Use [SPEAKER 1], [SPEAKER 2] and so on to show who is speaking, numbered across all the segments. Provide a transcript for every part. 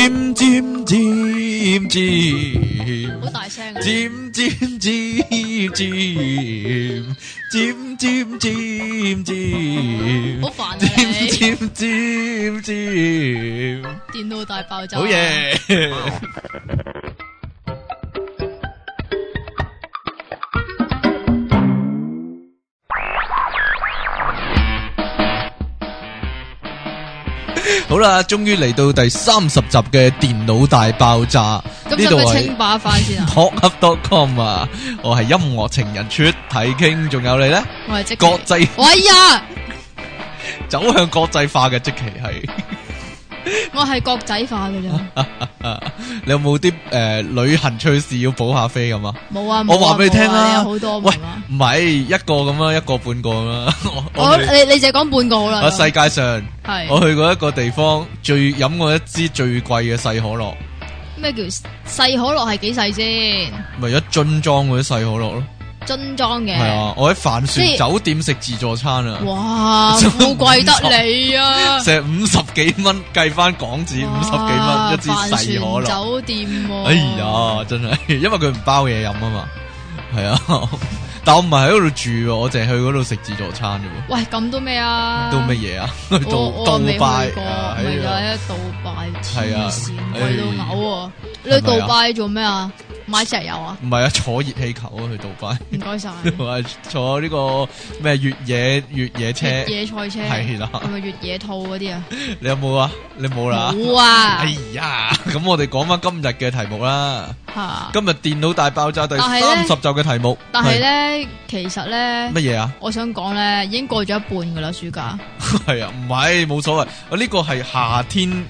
[SPEAKER 1] 尖尖尖，
[SPEAKER 2] 好大聲啊！
[SPEAKER 1] 尖尖尖尖，尖尖尖尖，
[SPEAKER 2] 好煩啊
[SPEAKER 1] 尖
[SPEAKER 2] 你！
[SPEAKER 1] 尖尖尖，
[SPEAKER 2] 電腦大爆炸，
[SPEAKER 1] 好！嘢！好啦，終於嚟到第三十集嘅電腦大爆炸，呢
[SPEAKER 2] 咁使
[SPEAKER 1] 度
[SPEAKER 2] 唔使
[SPEAKER 1] 係
[SPEAKER 2] 清把翻先啊？
[SPEAKER 1] talkup.com 啊，我係音樂情人出體傾，仲有你 咧，
[SPEAKER 2] 我係即
[SPEAKER 1] 國
[SPEAKER 2] 期。
[SPEAKER 1] 際
[SPEAKER 2] 喂呀，
[SPEAKER 1] 走向國際化嘅即期係。
[SPEAKER 2] 我係國仔化嘅咋，
[SPEAKER 1] 啊你有冇啲诶旅行趣事要補下飛咁啊？
[SPEAKER 2] 冇啊！冇
[SPEAKER 1] 我
[SPEAKER 2] 啊
[SPEAKER 1] 話俾你聽
[SPEAKER 2] 冇啊
[SPEAKER 1] 啦
[SPEAKER 2] 有好多
[SPEAKER 1] 喂
[SPEAKER 2] 冇啊！，
[SPEAKER 1] 唔係一個咁啦，一個半個咁啦。 我
[SPEAKER 2] 我
[SPEAKER 1] 我去
[SPEAKER 2] 你你就講半個好
[SPEAKER 1] 我
[SPEAKER 2] 啦，
[SPEAKER 1] 世界上
[SPEAKER 2] 係
[SPEAKER 1] 我去過一個地方，最飲過一支最貴嘅細可樂，
[SPEAKER 2] 咩叫細可樂係幾細先？
[SPEAKER 1] 咪一樽裝嗰啲細可樂咯。
[SPEAKER 2] 樽裝嘅，
[SPEAKER 1] 係啊，我喺帆
[SPEAKER 2] 即
[SPEAKER 1] 船
[SPEAKER 2] 係
[SPEAKER 1] 酒店食自助餐啊，
[SPEAKER 2] 哇，
[SPEAKER 1] 真
[SPEAKER 2] 富貴得你啊！
[SPEAKER 1] 成五十幾蚊，計翻港紙五十幾蚊一支
[SPEAKER 2] 哇
[SPEAKER 1] 細
[SPEAKER 2] 帆
[SPEAKER 1] 可
[SPEAKER 2] 船
[SPEAKER 1] 樂。
[SPEAKER 2] 酒店喎，
[SPEAKER 1] 哎呀，真係， 因為佢唔包嘢飲啊嘛，係啊。 但我唔係喺嗰度住喎，我淨係去嗰度食自助餐啫喎。
[SPEAKER 2] 喂，咁都咩啊？
[SPEAKER 1] 到乜嘢啊？去
[SPEAKER 2] 我
[SPEAKER 1] 到
[SPEAKER 2] 我未
[SPEAKER 1] 杜
[SPEAKER 2] 去
[SPEAKER 1] 拜
[SPEAKER 2] 過
[SPEAKER 1] 啊，
[SPEAKER 2] 咪
[SPEAKER 1] 係
[SPEAKER 2] 就
[SPEAKER 1] 啊
[SPEAKER 2] 係一杜拜，
[SPEAKER 1] 係啊
[SPEAKER 2] 黐線，
[SPEAKER 1] 哎
[SPEAKER 2] 貴到嘔喎！你去杜拜做咩啊？買石油啊？
[SPEAKER 1] 唔係啊，坐熱氣球啊，去杜拜，
[SPEAKER 2] 唔該晒，
[SPEAKER 1] 同埋坐呢個咩越野越野車，
[SPEAKER 2] 越野賽車
[SPEAKER 1] 係啦
[SPEAKER 2] 係咪越野兔嗰啲啊？
[SPEAKER 1] 你有冇啊？你冇啦。
[SPEAKER 2] 冇啊
[SPEAKER 1] 哎，呀，咁我哋講翻今日嘅題目啦。
[SPEAKER 2] 嚇！
[SPEAKER 1] 今日電腦大爆炸第
[SPEAKER 2] 啊但係
[SPEAKER 1] 三
[SPEAKER 2] 呢
[SPEAKER 1] 十集嘅題目，
[SPEAKER 2] 但係咧，其實咧
[SPEAKER 1] 係，乜嘢啊？
[SPEAKER 2] 我想講咧，已經過咗一半噶啦，暑假
[SPEAKER 1] 係啊，唔係冇所謂。我呢個係夏天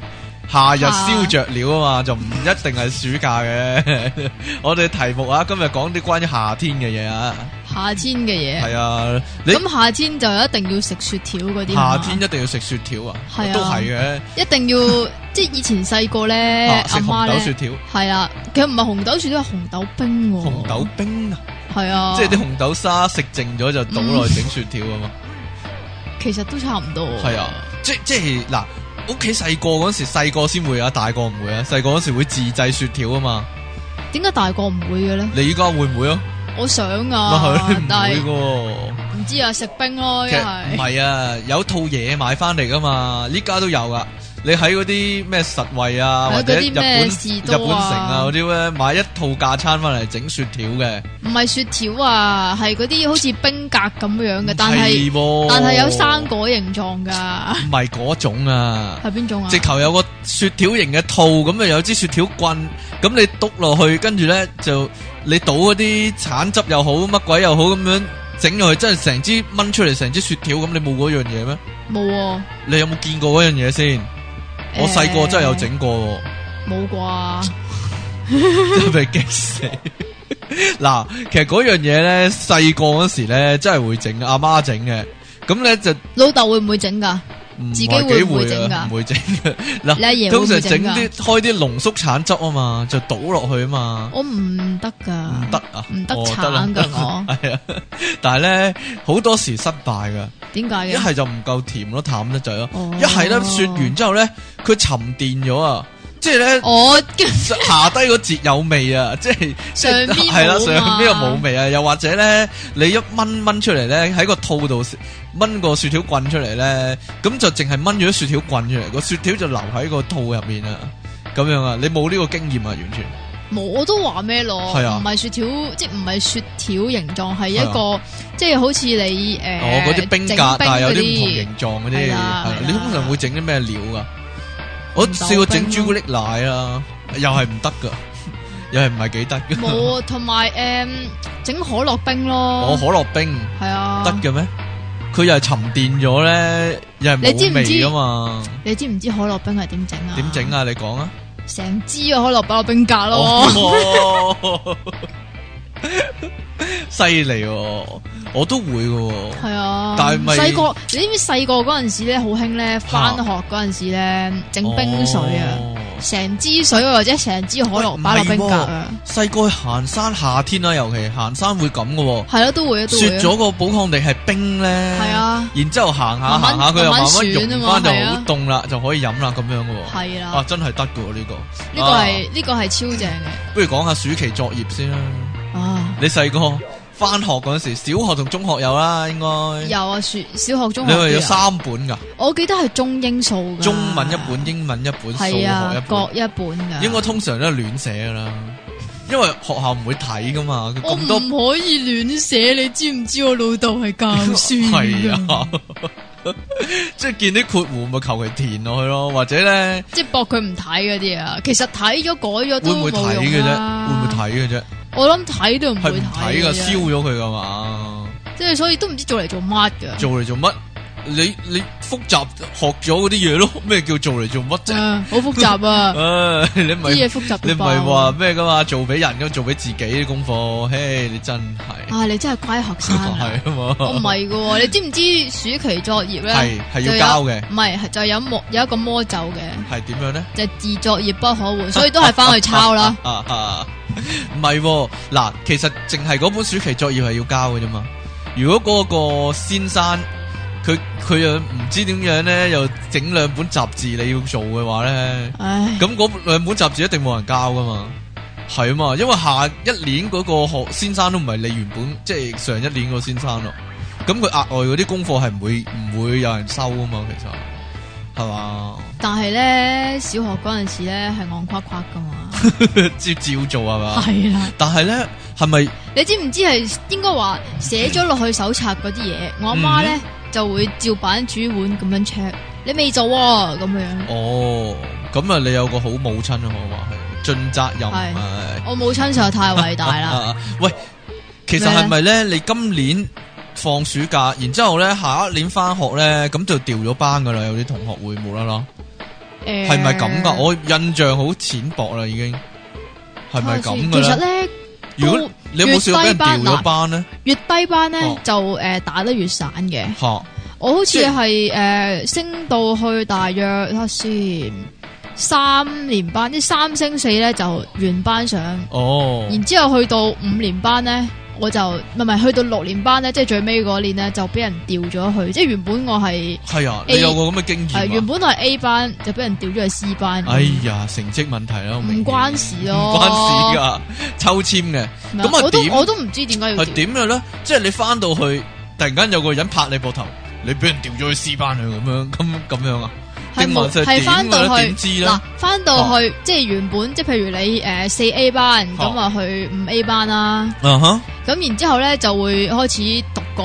[SPEAKER 1] 夏日燒着料啊嘛，就唔一定係暑假嘅。 我哋題目啊，今日講啲關於夏天嘅嘢啊，
[SPEAKER 2] 夏天嘅嘢。
[SPEAKER 1] 係啊，你。
[SPEAKER 2] 咁夏天就一定要食雪條嗰啲啊
[SPEAKER 1] 夏
[SPEAKER 2] 嘛，
[SPEAKER 1] 天一定要食雪條啊，
[SPEAKER 2] 係啊
[SPEAKER 1] 都係嘅，
[SPEAKER 2] 一定要即係以前細個咧，
[SPEAKER 1] 啊食
[SPEAKER 2] 呃阿媽
[SPEAKER 1] 紅豆雪
[SPEAKER 2] 咧
[SPEAKER 1] 條、
[SPEAKER 2] 係啊，佢唔係紅豆雪條，係紅豆冰喎。
[SPEAKER 1] 哦紅豆冰啊，
[SPEAKER 2] 係啊，
[SPEAKER 1] 即係啲紅豆沙食剩咗就倒落去整雪條啊嘛，
[SPEAKER 2] 其實都差唔多。
[SPEAKER 1] 係啊，即即係嗱，屋企細個嗰時細個先會啊，大個唔會啊，細個嗰時會自製雪條啊嘛，
[SPEAKER 2] 點解大個唔會嘅咧？
[SPEAKER 1] 你依家會唔會啊？
[SPEAKER 2] 我想
[SPEAKER 1] 咪係，
[SPEAKER 2] 啊
[SPEAKER 1] 你唔
[SPEAKER 2] 但係
[SPEAKER 1] 會嘅喎。
[SPEAKER 2] 唔知啊，食冰咯，一
[SPEAKER 1] 其實唔
[SPEAKER 2] 係
[SPEAKER 1] 係啊，有套嘢買翻嚟噶嘛，呢家都有噶。你喺嗰啲咩實惠啊，
[SPEAKER 2] 係
[SPEAKER 1] 或者
[SPEAKER 2] 嗰
[SPEAKER 1] 日
[SPEAKER 2] 啲
[SPEAKER 1] 本
[SPEAKER 2] 咩
[SPEAKER 1] 日
[SPEAKER 2] 士
[SPEAKER 1] 本城
[SPEAKER 2] 多啊
[SPEAKER 1] 啊嗰啲咧，買一套架餐翻嚟整雪條嘅。
[SPEAKER 2] 唔係雪條啊，係嗰啲好似冰格咁樣嘅，但係
[SPEAKER 1] 嗯喎
[SPEAKER 2] 但係有生果形狀噶，
[SPEAKER 1] 唔係嗰種啊，
[SPEAKER 2] 係邊種啊？
[SPEAKER 1] 直頭有個雪條型嘅套，咁啊有支雪條棍，咁你篤落去，跟住咧就你倒嗰啲橙汁又好，乜鬼又好咁樣整落去，真係成支掹出嚟成支雪條咁，你冇嗰樣嘢咩？
[SPEAKER 2] 冇喎，
[SPEAKER 1] 你有冇見過嗰樣嘢先？我細個真係有整過喎。
[SPEAKER 2] 冇啩？
[SPEAKER 1] 真係被激死。嗱，其實嗰樣嘢咧，細個嗰時咧，真係會整，阿媽整嘅。咁咧就
[SPEAKER 2] 老豆會唔會整
[SPEAKER 1] 啊
[SPEAKER 2] 噶？
[SPEAKER 1] 唔
[SPEAKER 2] 自己
[SPEAKER 1] 係
[SPEAKER 2] 會
[SPEAKER 1] 幾
[SPEAKER 2] 唔會
[SPEAKER 1] 會
[SPEAKER 2] 整
[SPEAKER 1] 啊
[SPEAKER 2] 㗎
[SPEAKER 1] 唔會整嘅。
[SPEAKER 2] 你阿爺會
[SPEAKER 1] 通
[SPEAKER 2] 唔
[SPEAKER 1] 常整
[SPEAKER 2] 會整噶？
[SPEAKER 1] 啲開啲濃縮橙汁啊嘛，就倒落去啊嘛，
[SPEAKER 2] 我唔得噶，
[SPEAKER 1] 唔得啊，
[SPEAKER 2] 唔得
[SPEAKER 1] 哦
[SPEAKER 2] 橙噶我，
[SPEAKER 1] 係啊，但係咧好多時失敗噶，
[SPEAKER 2] 點解
[SPEAKER 1] 一
[SPEAKER 2] 嘅？
[SPEAKER 1] 係就唔夠甜咯，淡得滯咯
[SPEAKER 2] 啊哦，
[SPEAKER 1] 一係咧雪完之後咧，佢沉澱咗啊，即係咧。
[SPEAKER 2] 我
[SPEAKER 1] 下低嗰節有味啊，即係即係
[SPEAKER 2] 上 邊
[SPEAKER 1] 係啦，
[SPEAKER 2] 冇嘛
[SPEAKER 1] 上邊又冇味啊，又或者咧，你一掹掹出嚟咧，喺個套度掹個雪條棍出嚟咧，咁就淨係掹咗雪條棍出嚟，個雪條就留喺個套入面啊，咁樣啊，你冇呢個經驗啊，完全
[SPEAKER 2] 冇我都話咩咯，
[SPEAKER 1] 係啊
[SPEAKER 2] 唔係雪條，即係唔係雪條形狀，係一個即係好似你誒，
[SPEAKER 1] 啊哦，嗰啲冰
[SPEAKER 2] 整
[SPEAKER 1] 格，但係有
[SPEAKER 2] 嗰
[SPEAKER 1] 啲唔同形狀嗰啲，
[SPEAKER 2] 係
[SPEAKER 1] 係
[SPEAKER 2] 啦
[SPEAKER 1] 啦
[SPEAKER 2] 係啦
[SPEAKER 1] 你通常會整啲咩料噶？我試過整朱古力奶啊，又係唔得噶，又係唔係幾得噶？
[SPEAKER 2] 冇，同埋誒整可樂 冰
[SPEAKER 1] 我
[SPEAKER 2] 咯，
[SPEAKER 1] 可樂冰。
[SPEAKER 2] 係啊，
[SPEAKER 1] 得嘅咩？佢又係沉澱咗咧，又係
[SPEAKER 2] 你知
[SPEAKER 1] 冇
[SPEAKER 2] 唔
[SPEAKER 1] 味
[SPEAKER 2] 知
[SPEAKER 1] 噶嘛？
[SPEAKER 2] 你知唔知可樂冰係點整啊？
[SPEAKER 1] 點整？啊？你講啊！
[SPEAKER 2] 成支嘅可樂擺落冰格 咯，
[SPEAKER 1] 哦，犀利喎！我都會嘅喎，
[SPEAKER 2] 係啊。
[SPEAKER 1] 但係咪
[SPEAKER 2] 細個你知唔知細個嗰陣時咧好興咧，翻學嗰陣時咧整冰水啊，
[SPEAKER 1] 哦！
[SPEAKER 2] 成支水或者成支可樂擺落冰格啊，
[SPEAKER 1] 細個去行山夏天啦，尤其行山會咁嘅喎。
[SPEAKER 2] 係咯，都會都會
[SPEAKER 1] 雪。咗個寶礦地係冰咧，
[SPEAKER 2] 係啊
[SPEAKER 1] 然之後行下
[SPEAKER 2] 慢慢
[SPEAKER 1] 行下佢又慢慢融
[SPEAKER 2] 慢慢
[SPEAKER 1] 翻就
[SPEAKER 2] 選啊
[SPEAKER 1] 好
[SPEAKER 2] 嘛
[SPEAKER 1] 凍啦，就可以飲啦咁樣嘅喎。
[SPEAKER 2] 係
[SPEAKER 1] 啊，
[SPEAKER 2] 啦，
[SPEAKER 1] 真係得嘅喎呢個。啊
[SPEAKER 2] 呢個係呢個係超正嘅
[SPEAKER 1] 不如講下暑期作業先啦。
[SPEAKER 2] 啊！
[SPEAKER 1] 你細個翻學嗰陣時，小學同中學有啦，應該。
[SPEAKER 2] 有啊，小小學中
[SPEAKER 1] 你
[SPEAKER 2] 學
[SPEAKER 1] 係
[SPEAKER 2] 都
[SPEAKER 1] 有，三本㗎，
[SPEAKER 2] 我記得係中英數㗎，
[SPEAKER 1] 中文一本、英文一本、數學
[SPEAKER 2] 係啊
[SPEAKER 1] 一，
[SPEAKER 2] 各
[SPEAKER 1] 本，
[SPEAKER 2] 一本㗎。
[SPEAKER 1] 應該通常都係亂寫㗎啦。因為學校唔會睇㗎嘛，佢
[SPEAKER 2] 我
[SPEAKER 1] 咁多
[SPEAKER 2] 唔可以亂寫，你知唔知我老豆係教書
[SPEAKER 1] 係
[SPEAKER 2] 㗎
[SPEAKER 1] 啊， 即係見啲括弧咪求其填落去咯，或者咧
[SPEAKER 2] 即係博佢唔睇嗰啲啊。其實睇咗改咗
[SPEAKER 1] 會
[SPEAKER 2] 都
[SPEAKER 1] 唔會睇
[SPEAKER 2] 冇
[SPEAKER 1] 嘅
[SPEAKER 2] 用
[SPEAKER 1] 啫？
[SPEAKER 2] 啦
[SPEAKER 1] 會唔會？睇嘅啫？
[SPEAKER 2] 我諗睇都唔
[SPEAKER 1] 係
[SPEAKER 2] 會
[SPEAKER 1] 唔睇噶，
[SPEAKER 2] 嘅
[SPEAKER 1] 燒
[SPEAKER 2] 啫，
[SPEAKER 1] 咗佢噶嘛？
[SPEAKER 2] 即係所以都唔知做嚟做乜㗎。
[SPEAKER 1] 做嚟做乜？你你複雜學咗嗰啲嘢咯？ 咩叫做嚟做乜啫？
[SPEAKER 2] 啊好複雜 啊，
[SPEAKER 1] 唉，你
[SPEAKER 2] 啲
[SPEAKER 1] 咪
[SPEAKER 2] 嘢複雜
[SPEAKER 1] 你
[SPEAKER 2] 到
[SPEAKER 1] 唔
[SPEAKER 2] 爆啊
[SPEAKER 1] 係話咩噶嘛？做俾人咁，做俾自己啲功課，嘿，你真係
[SPEAKER 2] 啊！你真係乖學生啊！
[SPEAKER 1] 係啊
[SPEAKER 2] 我唔
[SPEAKER 1] 嘛？
[SPEAKER 2] 係嘅喎，你知唔知暑期作業咧？
[SPEAKER 1] 係係
[SPEAKER 2] 就
[SPEAKER 1] 要
[SPEAKER 2] 有
[SPEAKER 1] 交嘅，
[SPEAKER 2] 唔係係就有魔有一個魔咒嘅，
[SPEAKER 1] 係點樣咧？
[SPEAKER 2] 就係自作業不 可活，所以都係翻去抄啦。
[SPEAKER 1] 啊啊！ 唔係喎嗱，其實淨係嗰本暑期作業係要交嘅啫嘛。如果嗰個先生佢佢又唔知點樣咧，又整兩本雜誌你要做嘅話咧，
[SPEAKER 2] 唉，
[SPEAKER 1] 咁嗰兩本雜誌一定冇人交噶嘛。係啊嘛，因為下一年嗰個學先生都唔係你原本即係上一年個先生咯。咁佢額外嗰啲功課係唔會唔會有人收啊嘛，其實係 嘛，
[SPEAKER 2] 但係咧小學嗰陣時咧係戇夸夸噶嘛，
[SPEAKER 1] 照照做係嘛。
[SPEAKER 2] 係啦。
[SPEAKER 1] 但係咧，係咪？
[SPEAKER 2] 你知唔知係應該話寫咗落去手冊嗰啲嘢？我阿媽
[SPEAKER 1] 嗯
[SPEAKER 2] 咧就會照板煮碗咁樣 check，你未做喎咁樣。
[SPEAKER 1] 哦，咁啊，你有個好母親啊，我話係盡責任
[SPEAKER 2] 係
[SPEAKER 1] 係
[SPEAKER 2] 我母親實在太偉大啦，
[SPEAKER 1] 啊喂，其實
[SPEAKER 2] 咩呢啊
[SPEAKER 1] 係咪咧？你今年放暑假，然之後咧下一年翻學咧，咁就調咗班噶啦。有啲同學會冇啦啦，
[SPEAKER 2] 誒
[SPEAKER 1] 係咪咁噶？我印象好淺薄啦，已經係咪咁噶
[SPEAKER 2] 其實
[SPEAKER 1] 咧？
[SPEAKER 2] 咧
[SPEAKER 1] 如果你有冇試過俾人調咗班咧？
[SPEAKER 2] 越低班咧
[SPEAKER 1] 哦
[SPEAKER 2] 就誒打得越散嘅。
[SPEAKER 1] 吓，
[SPEAKER 2] 我好似
[SPEAKER 1] 即
[SPEAKER 2] 係誒升到去大約睇下先三年班，啲三升四咧就原班上，
[SPEAKER 1] 哦，
[SPEAKER 2] 然之後去到五年班咧，我就唔係唔係去到六年班咧，即係最尾嗰年咧就俾人調咗去，即係原本我係
[SPEAKER 1] 係啊，
[SPEAKER 2] A-
[SPEAKER 1] 你有個咁嘅經
[SPEAKER 2] 係
[SPEAKER 1] 驗
[SPEAKER 2] 原
[SPEAKER 1] 啊？
[SPEAKER 2] 本我係 A 班就俾人調咗去 C 班，
[SPEAKER 1] 哎呀，成績問題啦，好明顯
[SPEAKER 2] 唔關事
[SPEAKER 1] 唔
[SPEAKER 2] 咯，
[SPEAKER 1] 關事噶，抽簽嘅。
[SPEAKER 2] 咩啊，
[SPEAKER 1] 咁啊
[SPEAKER 2] 我都
[SPEAKER 1] 點
[SPEAKER 2] 我都唔知點解要
[SPEAKER 1] 系
[SPEAKER 2] 調，
[SPEAKER 1] 點嘅咧？即係你翻到去，突然間有個人拍你膊頭，你俾人調咗去 C 班去咁樣，咁咁樣啊？
[SPEAKER 2] 係冇
[SPEAKER 1] 定還是
[SPEAKER 2] 係翻
[SPEAKER 1] 點嘅
[SPEAKER 2] 到
[SPEAKER 1] 咧
[SPEAKER 2] 去
[SPEAKER 1] 點知咧？
[SPEAKER 2] 嗱，翻到去即係原本即係譬如你誒四 A 班，咁
[SPEAKER 1] 哦
[SPEAKER 2] 啊去五 A 班啦。
[SPEAKER 1] 啊哈，
[SPEAKER 2] 咁然之後咧就會開始讀個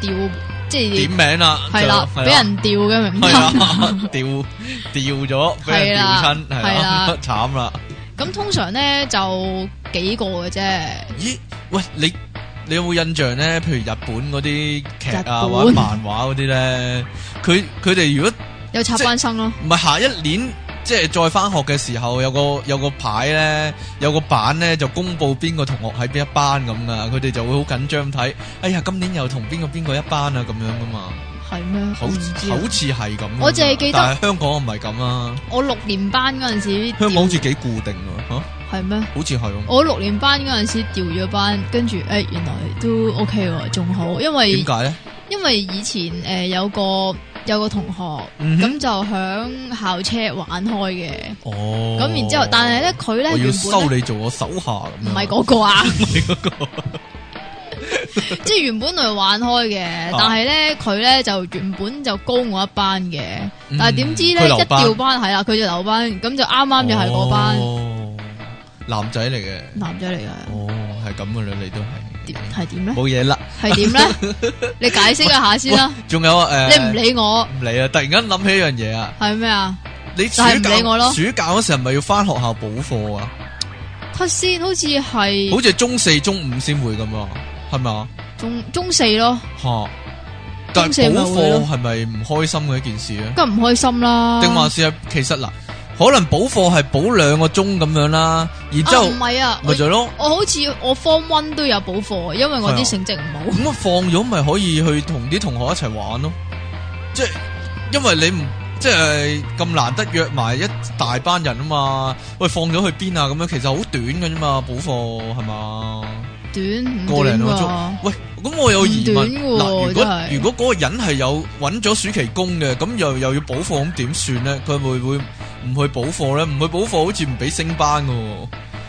[SPEAKER 2] 調，即
[SPEAKER 1] 點名啦，
[SPEAKER 2] 係係啦，
[SPEAKER 1] 就
[SPEAKER 2] 俾人調嘅名
[SPEAKER 1] 係 啦
[SPEAKER 2] 單。，
[SPEAKER 1] 調調咗，俾人調
[SPEAKER 2] 係啦
[SPEAKER 1] 親，係
[SPEAKER 2] 係
[SPEAKER 1] 啦
[SPEAKER 2] 啦，
[SPEAKER 1] 慘啦！
[SPEAKER 2] 咁通常咧就幾個嘅啫，
[SPEAKER 1] 咦？喂，你你有冇印象咧？譬如日本嗰啲劇
[SPEAKER 2] 日
[SPEAKER 1] 啊，
[SPEAKER 2] 本
[SPEAKER 1] 或者漫畫嗰啲咧，佢佢哋如果
[SPEAKER 2] 有插班生咯。
[SPEAKER 1] 唔係下一年即係再翻學嘅時候，有個有個牌咧，有個版咧就公佈邊個同學喺邊一班咁噶，佢哋就會好緊張睇。哎呀，今年又同邊個邊個一班啊咁樣噶嘛，
[SPEAKER 2] 係咩？
[SPEAKER 1] 好
[SPEAKER 2] 我唔知啊
[SPEAKER 1] 好似係咁。
[SPEAKER 2] 我淨係記得
[SPEAKER 1] 但係香港唔係咁啊，
[SPEAKER 2] 我六年班嗰陣時調，
[SPEAKER 1] 香港好似幾固定喎，嚇、
[SPEAKER 2] 係咩？
[SPEAKER 1] 好似係喎。
[SPEAKER 2] 我六年班嗰陣時調咗班，跟住誒原來都 OK 喎，仲好，因為
[SPEAKER 1] 點解咧？
[SPEAKER 2] 因為以前誒、呃有個有個同學咁、
[SPEAKER 1] 嗯哼
[SPEAKER 2] 就響校車玩開嘅，
[SPEAKER 1] 哦，
[SPEAKER 2] 咁然之後，但係咧佢咧
[SPEAKER 1] 我要
[SPEAKER 2] 原本呢
[SPEAKER 1] 收你做我手下咁樣。
[SPEAKER 2] 唔係嗰個啊，
[SPEAKER 1] 唔係嗰個，
[SPEAKER 2] 即係原本嚟玩開
[SPEAKER 1] 啊
[SPEAKER 2] 嘅，但係咧佢咧就原本就高我一班嘅，
[SPEAKER 1] 嗯
[SPEAKER 2] 但係點知
[SPEAKER 1] 佢
[SPEAKER 2] 咧
[SPEAKER 1] 留
[SPEAKER 2] 一
[SPEAKER 1] 班
[SPEAKER 2] 調班係啦，佢就留班，咁就啱啱就係嗰班
[SPEAKER 1] 哦男仔嚟嘅。
[SPEAKER 2] 男仔嚟嘅，
[SPEAKER 1] 哦，係咁嘅啦，你都係
[SPEAKER 2] 點係點咧？
[SPEAKER 1] 冇嘢啦。
[SPEAKER 2] 係 點咧？你解釋一下先啦，
[SPEAKER 1] 仲有诶，
[SPEAKER 2] 你唔理我
[SPEAKER 1] 唔理啊！突然間諗起一樣嘢啊，
[SPEAKER 2] 係咩啊？
[SPEAKER 1] 你暑
[SPEAKER 2] 就係唔
[SPEAKER 1] 假
[SPEAKER 2] 理我咯
[SPEAKER 1] 暑假嗰時係咪要翻學校補課啊？
[SPEAKER 2] 睇先，好似
[SPEAKER 1] 好
[SPEAKER 2] 係
[SPEAKER 1] 似係中四、中五先會咁啊，係咪啊？
[SPEAKER 2] 中中四咯，
[SPEAKER 1] 吓，但
[SPEAKER 2] 中四
[SPEAKER 1] 係
[SPEAKER 2] 咪
[SPEAKER 1] 補
[SPEAKER 2] 會咯
[SPEAKER 1] 課係咪唔開心嘅一件事啊？
[SPEAKER 2] 梗唔開心啦。
[SPEAKER 1] 定還
[SPEAKER 2] 啊
[SPEAKER 1] 是係其實嗱，可能補課係補兩個鐘咁樣啦，然之
[SPEAKER 2] 啊
[SPEAKER 1] 後
[SPEAKER 2] 唔係啊，
[SPEAKER 1] 咪就係咯。
[SPEAKER 2] 我好似我 form one 都有補課，因為我
[SPEAKER 1] 係啊
[SPEAKER 2] 啲成績唔好。
[SPEAKER 1] 咁啊放咗咪可以去同啲同學一齊玩咯，即係因為你唔即系咁難得約埋一大班人啊嘛，喂放咗去邊啊？咁樣其實好短嘅啫嘛，補課係嘛？
[SPEAKER 2] 短
[SPEAKER 1] 個零
[SPEAKER 2] 唔
[SPEAKER 1] 兩
[SPEAKER 2] 短
[SPEAKER 1] 個
[SPEAKER 2] 喎
[SPEAKER 1] 鐘。喂，咁我有疑問
[SPEAKER 2] 唔短喎
[SPEAKER 1] 嗱，如
[SPEAKER 2] 真
[SPEAKER 1] 果
[SPEAKER 2] 係
[SPEAKER 1] 如果嗰個人係有揾咗暑期工嘅，咁又又要補課，咁點算咧？佢會唔會唔去補課咧？唔去補課好似唔俾升班嘅喎。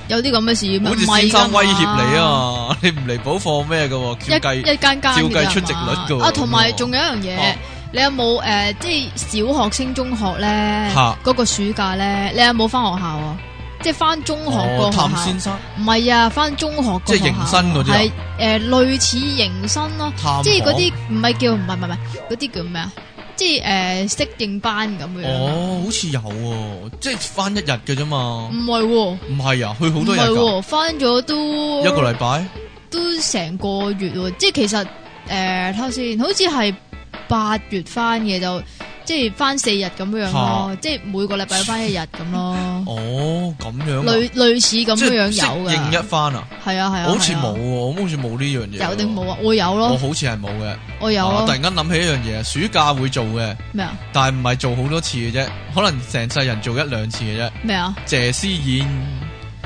[SPEAKER 2] 有啲咁嘅事咩？
[SPEAKER 1] 好似
[SPEAKER 2] 唔係㗎
[SPEAKER 1] 先生威脅你
[SPEAKER 2] 啊嘛！
[SPEAKER 1] 啊！ 你唔嚟補課咩嘅喎？
[SPEAKER 2] 一
[SPEAKER 1] 照計
[SPEAKER 2] 一間間
[SPEAKER 1] 照計
[SPEAKER 2] 嘅啫
[SPEAKER 1] 出席率㗎
[SPEAKER 2] 係
[SPEAKER 1] 喎
[SPEAKER 2] 嘛啊，同埋
[SPEAKER 1] 咁喎
[SPEAKER 2] 仲有一樣嘢
[SPEAKER 1] 啊，
[SPEAKER 2] 你有冇诶，即係小學升中學咧
[SPEAKER 1] 嚇，
[SPEAKER 2] 嗰個暑假咧，你有冇翻學校啊？即係翻中學
[SPEAKER 1] 哦
[SPEAKER 2] 個學
[SPEAKER 1] 探
[SPEAKER 2] 校
[SPEAKER 1] 先，生，
[SPEAKER 2] 唔係啊，翻中學個
[SPEAKER 1] 即係
[SPEAKER 2] 學校
[SPEAKER 1] 迎新嗰啲啊
[SPEAKER 2] 係诶類似迎新咯，
[SPEAKER 1] 探
[SPEAKER 2] 即係嗰
[SPEAKER 1] 訪
[SPEAKER 2] 啲唔係叫唔係唔係唔係嗰啲叫咩啊？即係诶適應班咁樣啊，
[SPEAKER 1] 哦，好似有喎，即係翻一日嘅啫嘛
[SPEAKER 2] 唔，係喎，
[SPEAKER 1] 唔係啊，去好
[SPEAKER 2] 唔
[SPEAKER 1] 多日
[SPEAKER 2] 係
[SPEAKER 1] 㗎，
[SPEAKER 2] 喎，翻咗都
[SPEAKER 1] 一個禮拜
[SPEAKER 2] 都成個月喎，即係其實诶，睇下先，好似係八月翻嘅就，即係翻四日咁樣咯，即係每個禮拜翻一日咁咯，
[SPEAKER 1] 哦，咁樣啊
[SPEAKER 2] 類类似咁
[SPEAKER 1] 即係
[SPEAKER 2] 樣
[SPEAKER 1] 適
[SPEAKER 2] 樣有
[SPEAKER 1] 應
[SPEAKER 2] 噶，
[SPEAKER 1] 一翻啊，
[SPEAKER 2] 係啊係啊，
[SPEAKER 1] 我好似
[SPEAKER 2] 係啊
[SPEAKER 1] 冇喎，我好似冇呢樣嘢喎，
[SPEAKER 2] 有定冇啊？我有
[SPEAKER 1] 我
[SPEAKER 2] 咯，
[SPEAKER 1] 好似係冇嘅，
[SPEAKER 2] 我有
[SPEAKER 1] 啊突
[SPEAKER 2] 咯，
[SPEAKER 1] 然間諗起一樣嘢，暑假會做嘅，
[SPEAKER 2] 咩啊
[SPEAKER 1] 但係唔係做好多次嘅啫，可能成世人做一兩次嘅啫，
[SPEAKER 2] 咩啊？
[SPEAKER 1] 謝師宴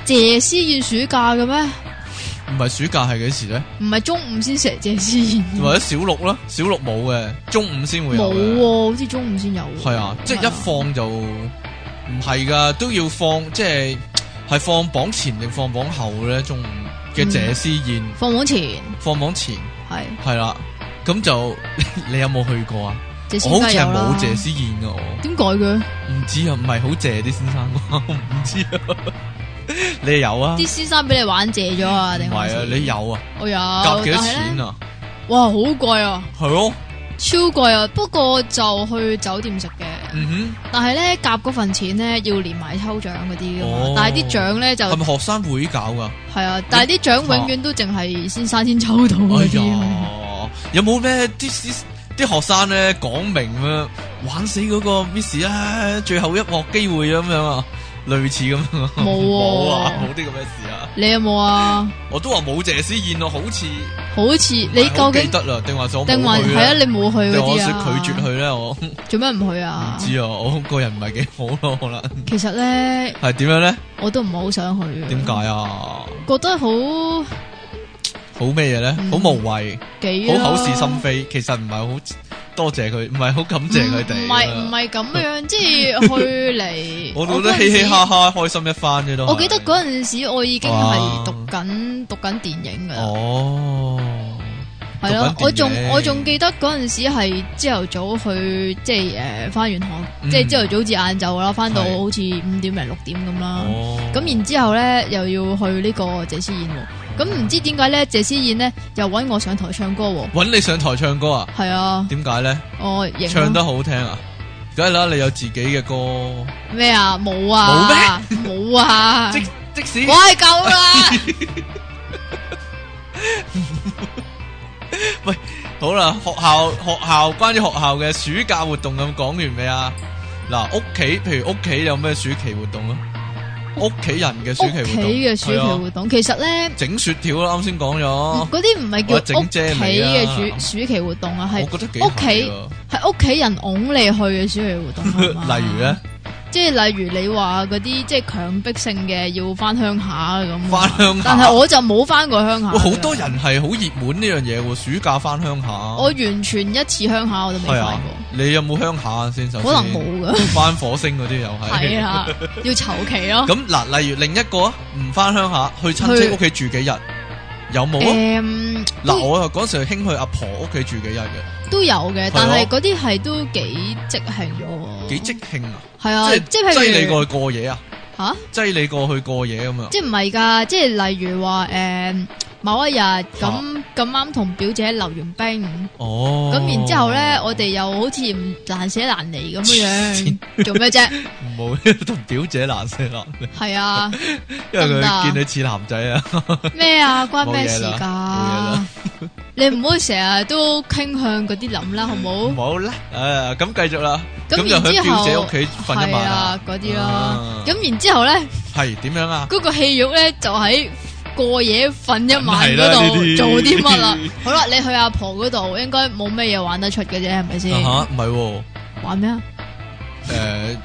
[SPEAKER 2] 謝師宴暑假嘅咩？
[SPEAKER 1] 唔係暑假係幾時咧？
[SPEAKER 2] 唔係中午先食謝師宴，
[SPEAKER 1] 或者小六啦，小六冇嘅，中午先會有
[SPEAKER 2] 嗯冇啊
[SPEAKER 1] 嘅。
[SPEAKER 2] 喎，好似中午先有喎。
[SPEAKER 1] 系啊，即系一放就唔系噶，都要放，即系系放榜前定放榜后咧？中午嘅謝師宴，
[SPEAKER 2] 放榜前
[SPEAKER 1] 放榜前
[SPEAKER 2] 係
[SPEAKER 1] 系啦，咁就 你有冇去過啊？
[SPEAKER 2] 謝師
[SPEAKER 1] 我好似
[SPEAKER 2] 梗
[SPEAKER 1] 係
[SPEAKER 2] 有啊啦
[SPEAKER 1] 冇謝師宴噶，我
[SPEAKER 2] 點改嘅？
[SPEAKER 1] 唔知啊，唔係好謝啲先生啩， 我唔知啊，你有啊？
[SPEAKER 2] 啲先生俾你玩謝咗啊？定
[SPEAKER 1] 唔
[SPEAKER 2] 還
[SPEAKER 1] 係
[SPEAKER 2] 是
[SPEAKER 1] 啊，你有啊？
[SPEAKER 2] 我有，
[SPEAKER 1] 夾幾多
[SPEAKER 2] 但係
[SPEAKER 1] 錢
[SPEAKER 2] 咧，
[SPEAKER 1] 啊？
[SPEAKER 2] 哇，好貴啊，
[SPEAKER 1] 係咯，
[SPEAKER 2] 超貴啊！不過就去酒店食嘅，
[SPEAKER 1] 嗯
[SPEAKER 2] 但係咧夾嗰份錢咧要連埋抽獎嗰啲噶嘛，
[SPEAKER 1] 哦
[SPEAKER 2] 但係啲獎咧就
[SPEAKER 1] 哼，係咪學生會搞噶？
[SPEAKER 2] 係啊，但係啲獎永遠都淨係先生先抽到
[SPEAKER 1] 哎
[SPEAKER 2] 嗰啲啊。
[SPEAKER 1] 呀，有冇咩啲啲啲學生咧講明啊，玩死嗰個 Miss 啊，最後一鑊機會咁樣啊，類似咁樣啊
[SPEAKER 2] 冇
[SPEAKER 1] 冇
[SPEAKER 2] 喎
[SPEAKER 1] 啊，冇啲咁嘅事啊，
[SPEAKER 2] 你有冇啊？
[SPEAKER 1] 我都話冇謝師宴咯，好似
[SPEAKER 2] 好似
[SPEAKER 1] 唔
[SPEAKER 2] 你
[SPEAKER 1] 係好
[SPEAKER 2] 究
[SPEAKER 1] 記
[SPEAKER 2] 竟
[SPEAKER 1] 得啦，定還是我
[SPEAKER 2] 定還
[SPEAKER 1] 冇去
[SPEAKER 2] 係啊？
[SPEAKER 1] 咧？
[SPEAKER 2] 你冇去
[SPEAKER 1] 定
[SPEAKER 2] 嗰
[SPEAKER 1] 我
[SPEAKER 2] 啲
[SPEAKER 1] 說
[SPEAKER 2] 啊？
[SPEAKER 1] 拒絕佢咧，我唔
[SPEAKER 2] 做咩唔去啊？
[SPEAKER 1] 知啊，我個人唔係幾好咯，可能
[SPEAKER 2] 其實咧，
[SPEAKER 1] 係點樣咧？
[SPEAKER 2] 我都唔係好想去。
[SPEAKER 1] 點？解啊？
[SPEAKER 2] 覺得好
[SPEAKER 1] 好咩嘢咧？
[SPEAKER 2] 嗯
[SPEAKER 1] 好無謂，
[SPEAKER 2] 幾啊
[SPEAKER 1] 好口是心
[SPEAKER 2] 非。
[SPEAKER 1] 非，其實唔係好多謝佢，唔係好感謝佢哋
[SPEAKER 2] 唔
[SPEAKER 1] 啊。。
[SPEAKER 2] 係唔係咁樣，即係去 嚟
[SPEAKER 1] 我覺得嘻嘻哈哈開心一番啫都係。
[SPEAKER 2] 我嗰陣時。我記得嗰陣時，我已經係
[SPEAKER 1] 哇
[SPEAKER 2] 讀緊讀緊電影噶啦，
[SPEAKER 1] 哦，
[SPEAKER 2] 係咯。
[SPEAKER 1] 讀緊電影
[SPEAKER 2] 我仲我仲記得嗰陣時係朝頭早去，即係誒翻完學，
[SPEAKER 1] 嗯
[SPEAKER 2] 即係朝頭早至晏晝啦，翻到
[SPEAKER 1] 係
[SPEAKER 2] 好似五點零六點咁啦。
[SPEAKER 1] 哦，
[SPEAKER 2] 啊咁然之後咧，又要去呢個謝師宴喎。咁唔知點解咧，謝師宴咧又揾我上台唱歌喎。
[SPEAKER 1] 揾你上台唱歌啊？
[SPEAKER 2] 係啊，
[SPEAKER 1] 點解咧？
[SPEAKER 2] 我型啊
[SPEAKER 1] 唱得好聽啊？梗係啦，你有自己嘅歌，
[SPEAKER 2] 咩啊？冇啊，冇咩？冇 啊！
[SPEAKER 1] 即即使
[SPEAKER 2] 我係 夠啦，
[SPEAKER 1] 好啦，學校學校關於學校嘅暑假活動咁講完未啊？嗱，屋企譬如屋企有咩暑期活動啊？屋企人嘅暑
[SPEAKER 2] 屋
[SPEAKER 1] 期
[SPEAKER 2] 企
[SPEAKER 1] 活動，
[SPEAKER 2] 嘅暑期
[SPEAKER 1] 係啊
[SPEAKER 2] 活動其實咧。
[SPEAKER 1] 整雪條啦，啱先講咗，
[SPEAKER 2] 嗰啲唔係
[SPEAKER 1] 或者
[SPEAKER 2] 叫屋
[SPEAKER 1] 整
[SPEAKER 2] 企
[SPEAKER 1] 啫喱啊
[SPEAKER 2] 嘅暑暑期活動啊，
[SPEAKER 1] 我
[SPEAKER 2] 係
[SPEAKER 1] 覺得幾
[SPEAKER 2] 屋企
[SPEAKER 1] 係 啊
[SPEAKER 2] 係屋企人㧬你去嘅暑期活動啊 嘛。
[SPEAKER 1] 例如咧，
[SPEAKER 2] 即係例如你話嗰啲即係強迫性嘅要翻鄉下咁
[SPEAKER 1] 翻
[SPEAKER 2] 啊，
[SPEAKER 1] 鄉下。
[SPEAKER 2] 但係我就冇翻過鄉下。
[SPEAKER 1] 哇，好多，人啊係好熱門呢樣嘢喎，暑假翻鄉下。
[SPEAKER 2] 我完全一次鄉下我都未
[SPEAKER 1] 係啊
[SPEAKER 2] 翻，
[SPEAKER 1] 你有冇鄉下啊先？首
[SPEAKER 2] 過，
[SPEAKER 1] 先
[SPEAKER 2] 可能冇噶。
[SPEAKER 1] 翻火星嗰啲又係。
[SPEAKER 2] 係。啊，要籌期咯。
[SPEAKER 1] 咁嗱，例如另一個啊，唔翻鄉下，去親戚
[SPEAKER 2] 去
[SPEAKER 1] 屋企住幾日，有冇啊？
[SPEAKER 2] 誒，
[SPEAKER 1] 嗱，
[SPEAKER 2] 都
[SPEAKER 1] 我嗰時興去阿婆屋企住幾日嘅，
[SPEAKER 2] 都有嘅
[SPEAKER 1] 係，
[SPEAKER 2] 但係
[SPEAKER 1] 咯
[SPEAKER 2] 嗰啲係都幾即興喎。
[SPEAKER 1] 幾即興啊！
[SPEAKER 2] 係啊，
[SPEAKER 1] 即
[SPEAKER 2] 即係
[SPEAKER 1] 係擠
[SPEAKER 2] 譬
[SPEAKER 1] 你
[SPEAKER 2] 如
[SPEAKER 1] 過去過夜啊，
[SPEAKER 2] 嚇。
[SPEAKER 1] 擠你過去過夜咁啊！
[SPEAKER 2] 即系唔係㗎，即係例如話诶、誒某一日咁咁啱同表姐溜完冰，
[SPEAKER 1] 哦。
[SPEAKER 2] 咁然之后咧，我哋又好似唔難捨難離咁樣樣，做 咩啫？
[SPEAKER 1] 唔好同表姐難死難，
[SPEAKER 2] 係啊，
[SPEAKER 1] 因為
[SPEAKER 2] 得唔
[SPEAKER 1] 佢
[SPEAKER 2] 得啊
[SPEAKER 1] 見你似男仔啊。
[SPEAKER 2] 咩啊，關咩事
[SPEAKER 1] 冇嘢
[SPEAKER 2] 㗎
[SPEAKER 1] 啦？
[SPEAKER 2] 你唔好成日都傾向嗰啲諗啦，好
[SPEAKER 1] 唔
[SPEAKER 2] 冇？
[SPEAKER 1] 好啦，诶，咁繼續啦。
[SPEAKER 2] 咁
[SPEAKER 1] 嗯咁就喺
[SPEAKER 2] 然之
[SPEAKER 1] 表
[SPEAKER 2] 後
[SPEAKER 1] 姐屋企瞓一
[SPEAKER 2] 係
[SPEAKER 1] 晚
[SPEAKER 2] 啊
[SPEAKER 1] 啊，
[SPEAKER 2] 嗰啲
[SPEAKER 1] 啊
[SPEAKER 2] 啦。咁然之后咧，
[SPEAKER 1] 係點樣啊？
[SPEAKER 2] 嗰個戲肉咧就喺過夜瞓一
[SPEAKER 1] 梗
[SPEAKER 2] 晚
[SPEAKER 1] 係啦
[SPEAKER 2] 嗰度
[SPEAKER 1] 呢啲
[SPEAKER 2] 做啲乜 啦？好啦，你去阿婆嗰度應該冇咩嘢玩得出嘅啫，係咪先？
[SPEAKER 1] 啊哈，唔係喎。
[SPEAKER 2] 玩咩啊？
[SPEAKER 1] 诶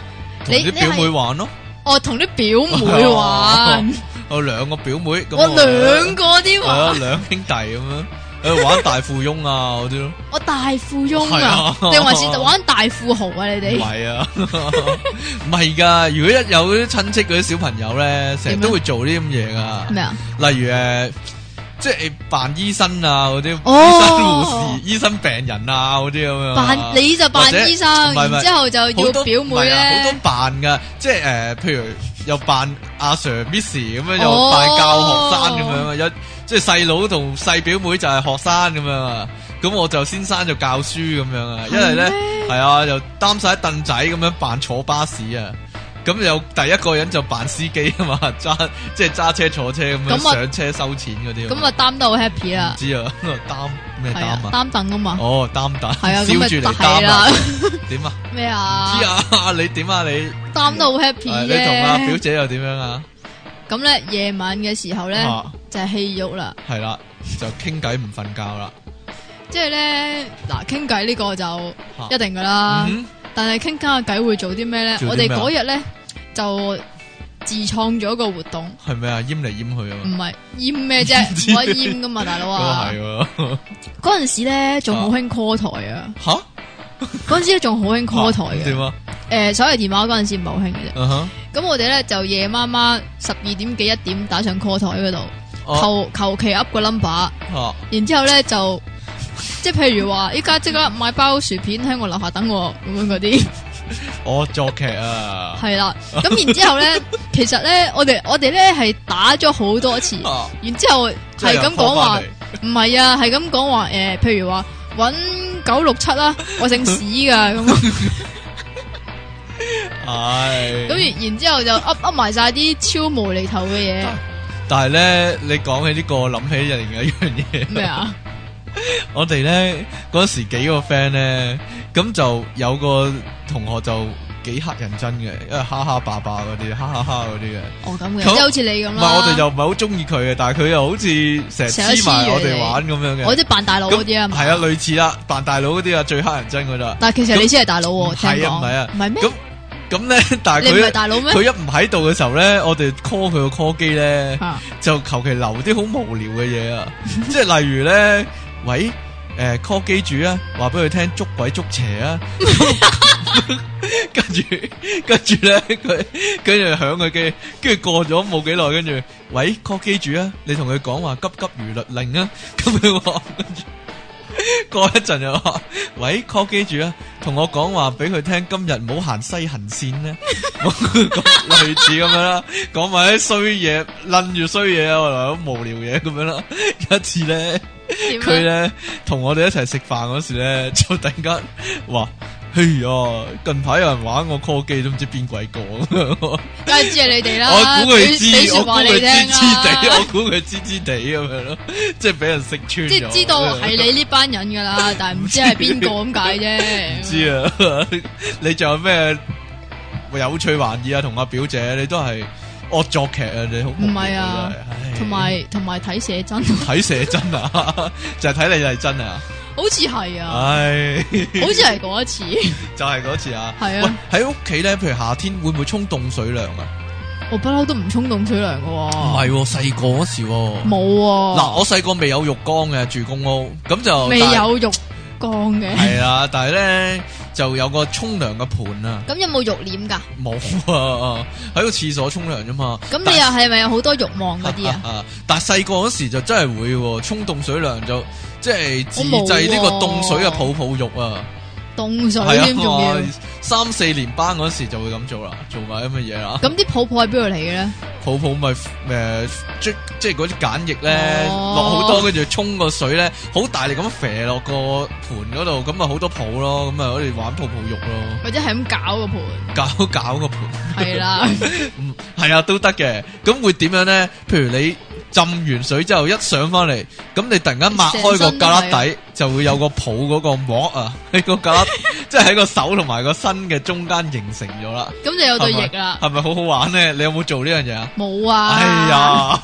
[SPEAKER 1] 同
[SPEAKER 2] 你
[SPEAKER 1] 啲
[SPEAKER 2] 你
[SPEAKER 1] 表
[SPEAKER 2] 係
[SPEAKER 1] 妹玩咯，
[SPEAKER 2] 我哦同啲 表妹玩，
[SPEAKER 1] 我兩個表妹哦咁
[SPEAKER 2] 我
[SPEAKER 1] 我
[SPEAKER 2] 兩個啲
[SPEAKER 1] 係啊
[SPEAKER 2] 玩，
[SPEAKER 1] 兩兄弟咁樣喺度玩大富翁啊嗰啲咯。
[SPEAKER 2] 我大富翁啊，
[SPEAKER 1] 係啊
[SPEAKER 2] 定還是玩大富豪啊？你
[SPEAKER 1] 唔
[SPEAKER 2] 哋
[SPEAKER 1] 系啊， 唔系噶。如果一有啲親戚嗰啲小朋友咧，成日
[SPEAKER 2] 點啊
[SPEAKER 1] 都會做呢啲咁嘢噶。
[SPEAKER 2] 咩啊？
[SPEAKER 1] 例如诶，即係扮醫生啊，嗰啲
[SPEAKER 2] 哦
[SPEAKER 1] 醫生、護士、醫生、病人啊，嗰啲咁樣啊。
[SPEAKER 2] 扮你就
[SPEAKER 1] 或
[SPEAKER 2] 扮
[SPEAKER 1] 者
[SPEAKER 2] 醫生，
[SPEAKER 1] 唔係唔係
[SPEAKER 2] 然之後就
[SPEAKER 1] 好
[SPEAKER 2] 要
[SPEAKER 1] 多
[SPEAKER 2] 表
[SPEAKER 1] 唔
[SPEAKER 2] 妹
[SPEAKER 1] 係啊好
[SPEAKER 2] 咧
[SPEAKER 1] 多，扮噶，即係诶，譬如又扮阿 Sir、Miss 咁樣，又
[SPEAKER 2] 哦
[SPEAKER 1] 扮教學生咁樣啊。有即係細佬同細表妹就係學生咁樣啊。咁我就先生就教書咁樣啊，因為咧。系啊，又擔晒凳仔咁樣扮坐巴士啊，咁有第一個人就扮司機啊嘛， 揸即係揸車坐車咁樣
[SPEAKER 2] 咁啊
[SPEAKER 1] 上車收錢嗰啲。
[SPEAKER 2] 咁啊擔得好 happy
[SPEAKER 1] 唔
[SPEAKER 2] 啦，
[SPEAKER 1] 知啊， 擔咩
[SPEAKER 2] 係啊
[SPEAKER 1] 擔，啊？
[SPEAKER 2] 擔凳啊嘛，
[SPEAKER 1] 哦，擔擔，
[SPEAKER 2] 係啊，
[SPEAKER 1] 笑
[SPEAKER 2] 咁
[SPEAKER 1] 住
[SPEAKER 2] 咪
[SPEAKER 1] 嚟
[SPEAKER 2] 大
[SPEAKER 1] 擔
[SPEAKER 2] 啦
[SPEAKER 1] 啊？， 點啊？
[SPEAKER 2] 咩
[SPEAKER 1] 知
[SPEAKER 2] 啊？
[SPEAKER 1] 啊，你點啊？你
[SPEAKER 2] 擔得好 happy
[SPEAKER 1] 誒你同阿表
[SPEAKER 2] 啫。
[SPEAKER 1] 姐又點樣啊？
[SPEAKER 2] 咁咧夜晚嘅時候咧
[SPEAKER 1] 啊
[SPEAKER 2] 就係戲肉啦，
[SPEAKER 1] 係啦，就傾偈唔瞓覺啦。
[SPEAKER 2] 即係咧嗱傾偈呢個就
[SPEAKER 1] 嚇
[SPEAKER 2] 一定噶啦。
[SPEAKER 1] 啊嗯
[SPEAKER 2] 但系傾家下偈會做啲咩咧？
[SPEAKER 1] 做啲
[SPEAKER 2] 我
[SPEAKER 1] 咩
[SPEAKER 2] 哋
[SPEAKER 1] 啊
[SPEAKER 2] 嗰日咧就自創咗個活動，
[SPEAKER 1] 係咪啊？閹嚟閹去啊
[SPEAKER 2] 唔
[SPEAKER 1] 嘛，
[SPEAKER 2] 係厭咩 啫
[SPEAKER 1] 唔知，哦
[SPEAKER 2] 冇得厭噶嘛，大佬
[SPEAKER 1] 都
[SPEAKER 2] 啊！
[SPEAKER 1] 係喎。
[SPEAKER 2] 嗰陣時咧仲好興 call 台啊，
[SPEAKER 1] 吓
[SPEAKER 2] 嗰陣時咧仲好興 call 台
[SPEAKER 1] 點
[SPEAKER 2] 嘅，
[SPEAKER 1] 啊？
[SPEAKER 2] 誒手提電話嗰陣時唔係好興嘅啫。
[SPEAKER 1] 嗯哼
[SPEAKER 2] 咁我哋咧就夜媽媽十二點幾一點打上 call 台嗰度，
[SPEAKER 1] 哦
[SPEAKER 2] 求求其噏個 number，
[SPEAKER 1] 啊
[SPEAKER 2] 然之後咧就即係譬如話依家即刻買包薯片喺我樓下等我咁樣嗰啲。
[SPEAKER 1] 我作劇啊！
[SPEAKER 2] 系啦，咁然之后咧， 其實咧，我哋我哋咧係打咗好多次，
[SPEAKER 1] 啊
[SPEAKER 2] 然之后
[SPEAKER 1] 即係
[SPEAKER 2] 係
[SPEAKER 1] 又
[SPEAKER 2] 咁講
[SPEAKER 1] 放
[SPEAKER 2] 話
[SPEAKER 1] 返，嚟
[SPEAKER 2] 唔係啊，係咁講話，诶、譬如話搵九六七 啦，我姓史噶，咁
[SPEAKER 1] 唉，
[SPEAKER 2] 咁然然之后就噏噏埋晒啲超無厘頭嘅嘢，
[SPEAKER 1] 但系咧，你講起呢、個，諗起另一樣嘢。
[SPEAKER 2] 咩啊？
[SPEAKER 1] 我哋咧嗰時幾個 friend 咧，咁就有個同學就幾黑人憎嘅，因為哈哈霸霸嗰啲，哈哈哈嗰啲嘅。
[SPEAKER 2] 哦咁嘅，
[SPEAKER 1] 咁
[SPEAKER 2] 即係好似你咁
[SPEAKER 1] 唔係
[SPEAKER 2] 啦，
[SPEAKER 1] 我哋又唔係好中意佢嘅，但係佢又好似成日
[SPEAKER 2] 成日
[SPEAKER 1] 黐埋
[SPEAKER 2] 黐
[SPEAKER 1] 我
[SPEAKER 2] 住你
[SPEAKER 1] 哋玩咁樣嘅。
[SPEAKER 2] 我啲扮大佬嗰啲啊嘛，
[SPEAKER 1] 係啊，類似啦，扮大佬嗰啲啊，最黑人憎噶啦。
[SPEAKER 2] 但係其實你先係大佬
[SPEAKER 1] 唔
[SPEAKER 2] 喎，聽
[SPEAKER 1] 係啊
[SPEAKER 2] 講
[SPEAKER 1] 唔係啊
[SPEAKER 2] 唔係咩？
[SPEAKER 1] 咁咁咧，但
[SPEAKER 2] 你
[SPEAKER 1] 係
[SPEAKER 2] 唔係
[SPEAKER 1] 佢
[SPEAKER 2] 大佬咩？
[SPEAKER 1] 佢一唔喺度嘅時候咧，我哋 call 佢個 call 機咧。
[SPEAKER 2] 啊
[SPEAKER 1] 就求其留啲好無聊嘅嘢啊， 即係例如咧，喂，诶、call 機主啊，話俾佢聽捉鬼捉邪啊， 跟住跟住咧佢跟住響佢機，跟住過咗冇幾耐，跟住喂 call 機主啊，你同佢講話急急如律令啊， 咁樣喎跟住。過一陣又話：喂，call 機主啊，同我講話俾佢聽，今日唔好行西行線咧， 類似咁樣啦。講埋啲衰嘢，擸住衰嘢啊，或者無聊嘢咁樣啦。 有一次咧，
[SPEAKER 2] 點啊
[SPEAKER 1] 佢咧同我哋一齊食飯嗰時咧， 就突然間話：嘿呀，近排有人玩我 call 機，都唔知邊鬼個。我
[SPEAKER 2] 梗係知係你哋啦，
[SPEAKER 1] 估
[SPEAKER 2] 俾
[SPEAKER 1] 佢
[SPEAKER 2] 俾
[SPEAKER 1] 知，我
[SPEAKER 2] 啊說
[SPEAKER 1] 估
[SPEAKER 2] 話
[SPEAKER 1] 佢
[SPEAKER 2] 你
[SPEAKER 1] 知
[SPEAKER 2] 聽啊
[SPEAKER 1] 知啊地，
[SPEAKER 2] 啦
[SPEAKER 1] 我估佢知知地咁樣咯，即係俾人識穿
[SPEAKER 2] 即
[SPEAKER 1] 咗。
[SPEAKER 2] 係知道係你呢班人 噶啦，但係唔知係邊個咁解
[SPEAKER 1] 唔
[SPEAKER 2] 啫。
[SPEAKER 1] 知啊， 你仲有咩有趣玩意啊？同阿表姐，你都係惡作劇啊！你好無聊
[SPEAKER 2] 唔係啊
[SPEAKER 1] 真係，唉
[SPEAKER 2] 同埋同埋睇寫真，
[SPEAKER 1] 睇寫真啊， 就係睇你係真啊，
[SPEAKER 2] 好似係啊，
[SPEAKER 1] 唉，
[SPEAKER 2] 好似係嗰一次，
[SPEAKER 1] 就係嗰次啊，
[SPEAKER 2] 係啊
[SPEAKER 1] 喂，喺屋企咧，譬如夏天會唔會沖凍水涼啊？
[SPEAKER 2] 我不嬲都唔沖凍水涼噶喎，
[SPEAKER 1] 係細個嗰時喎
[SPEAKER 2] 哦冇喎，
[SPEAKER 1] 嗱，我細個未有浴缸嘅，住公屋，咁就
[SPEAKER 2] 未有浴缸
[SPEAKER 1] 但
[SPEAKER 2] 嘅，
[SPEAKER 1] 係啊，但係咧就有個沖涼嘅盤啊，
[SPEAKER 2] 咁有冇浴簾㗎？
[SPEAKER 1] 冇啊，喺個廁所沖涼啫嘛，
[SPEAKER 2] 咁你又係咪有好多欲望嗰啲啊？
[SPEAKER 1] 啊！但系细个嗰時就真係會喎，沖凍水涼就即係自
[SPEAKER 2] 我冇
[SPEAKER 1] 製呢個
[SPEAKER 2] 喎
[SPEAKER 1] 凍水嘅泡泡浴啊，
[SPEAKER 2] 凍
[SPEAKER 1] 係
[SPEAKER 2] 水
[SPEAKER 1] 啊
[SPEAKER 2] 添仲要，
[SPEAKER 1] 我三四年班嗰時就會咁做啦，做埋咁嘅嘢啦。
[SPEAKER 2] 咁啲泡泡喺邊度嚟嘅咧？
[SPEAKER 1] 泡泡咪诶即即係嗰啲簡液咧，
[SPEAKER 2] 哦
[SPEAKER 1] 落好多，跟住沖個水咧，好大力咁肥落個盤嗰度，咁咪好多泡咯，咁咪我哋玩泡泡浴咯，
[SPEAKER 2] 或者係咁 搞個盤，
[SPEAKER 1] 搞搞個盤。
[SPEAKER 2] 係啦，
[SPEAKER 1] 嗯，系啊，都得嘅。咁會點樣咧？譬如你浸完水之後一上翻嚟，咁你突然間抹開個旮旯
[SPEAKER 2] 成身都
[SPEAKER 1] 底，就會有個抱嗰個膜啊，喺個 旮旯，即係喺個手同埋個身嘅中間形成咗啦。
[SPEAKER 2] 咁就有對翼啦，
[SPEAKER 1] 係咪好好啊
[SPEAKER 2] 啊
[SPEAKER 1] 哎玩咧？你有冇做呢樣嘢啊？
[SPEAKER 2] 冇啊，
[SPEAKER 1] 哎呀，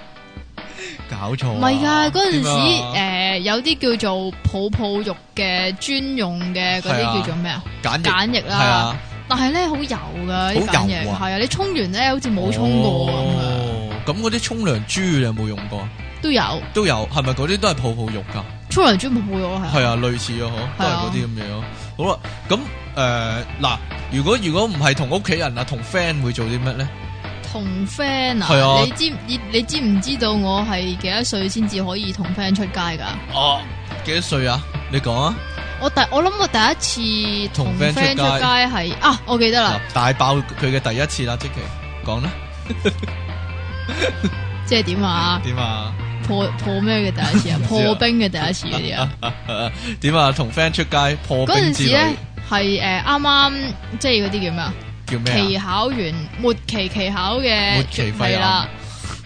[SPEAKER 1] 搞錯啊？
[SPEAKER 2] 唔係噶，嗰陣時
[SPEAKER 1] 點啊
[SPEAKER 2] 诶有啲叫做泡泡浴嘅專用嘅嗰
[SPEAKER 1] 係
[SPEAKER 2] 啲
[SPEAKER 1] 啊
[SPEAKER 2] 叫做咩啊？
[SPEAKER 1] 簡易
[SPEAKER 2] 簡易
[SPEAKER 1] 係
[SPEAKER 2] 啦，
[SPEAKER 1] 啊，
[SPEAKER 2] 但係咧好油噶啲
[SPEAKER 1] 好
[SPEAKER 2] 簡
[SPEAKER 1] 油
[SPEAKER 2] 易，
[SPEAKER 1] 啊
[SPEAKER 2] 係啊，你沖完咧好似冇沖過咁啊，
[SPEAKER 1] 哦咁嗰啲沖涼珠你有冇用過？
[SPEAKER 2] 都有
[SPEAKER 1] 都有，係咪嗰啲都係泡泡浴㗎？
[SPEAKER 2] 沖涼專泡泡浴咯，係啊
[SPEAKER 1] 係啊，類似啊，嗬，都係
[SPEAKER 2] 啊係啊
[SPEAKER 1] 嗰啲咁嘢咯。好啦，咁诶嗱，如果如果唔係同屋企人啊，同 friend 會做啲乜咧？
[SPEAKER 2] 同 friend
[SPEAKER 1] 係啊
[SPEAKER 2] 啊，你知你你知唔知道我係幾多歲先至可以同 friend 出街㗎？
[SPEAKER 1] 哦，幾多歲啊？你講啊，
[SPEAKER 2] 我第我諗我第一次
[SPEAKER 1] 同
[SPEAKER 2] 同
[SPEAKER 1] friend 出
[SPEAKER 2] friend 出街
[SPEAKER 1] 街
[SPEAKER 2] 係啊，我記得啦，
[SPEAKER 1] 嗱，大爆佢嘅第一次啦，即期講啦，
[SPEAKER 2] 即係點啊？
[SPEAKER 1] 點啊？？
[SPEAKER 2] 破破咩嘅第一次啊破冰嘅第一次嗰啲啊？
[SPEAKER 1] 點啊？同 friend 出街破
[SPEAKER 2] 嗰
[SPEAKER 1] 冰
[SPEAKER 2] 陣
[SPEAKER 1] 之
[SPEAKER 2] 時咧
[SPEAKER 1] 旅
[SPEAKER 2] 係诶啱啱即係嗰啲叫咩啊？
[SPEAKER 1] 叫咩
[SPEAKER 2] 期
[SPEAKER 1] 啊？
[SPEAKER 2] 考完末期期考
[SPEAKER 1] 末
[SPEAKER 2] 嘅
[SPEAKER 1] 期啊肺
[SPEAKER 2] 係
[SPEAKER 1] 癌
[SPEAKER 2] 啦，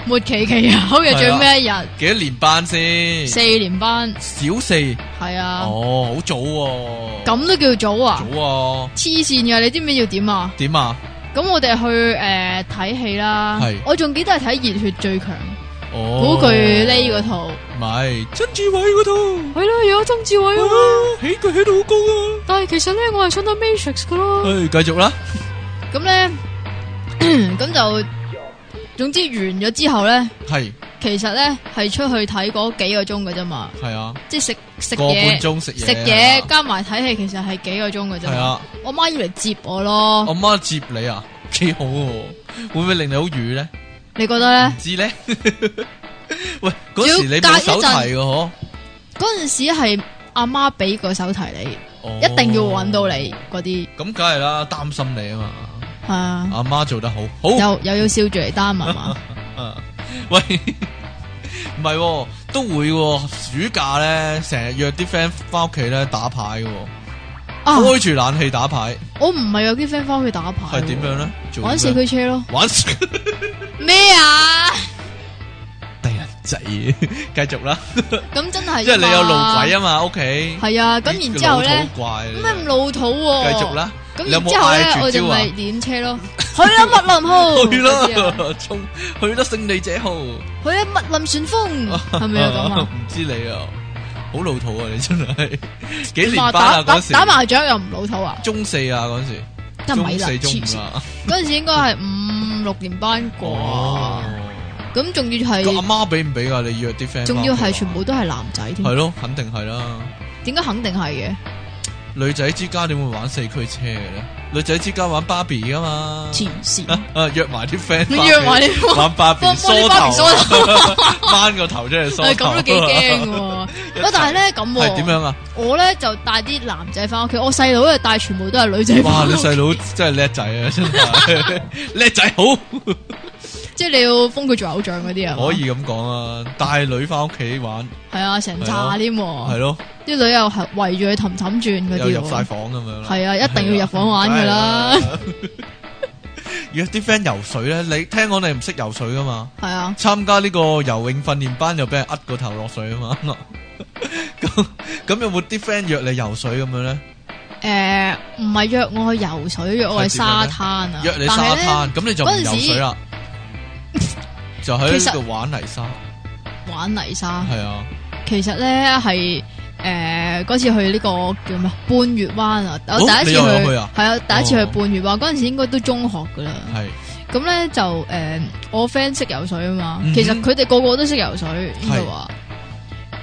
[SPEAKER 2] 末期期考嘅
[SPEAKER 1] 啊
[SPEAKER 2] 最尾一日，
[SPEAKER 1] 幾多年班先？
[SPEAKER 2] 四年班
[SPEAKER 1] 小四
[SPEAKER 2] 係啊，
[SPEAKER 1] 哦，好早喎，
[SPEAKER 2] 咁都叫早啊？
[SPEAKER 1] 早啊？
[SPEAKER 2] 黐線㗎！你知唔知要點啊？
[SPEAKER 1] 點啊？
[SPEAKER 2] 咁我哋去诶睇戲啦
[SPEAKER 1] 係，
[SPEAKER 2] 我仲記得係睇《熱血最強》
[SPEAKER 1] 哦，
[SPEAKER 2] 古巨呢嗰套，
[SPEAKER 1] 唔係曾志偉嗰度。
[SPEAKER 2] 係咯，有曾志偉
[SPEAKER 1] 係
[SPEAKER 2] 啊嘛。
[SPEAKER 1] 啊起佢起到好高啊！
[SPEAKER 2] 但係其實咧，我係想睇 Matrix 噶咯。
[SPEAKER 1] 唉，繼續啦，
[SPEAKER 2] 咁咧， 咁就 總之完咗之後咧，
[SPEAKER 1] 係
[SPEAKER 2] 其實咧係出去睇嗰幾個鐘嘅啫嘛，
[SPEAKER 1] 係啊，
[SPEAKER 2] 即係食食
[SPEAKER 1] 個半
[SPEAKER 2] 嘢。
[SPEAKER 1] 鐘食嘢啊
[SPEAKER 2] 食嘢加埋睇戲，其實係幾個鐘嘅啫
[SPEAKER 1] 係
[SPEAKER 2] 嘛。
[SPEAKER 1] 啊，
[SPEAKER 2] 我媽要嚟接我咯
[SPEAKER 1] 阿，媽接你啊，幾好喎，會唔會令你好瘀咧？
[SPEAKER 2] 你覺得咧？
[SPEAKER 1] 知咧？ 喂，嗰時你冇手提嘅嗬，
[SPEAKER 2] 嗰陣時係阿媽俾個手提你，
[SPEAKER 1] 哦
[SPEAKER 2] 一定要揾到你。嗰啲
[SPEAKER 1] 咁梗係啦，擔心你啊嘛，
[SPEAKER 2] 係啊。
[SPEAKER 1] 阿媽做得好，好
[SPEAKER 2] 又又要笑住嚟 擔啊嘛，
[SPEAKER 1] 啊喂， 唔係喎，都會喎，暑假咧成日約啲 friend 翻屋企咧打牌嘅喎，
[SPEAKER 2] 啊！
[SPEAKER 1] 開住冷氣打牌
[SPEAKER 2] 我唔係有啲 friend 翻去打牌，
[SPEAKER 1] 哦係點樣？咧？做
[SPEAKER 2] 哦玩
[SPEAKER 1] 啲
[SPEAKER 2] 四
[SPEAKER 1] 咩
[SPEAKER 2] 驅車咯。
[SPEAKER 1] 玩 死
[SPEAKER 2] 咩啊？
[SPEAKER 1] 低人仔， 繼續啦，
[SPEAKER 2] 咁真係，
[SPEAKER 1] 因為你有路軌啊嘛，屋企。
[SPEAKER 2] 係啊，咁然之
[SPEAKER 1] 你個老
[SPEAKER 2] 後咧
[SPEAKER 1] 土，好怪啊，
[SPEAKER 2] 咩咁老土喎？
[SPEAKER 1] 繼續。啦，
[SPEAKER 2] 咁
[SPEAKER 1] 你有
[SPEAKER 2] 然
[SPEAKER 1] 冇
[SPEAKER 2] 之後咧，
[SPEAKER 1] 嗌絕
[SPEAKER 2] 我哋
[SPEAKER 1] 招
[SPEAKER 2] 咪
[SPEAKER 1] 啊？
[SPEAKER 2] 練車咯。去啦，麥林 號，
[SPEAKER 1] 去
[SPEAKER 2] 嗰啲啊
[SPEAKER 1] 啦，衝去啦，勝利者號，
[SPEAKER 2] 去啦，麥林 旋風，係咪啊咁啊？
[SPEAKER 1] 唔知你啊，好老土啊，你真係幾年
[SPEAKER 2] 話
[SPEAKER 1] 班啊
[SPEAKER 2] 打打
[SPEAKER 1] 嗰時？
[SPEAKER 2] 打麻雀又唔老土啊？
[SPEAKER 1] 中四啊嗰時，
[SPEAKER 2] 得
[SPEAKER 1] 中
[SPEAKER 2] 咪啦，
[SPEAKER 1] 四
[SPEAKER 2] 黐
[SPEAKER 1] 中五
[SPEAKER 2] 線！
[SPEAKER 1] 啊，
[SPEAKER 2] 嗰陣時應該係五六年班
[SPEAKER 1] 哦
[SPEAKER 2] 啩，，咁仲要
[SPEAKER 1] 個阿
[SPEAKER 2] 係，
[SPEAKER 1] 媽俾唔俾啊？你約啲 friend，
[SPEAKER 2] 仲要係全部都係男仔
[SPEAKER 1] 係
[SPEAKER 2] 添，
[SPEAKER 1] 咯，肯定係啦。
[SPEAKER 2] 點解肯定係嘅？
[SPEAKER 1] 女仔之家點會玩四驅車嘅咧？女仔之家玩芭比噶嘛？
[SPEAKER 2] 黐線！
[SPEAKER 1] 啊哎約埋啲 friend，
[SPEAKER 2] 你
[SPEAKER 1] 芭比
[SPEAKER 2] 約 埋 你幫
[SPEAKER 1] 玩芭比
[SPEAKER 2] 幫
[SPEAKER 1] 梳
[SPEAKER 2] 幫你芭比梳
[SPEAKER 1] 頭， 掹個頭真係梳頭。啊
[SPEAKER 2] 係咁 都幾驚喎。喂，但係咧咁
[SPEAKER 1] 係
[SPEAKER 2] 喎，
[SPEAKER 1] 點樣啊？
[SPEAKER 2] 我咧就帶啲男仔翻屋企，我細佬咧帶全部都係女仔
[SPEAKER 1] 哇！
[SPEAKER 2] 翻
[SPEAKER 1] 你
[SPEAKER 2] 屋企，
[SPEAKER 1] 細佬真係叻仔啊，真係 叻仔好，
[SPEAKER 2] 即係你要封佢做偶像嗰啲啊，
[SPEAKER 1] 可以咁講啊！帶女翻屋企玩
[SPEAKER 2] 係啊，成扎添
[SPEAKER 1] 係
[SPEAKER 2] 喎，
[SPEAKER 1] 咯，
[SPEAKER 2] 啲女又係圍住佢氹氹轉嗰
[SPEAKER 1] 又
[SPEAKER 2] 啲
[SPEAKER 1] 入晒
[SPEAKER 2] 喎，
[SPEAKER 1] 房咁樣啦。
[SPEAKER 2] 係啊，一定要入房玩噶啦，
[SPEAKER 1] 係啊。約啲 friend 游水咧，你聽講你唔識游水噶嘛？
[SPEAKER 2] 係啊，
[SPEAKER 1] 參加呢個游泳訓練班又俾人呃個頭落水啊嘛， 咁咁有冇啲 friend 約你游水咁樣咧？
[SPEAKER 2] 誒唔係約我去游水，約我去沙灘啊，
[SPEAKER 1] 約你
[SPEAKER 2] 但
[SPEAKER 1] 沙
[SPEAKER 2] 係呢
[SPEAKER 1] 灘，咁你就唔游水 啦，就喺
[SPEAKER 2] 其
[SPEAKER 1] 呢
[SPEAKER 2] 實
[SPEAKER 1] 度玩泥沙，
[SPEAKER 2] 玩泥沙，
[SPEAKER 1] 係啊，
[SPEAKER 2] 其實咧係。誒嗰次去呢個叫咩半月灣啊！我
[SPEAKER 1] 哦
[SPEAKER 2] 第一
[SPEAKER 1] 你
[SPEAKER 2] 次去
[SPEAKER 1] 又有去啊
[SPEAKER 2] 係啊，第一次去
[SPEAKER 1] 哦
[SPEAKER 2] 半月灣嗰陣時應該都中學噶啦。
[SPEAKER 1] 係
[SPEAKER 2] 咁咧就誒、呃我 friend 識游水啊嘛，
[SPEAKER 1] 嗯哼
[SPEAKER 2] 其實佢哋個個都識游水，應該話。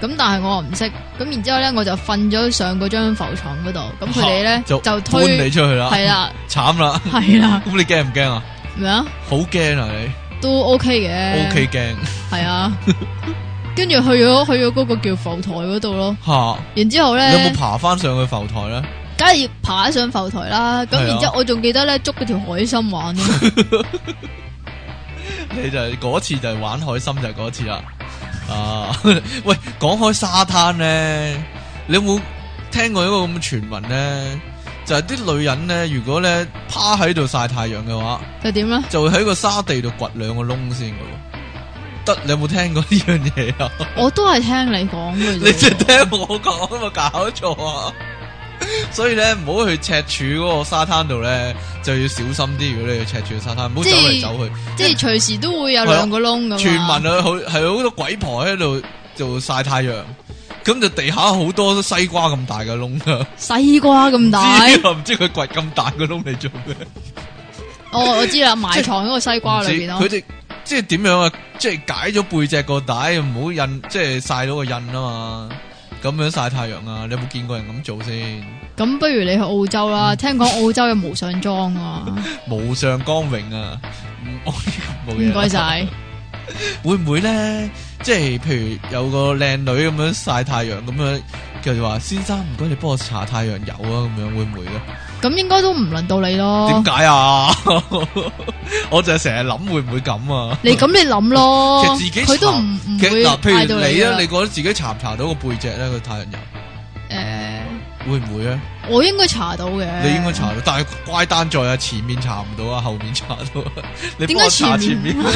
[SPEAKER 2] 咁但係我唔識，咁然之後咧我就瞓咗上嗰張浮床嗰度，咁佢哋咧
[SPEAKER 1] 就
[SPEAKER 2] 就
[SPEAKER 1] 搬你
[SPEAKER 2] 推，
[SPEAKER 1] 出去啦，
[SPEAKER 2] 係 啦
[SPEAKER 1] 慘啦，
[SPEAKER 2] 係啦，
[SPEAKER 1] 咁你驚唔驚啊？
[SPEAKER 2] 咩啊
[SPEAKER 1] 好驚啊你
[SPEAKER 2] 都 OK 嘅
[SPEAKER 1] ，OK 驚
[SPEAKER 2] 係啊。跟住去咗去咗嗰個叫浮台嗰度咯，
[SPEAKER 1] 吓，
[SPEAKER 2] 然之後
[SPEAKER 1] 你有冇
[SPEAKER 2] 咧，
[SPEAKER 1] 爬翻上去浮台咧？
[SPEAKER 2] 梗係要爬上浮台啦。咁
[SPEAKER 1] 係啊
[SPEAKER 2] 然之後我仲記得咧捉嗰條海參玩咯，
[SPEAKER 1] 你就係嗰次就係玩海參就係嗰次啦。啊， 喂，講開沙灘咧，你有冇聽過一個咁嘅傳聞咧？就係啲女人咧，如果咧趴喺度曬太陽嘅話，
[SPEAKER 2] 就點咧？
[SPEAKER 1] 就會喺個沙地度掘兩個窿先嘅喎。得，你有冇聽過呢樣 嘢啊？
[SPEAKER 2] 我都係聽你講嘅啫喎，
[SPEAKER 1] 你就聽我講啊嘛，搞錯啊！所以咧唔好去赤柱嗰個沙灘度咧，就要小心啲。如果你去赤柱嘅沙灘，唔好走
[SPEAKER 2] 即
[SPEAKER 1] 嚟
[SPEAKER 2] 係
[SPEAKER 1] 走去。
[SPEAKER 2] 即系随时都会有两个窿咁啊。
[SPEAKER 1] 傳聞啊，好係好多鬼婆喺度做晒太陽，咁就地下好多西瓜咁大嘅窿啊！
[SPEAKER 2] 西瓜咁大，
[SPEAKER 1] 知啊唔知佢掘咁大個窿嚟做咩？
[SPEAKER 2] 哦，我知啦，埋藏喺个西瓜里边
[SPEAKER 1] 唔
[SPEAKER 2] 咯
[SPEAKER 1] 知。佢哋即係點樣啊？即係解咗背脊個帶，唔好印，即係晒到個印啊嘛！咁樣晒太陽啊！你有冇見過人咁做先？
[SPEAKER 2] 咁不如你去澳洲啦，
[SPEAKER 1] 嗯
[SPEAKER 2] 听讲澳洲有无上装啊，
[SPEAKER 1] 無上光榮啊！唔冇嘢
[SPEAKER 2] 唔
[SPEAKER 1] 啦。
[SPEAKER 2] 该晒。
[SPEAKER 1] 会唔會咧？即係譬如有個靚女咁樣曬太陽咁樣，佢就話：先生唔該，你幫我搽太陽油啊！咁樣會唔會咧？
[SPEAKER 2] 咁应该都唔轮到你咯
[SPEAKER 1] 點。解啊？ 我就係成日諗會唔會咁啊？
[SPEAKER 2] 你咁你谂咯，
[SPEAKER 1] 其實自己
[SPEAKER 2] 佢都唔唔
[SPEAKER 1] 其
[SPEAKER 2] 会
[SPEAKER 1] 實嗱，譬
[SPEAKER 2] 嗌
[SPEAKER 1] 如
[SPEAKER 2] 到
[SPEAKER 1] 你
[SPEAKER 2] 啦
[SPEAKER 1] 啊，你覺得自己搽唔搽到個背脊咧個太陽油？
[SPEAKER 2] 诶，
[SPEAKER 1] 會唔會咧？
[SPEAKER 2] 我应该查到嘅。
[SPEAKER 1] 你應該搽到，但係乖單在啊，前面搽唔到啊，後面搽到啊。 你
[SPEAKER 2] 點
[SPEAKER 1] 幫我
[SPEAKER 2] 解
[SPEAKER 1] 搽前
[SPEAKER 2] 前
[SPEAKER 1] 面
[SPEAKER 2] 面
[SPEAKER 1] 啊，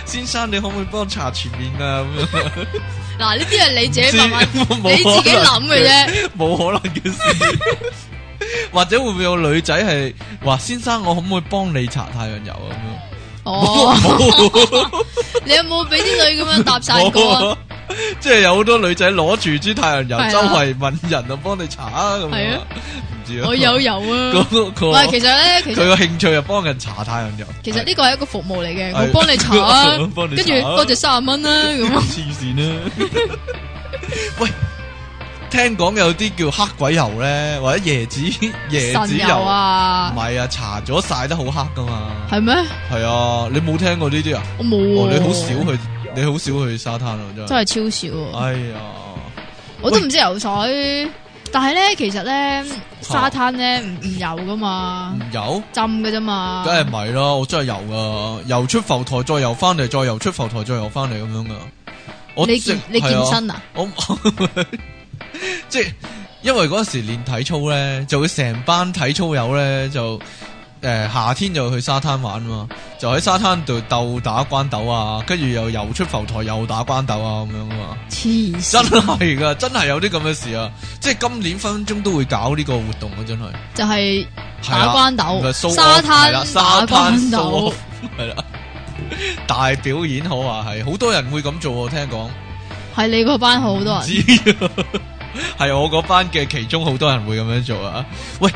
[SPEAKER 1] 先生你可唔可以幫我搽前面啊？咁樣
[SPEAKER 2] 嗱，呢啲系你自己慢慢，
[SPEAKER 1] 知 冇啊
[SPEAKER 2] 你自己
[SPEAKER 1] 可能
[SPEAKER 2] 谂嘅啫。
[SPEAKER 1] 冇可能嘅事。 或者會唔會有女仔係話先生，我可唔可以幫你搽太陽油啊？
[SPEAKER 2] 哦，
[SPEAKER 1] 咁樣
[SPEAKER 2] 你有冇俾啲女咁样搭晒過啊？
[SPEAKER 1] 冇，即係有好多女仔攞住支太陽油
[SPEAKER 2] 係啊
[SPEAKER 1] 周圍問人啊，幫你搽啊咁
[SPEAKER 2] 係
[SPEAKER 1] 樣
[SPEAKER 2] 啊
[SPEAKER 1] 啊，唔知啊。
[SPEAKER 2] 我有油啊
[SPEAKER 1] 嗰。個
[SPEAKER 2] 唔
[SPEAKER 1] 個
[SPEAKER 2] 係，其實咧，其
[SPEAKER 1] 佢
[SPEAKER 2] 實
[SPEAKER 1] 個興趣係幫人搽太陽油，
[SPEAKER 2] 其實呢個係一個服務嚟嘅，
[SPEAKER 1] 係，
[SPEAKER 2] 我幫你查啊
[SPEAKER 1] 幫你
[SPEAKER 2] 跟
[SPEAKER 1] 查
[SPEAKER 2] 住多謝三十蚊啦，咁
[SPEAKER 1] 黐線啦。喂，聽講有啲叫黑鬼油咧，或者椰子 椰子
[SPEAKER 2] 神油
[SPEAKER 1] 油。唔
[SPEAKER 2] 啊，
[SPEAKER 1] 係啊，搽咗晒得好黑噶嘛。
[SPEAKER 2] 係咩？
[SPEAKER 1] 係啊，你冇聽過呢啲啊？
[SPEAKER 2] 我冇
[SPEAKER 1] 哦，
[SPEAKER 2] 喎，
[SPEAKER 1] 你好少去，你好少去沙灘啊，真係。
[SPEAKER 2] 真係啊超少喎，
[SPEAKER 1] 哎呀，
[SPEAKER 2] 我都唔識游水，但係咧，其實咧沙灘咧唔唔游噶嘛
[SPEAKER 1] 唔，游，
[SPEAKER 2] 浸嘅啫
[SPEAKER 1] 嗯
[SPEAKER 2] 嘛
[SPEAKER 1] 梗，係唔係啦，我真係游噶，游出浮台再游翻嚟，再游出浮台再游翻嚟咁樣噶。我
[SPEAKER 2] 你
[SPEAKER 1] 直
[SPEAKER 2] 健你健，
[SPEAKER 1] 係啊
[SPEAKER 2] 身啊？
[SPEAKER 1] 我 即係因為嗰陣時練體操咧，就會成班體操友咧就。誒、夏天就去沙灘玩嘛，就喺沙灘度鬥打關鬥啊，跟住又游出浮台又打關鬥啊咁樣啊嘛。
[SPEAKER 2] 黐
[SPEAKER 1] 真
[SPEAKER 2] 線，
[SPEAKER 1] 係噶，真係有啲咁嘅事啊！即係今年分分鐘都會搞呢個活動啊，真係
[SPEAKER 2] 就係
[SPEAKER 1] 係
[SPEAKER 2] 打
[SPEAKER 1] 啦
[SPEAKER 2] 關
[SPEAKER 1] 唔係
[SPEAKER 2] 鬥，
[SPEAKER 1] show off，
[SPEAKER 2] 沙
[SPEAKER 1] 係啦
[SPEAKER 2] 灘
[SPEAKER 1] 沙
[SPEAKER 2] 打關
[SPEAKER 1] 灘 show
[SPEAKER 2] 鬥
[SPEAKER 1] off，，係啦，大表演可話係，好多人會咁做喎，聽講
[SPEAKER 2] 係你嗰班好多人，
[SPEAKER 1] 知 啊，係我嗰班嘅其中好多人會咁樣做啊！喂，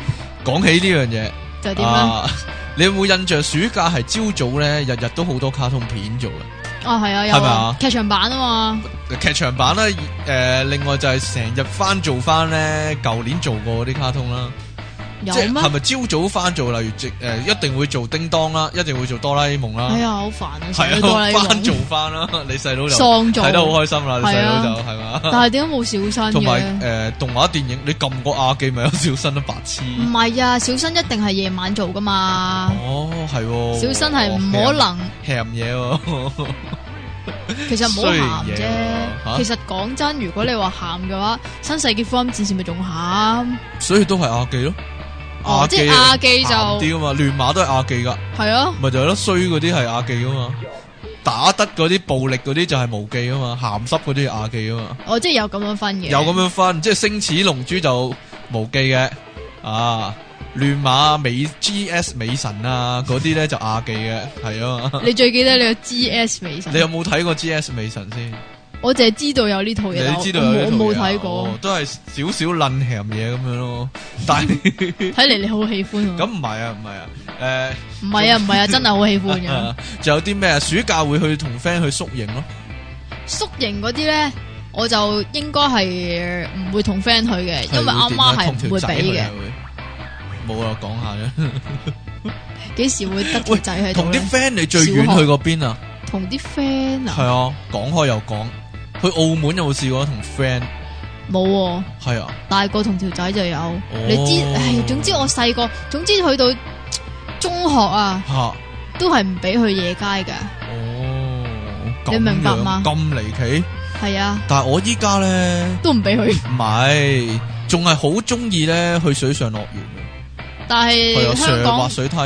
[SPEAKER 1] 講起呢樣嘢。
[SPEAKER 2] 就點咧？
[SPEAKER 1] 啊？你有冇印象暑假係朝早咧，日日都好多卡通片做嘅，
[SPEAKER 2] 哦，係啊，有
[SPEAKER 1] 係咪啊
[SPEAKER 2] 啊，劇場版啊嘛，
[SPEAKER 1] 劇場版啦，诶、另外就係成日翻做翻咧，舊年做過嗰啲卡通啦。
[SPEAKER 2] 有
[SPEAKER 1] 即係
[SPEAKER 2] 咩
[SPEAKER 1] 係？咪啊朝早翻做？例如直誒、一定會做叮當啦，一定會做哆啦 A 夢
[SPEAKER 2] 哎
[SPEAKER 1] 啦，
[SPEAKER 2] 呀，好煩啊！成日都
[SPEAKER 1] 係 啊，
[SPEAKER 2] 呢
[SPEAKER 1] 翻做
[SPEAKER 2] 種
[SPEAKER 1] 翻啦。你細佬就
[SPEAKER 2] 喪做，
[SPEAKER 1] 睇得好開心啦，你細佬
[SPEAKER 2] 係
[SPEAKER 1] 就
[SPEAKER 2] 啊
[SPEAKER 1] 係嘛。
[SPEAKER 2] 但係點解冇小新
[SPEAKER 1] 同埋
[SPEAKER 2] 嘅？
[SPEAKER 1] 誒動畫電影，你撳個亞記咪有小新都白痴。
[SPEAKER 2] 唔係啊，小新一定係夜晚做噶嘛。
[SPEAKER 1] 哦，係喎。
[SPEAKER 2] 小新係唔可能，
[SPEAKER 1] 鹹嘢 喎。
[SPEAKER 2] 其實唔好鹹
[SPEAKER 1] 衰嘢喎嚇
[SPEAKER 2] 啫。其實講真，如果你話鹹嘅話，新世紀福音戰士咪仲鹹，
[SPEAKER 1] 所以都係亞記咯。
[SPEAKER 2] 哦即係亞記就
[SPEAKER 1] 鹹啲噶啊嘛，亂馬都係亞記噶，
[SPEAKER 2] 係啊，
[SPEAKER 1] 咪就係咯。衰嗰啲係亞記噶嘛，打得嗰啲暴力嗰啲就係無記噶嘛，鹹濕嗰啲係亞記啊噶嘛。
[SPEAKER 2] 我即係有咁樣分嘅。
[SPEAKER 1] 有咁啊樣分，即係星矢龍珠就無記嘅，啊，亂馬美 G.S 美神啊，嗰啲咧就亞記嘅，係啊嘛。
[SPEAKER 2] 你最記得你個 G.S 美神
[SPEAKER 1] 你，有冇睇過 G.S 美神先？
[SPEAKER 2] 啊我淨係知道有呢套嘢，但
[SPEAKER 1] 你
[SPEAKER 2] 我
[SPEAKER 1] 知道有呢
[SPEAKER 2] 我
[SPEAKER 1] 套嘢啊
[SPEAKER 2] 冇睇過
[SPEAKER 1] 哦。都係少少撚鹹嘢咁 樣咯。但係
[SPEAKER 2] 睇嚟你好喜歡
[SPEAKER 1] 咁
[SPEAKER 2] 喎。
[SPEAKER 1] 唔係啊，唔係啊，誒、
[SPEAKER 2] 唔係啊，唔係啊，真係好喜 歡嘅。
[SPEAKER 1] 仲有啲咩啊？暑假會去同 friend 去宿營咯，
[SPEAKER 2] 宿營嗰啲咧，我就應該係唔會同 friend 去嘅，因為阿媽係唔會俾嘅。
[SPEAKER 1] 嘅。冇啊，講 下啫。
[SPEAKER 2] 幾時會得條仔喺度
[SPEAKER 1] 同
[SPEAKER 2] 咧
[SPEAKER 1] 啲 friend 你最
[SPEAKER 2] 小
[SPEAKER 1] 遠
[SPEAKER 2] 學
[SPEAKER 1] 去過邊啊？
[SPEAKER 2] 同啲 friend
[SPEAKER 1] 系
[SPEAKER 2] 啊，
[SPEAKER 1] 啊，講開又講，去澳門有冇試過同 friend？
[SPEAKER 2] 冇喎，
[SPEAKER 1] 係啊，
[SPEAKER 2] 大個同條仔就有。
[SPEAKER 1] 哦
[SPEAKER 2] 你知，唉，總之我細個，總之去到中學啊，
[SPEAKER 1] 吓，
[SPEAKER 2] 都係唔俾去夜街㗎。
[SPEAKER 1] 哦，
[SPEAKER 2] 你
[SPEAKER 1] 咁
[SPEAKER 2] 明白
[SPEAKER 1] 樣
[SPEAKER 2] 嗎
[SPEAKER 1] 咁離奇，
[SPEAKER 2] 係啊，
[SPEAKER 1] 但係我依家咧
[SPEAKER 2] 都唔 俾去。
[SPEAKER 1] 唔係，仲係好中意咧去水上樂園嘅，
[SPEAKER 2] 但
[SPEAKER 1] 係啊，
[SPEAKER 2] 係香
[SPEAKER 1] 上滑
[SPEAKER 2] 港，
[SPEAKER 1] 水梯。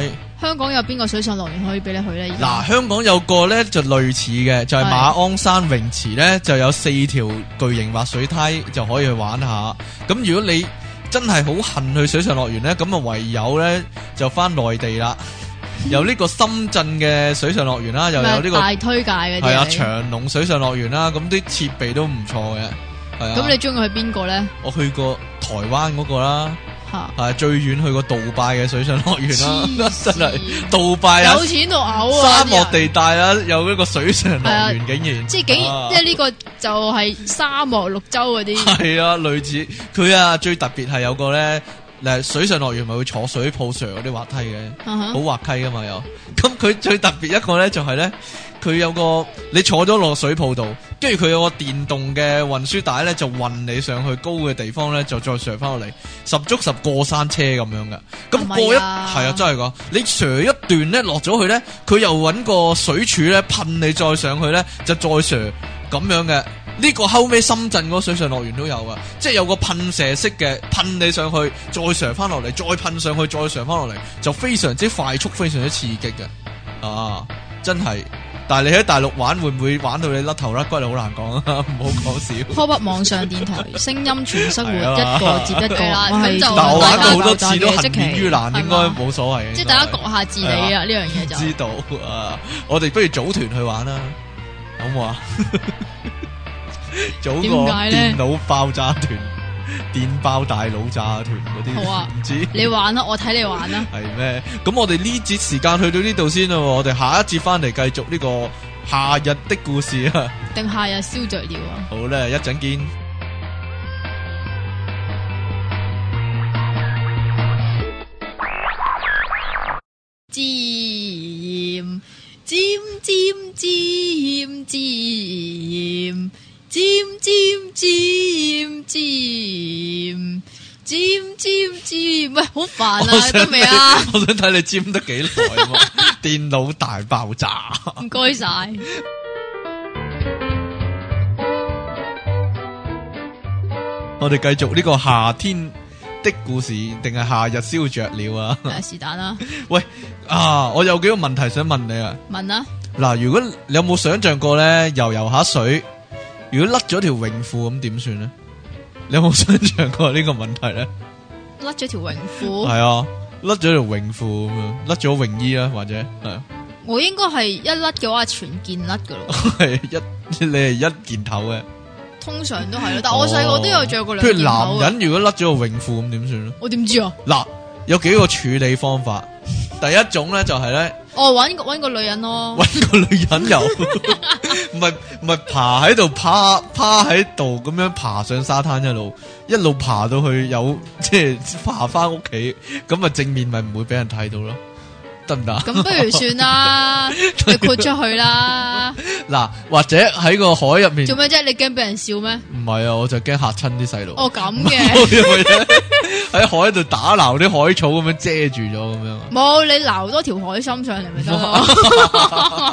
[SPEAKER 2] 香港有邊個水上樂園可以俾你去咧？
[SPEAKER 1] 嗱，香港有個咧就類似嘅，就係
[SPEAKER 2] 係
[SPEAKER 1] 馬鞍山泳池咧就有四條巨型滑水梯就可以去玩下。咁如果你真係好恨去水上樂園呢，咁啊唯有呢，就翻內地啦，有呢個深圳嘅水上樂園啦，又有呢、個
[SPEAKER 2] 大推介嗰啲
[SPEAKER 1] 係啊
[SPEAKER 2] 嚟
[SPEAKER 1] 長隆水上樂園啦，咁啲設備都唔錯嘅，係啊。
[SPEAKER 2] 咁你中意去邊個咧？
[SPEAKER 1] 我去過台灣嗰個啦，
[SPEAKER 2] 吓，
[SPEAKER 1] 係啊最遠去過杜拜嘅水上樂園啦，
[SPEAKER 2] 黐
[SPEAKER 1] 真係
[SPEAKER 2] 線
[SPEAKER 1] 杜拜啊
[SPEAKER 2] 有，錢到嘔啊！
[SPEAKER 1] 沙
[SPEAKER 2] 啲人
[SPEAKER 1] 漠地帶啦，有呢個水上樂園竟然，
[SPEAKER 2] 啊即系竟然，
[SPEAKER 1] 啊
[SPEAKER 2] 即系呢個就係沙漠綠洲 嗰啲，
[SPEAKER 1] 系啊，類似佢啊，最特別係有個咧，嗱水上樂園咪會坐水泡上嗰啲滑梯嘅，
[SPEAKER 2] 啊哈
[SPEAKER 1] 好滑稽噶嘛又。咁佢最特別一個咧就係咧，佢有個你坐咗落水泡度，跟住佢有個電動嘅運輸帶咧，就運你上去高嘅地方咧，就再上翻落嚟，十足十過山車咁樣噶。咁
[SPEAKER 2] 係咪
[SPEAKER 1] 過一係
[SPEAKER 2] 啊
[SPEAKER 1] 啊，真係噶，你上一段咧落咗去咧，佢又揾個水柱咧噴你再上去咧，就再上咁樣嘅。呢個後尾深圳嗰個水上樂園都有噶，即係有個噴射式嘅噴你上去，再上翻落嚟，再噴上去，再上翻落嚟，就非常之快速，非常之刺激嘅。啊，真係！但係你喺大陸玩會唔會玩到你甩頭甩骨？好難講啊， 唔好講笑。
[SPEAKER 3] 科北網上電台，聲音全生活，
[SPEAKER 1] 係啊
[SPEAKER 3] 一個接一個。
[SPEAKER 2] 係啦
[SPEAKER 3] 我係
[SPEAKER 2] 咁就
[SPEAKER 1] 但我玩
[SPEAKER 2] 哦大
[SPEAKER 1] 過
[SPEAKER 2] 家
[SPEAKER 1] 好多
[SPEAKER 3] 大
[SPEAKER 1] 次都
[SPEAKER 3] 家
[SPEAKER 1] 幸
[SPEAKER 3] 嘅即期
[SPEAKER 1] 免於難，
[SPEAKER 2] 係
[SPEAKER 1] 應該
[SPEAKER 2] 嘛
[SPEAKER 1] 冇所謂嘅。
[SPEAKER 2] 即係大
[SPEAKER 1] 應
[SPEAKER 2] 家
[SPEAKER 1] 該
[SPEAKER 2] 各下自理啊！呢樣嘢就
[SPEAKER 1] 知道啊！我哋不如組團去玩啦，好唔好啊？ 組個
[SPEAKER 2] 點解
[SPEAKER 1] 電
[SPEAKER 2] 呢
[SPEAKER 1] 腦爆炸團、電爆大腦炸團嗰啲，
[SPEAKER 2] 好啊
[SPEAKER 1] 唔知
[SPEAKER 2] 你玩啦，我睇你玩啊啦。
[SPEAKER 1] 係咩？咁我哋呢節時間去到呢度先啦喎，我哋下一節翻嚟繼續呢個夏日的故事啊！
[SPEAKER 2] 定下日燒着了啊！
[SPEAKER 1] 好啦，一陣見。
[SPEAKER 2] 尖尖尖尖尖尖尖尖尖尖尖尖，喂，好煩
[SPEAKER 1] 我
[SPEAKER 2] 啊！
[SPEAKER 1] 想
[SPEAKER 2] 得未啊？
[SPEAKER 1] 睇我想睇你尖得幾耐啊 嘛！電腦大爆炸。
[SPEAKER 2] 唔該晒。
[SPEAKER 1] 我哋繼續呢個夏天的故事，定係夏日燒着了啊！
[SPEAKER 2] 啊是但啦，
[SPEAKER 1] 喂啊，我有幾個問題想問你啊！
[SPEAKER 2] 問啦，
[SPEAKER 1] 嗱，如果你有冇想象過咧，游游下水，如果甩咗條泳褲咁點算咧？你有冇想象過呢個問題咧？
[SPEAKER 2] 甩咗條泳褲，
[SPEAKER 1] 係啊，甩咗條泳褲咁樣，甩咗泳衣啦，或者係啊
[SPEAKER 2] 我應該係一甩嘅話全件甩噶咯，
[SPEAKER 1] 係一你係一件頭嘅。
[SPEAKER 2] 通常都係咯。但我細個都有着過兩
[SPEAKER 1] 哦譬
[SPEAKER 2] 件
[SPEAKER 1] 如
[SPEAKER 2] 頭
[SPEAKER 1] 男
[SPEAKER 2] 啊嘅，
[SPEAKER 1] 人如果甩咗個泳褲咁點算咧？
[SPEAKER 2] 我點知啊？
[SPEAKER 1] 嗱，有幾個處理方法。 第一種咧就係咧。
[SPEAKER 2] 我揾哦個揾個女人咯，
[SPEAKER 1] 搵個女人游， 唔係唔係爬喺度趴趴喺度咁樣爬上沙灘一路一路爬到去有 即係爬翻屋企，咁啊正面咪唔會俾人睇到咯，得唔得啊？
[SPEAKER 2] 咁不如算 啦，你豁出去啦，
[SPEAKER 1] 嗱，或者喺個海入面，
[SPEAKER 2] 做咩啫？你驚俾人笑咩？
[SPEAKER 1] 唔係啊，我就驚嚇親啲細路，
[SPEAKER 2] 哦咁
[SPEAKER 1] 因
[SPEAKER 2] 嘅，
[SPEAKER 1] 為呢喺海度打撈啲海草咁樣遮住咗咁樣啊。
[SPEAKER 2] 冇你撈多條海參上嚟咪得咯。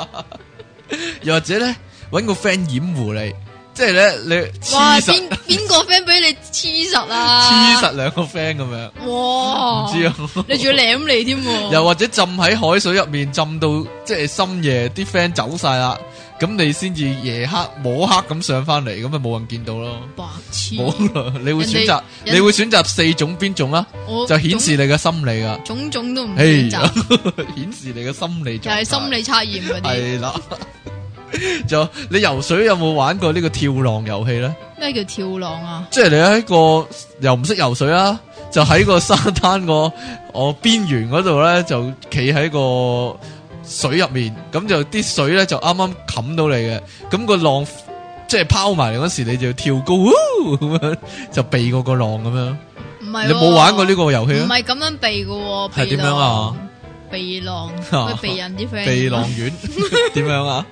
[SPEAKER 1] 又或者咧搵個 friend 掩護你，即係咧你
[SPEAKER 2] 哇！
[SPEAKER 1] 黐實
[SPEAKER 2] 邊邊個 friend 俾你黐實
[SPEAKER 1] 黐
[SPEAKER 2] 啊？
[SPEAKER 1] 實兩個 friend 咁樣，唔
[SPEAKER 2] 哇！
[SPEAKER 1] 知啊。
[SPEAKER 2] 你仲要舐你添喎？
[SPEAKER 1] 又或者浸喺海水入面，浸到即係深夜，啲 friend 走晒啦，咁你先至夜黑摸黑咁上翻嚟，咁咪冇人見到咯。
[SPEAKER 2] 白痴，
[SPEAKER 1] 冇啦，你會選擇，
[SPEAKER 2] 人哋
[SPEAKER 1] 你會選擇四種邊種啊？
[SPEAKER 2] 我
[SPEAKER 1] 就顯示你嘅心理噶，
[SPEAKER 2] 種種都唔
[SPEAKER 1] 哎
[SPEAKER 2] 嗯選
[SPEAKER 1] 呀
[SPEAKER 2] 擇，，
[SPEAKER 1] 顯示你嘅心理
[SPEAKER 2] 就
[SPEAKER 1] 就
[SPEAKER 2] 係心理測驗嗰啲。
[SPEAKER 1] 係啦。 就你游水有冇玩過呢個跳浪遊戲咧？
[SPEAKER 2] 咩叫跳浪啊？
[SPEAKER 1] 即係你喺個又唔識游水啦，就喺個沙灘個 我邊緣嗰度咧，就企喺個水入面，咁就啲水咧就啱啱冚到你嘅，咁、個浪即係拋埋嚟嗰時，你就要跳高 呼咁樣就避過個浪咁樣。
[SPEAKER 2] 唔係
[SPEAKER 1] 你冇玩過呢
[SPEAKER 2] 個？
[SPEAKER 1] 個遊戲
[SPEAKER 2] 唔
[SPEAKER 1] 啊？
[SPEAKER 2] 係咁樣避嘅
[SPEAKER 1] 係
[SPEAKER 2] 喎，避
[SPEAKER 1] 點樣啊
[SPEAKER 2] 浪？避浪，
[SPEAKER 1] 啊
[SPEAKER 2] 去避人啲 friend。
[SPEAKER 1] 避浪丸 點樣啊？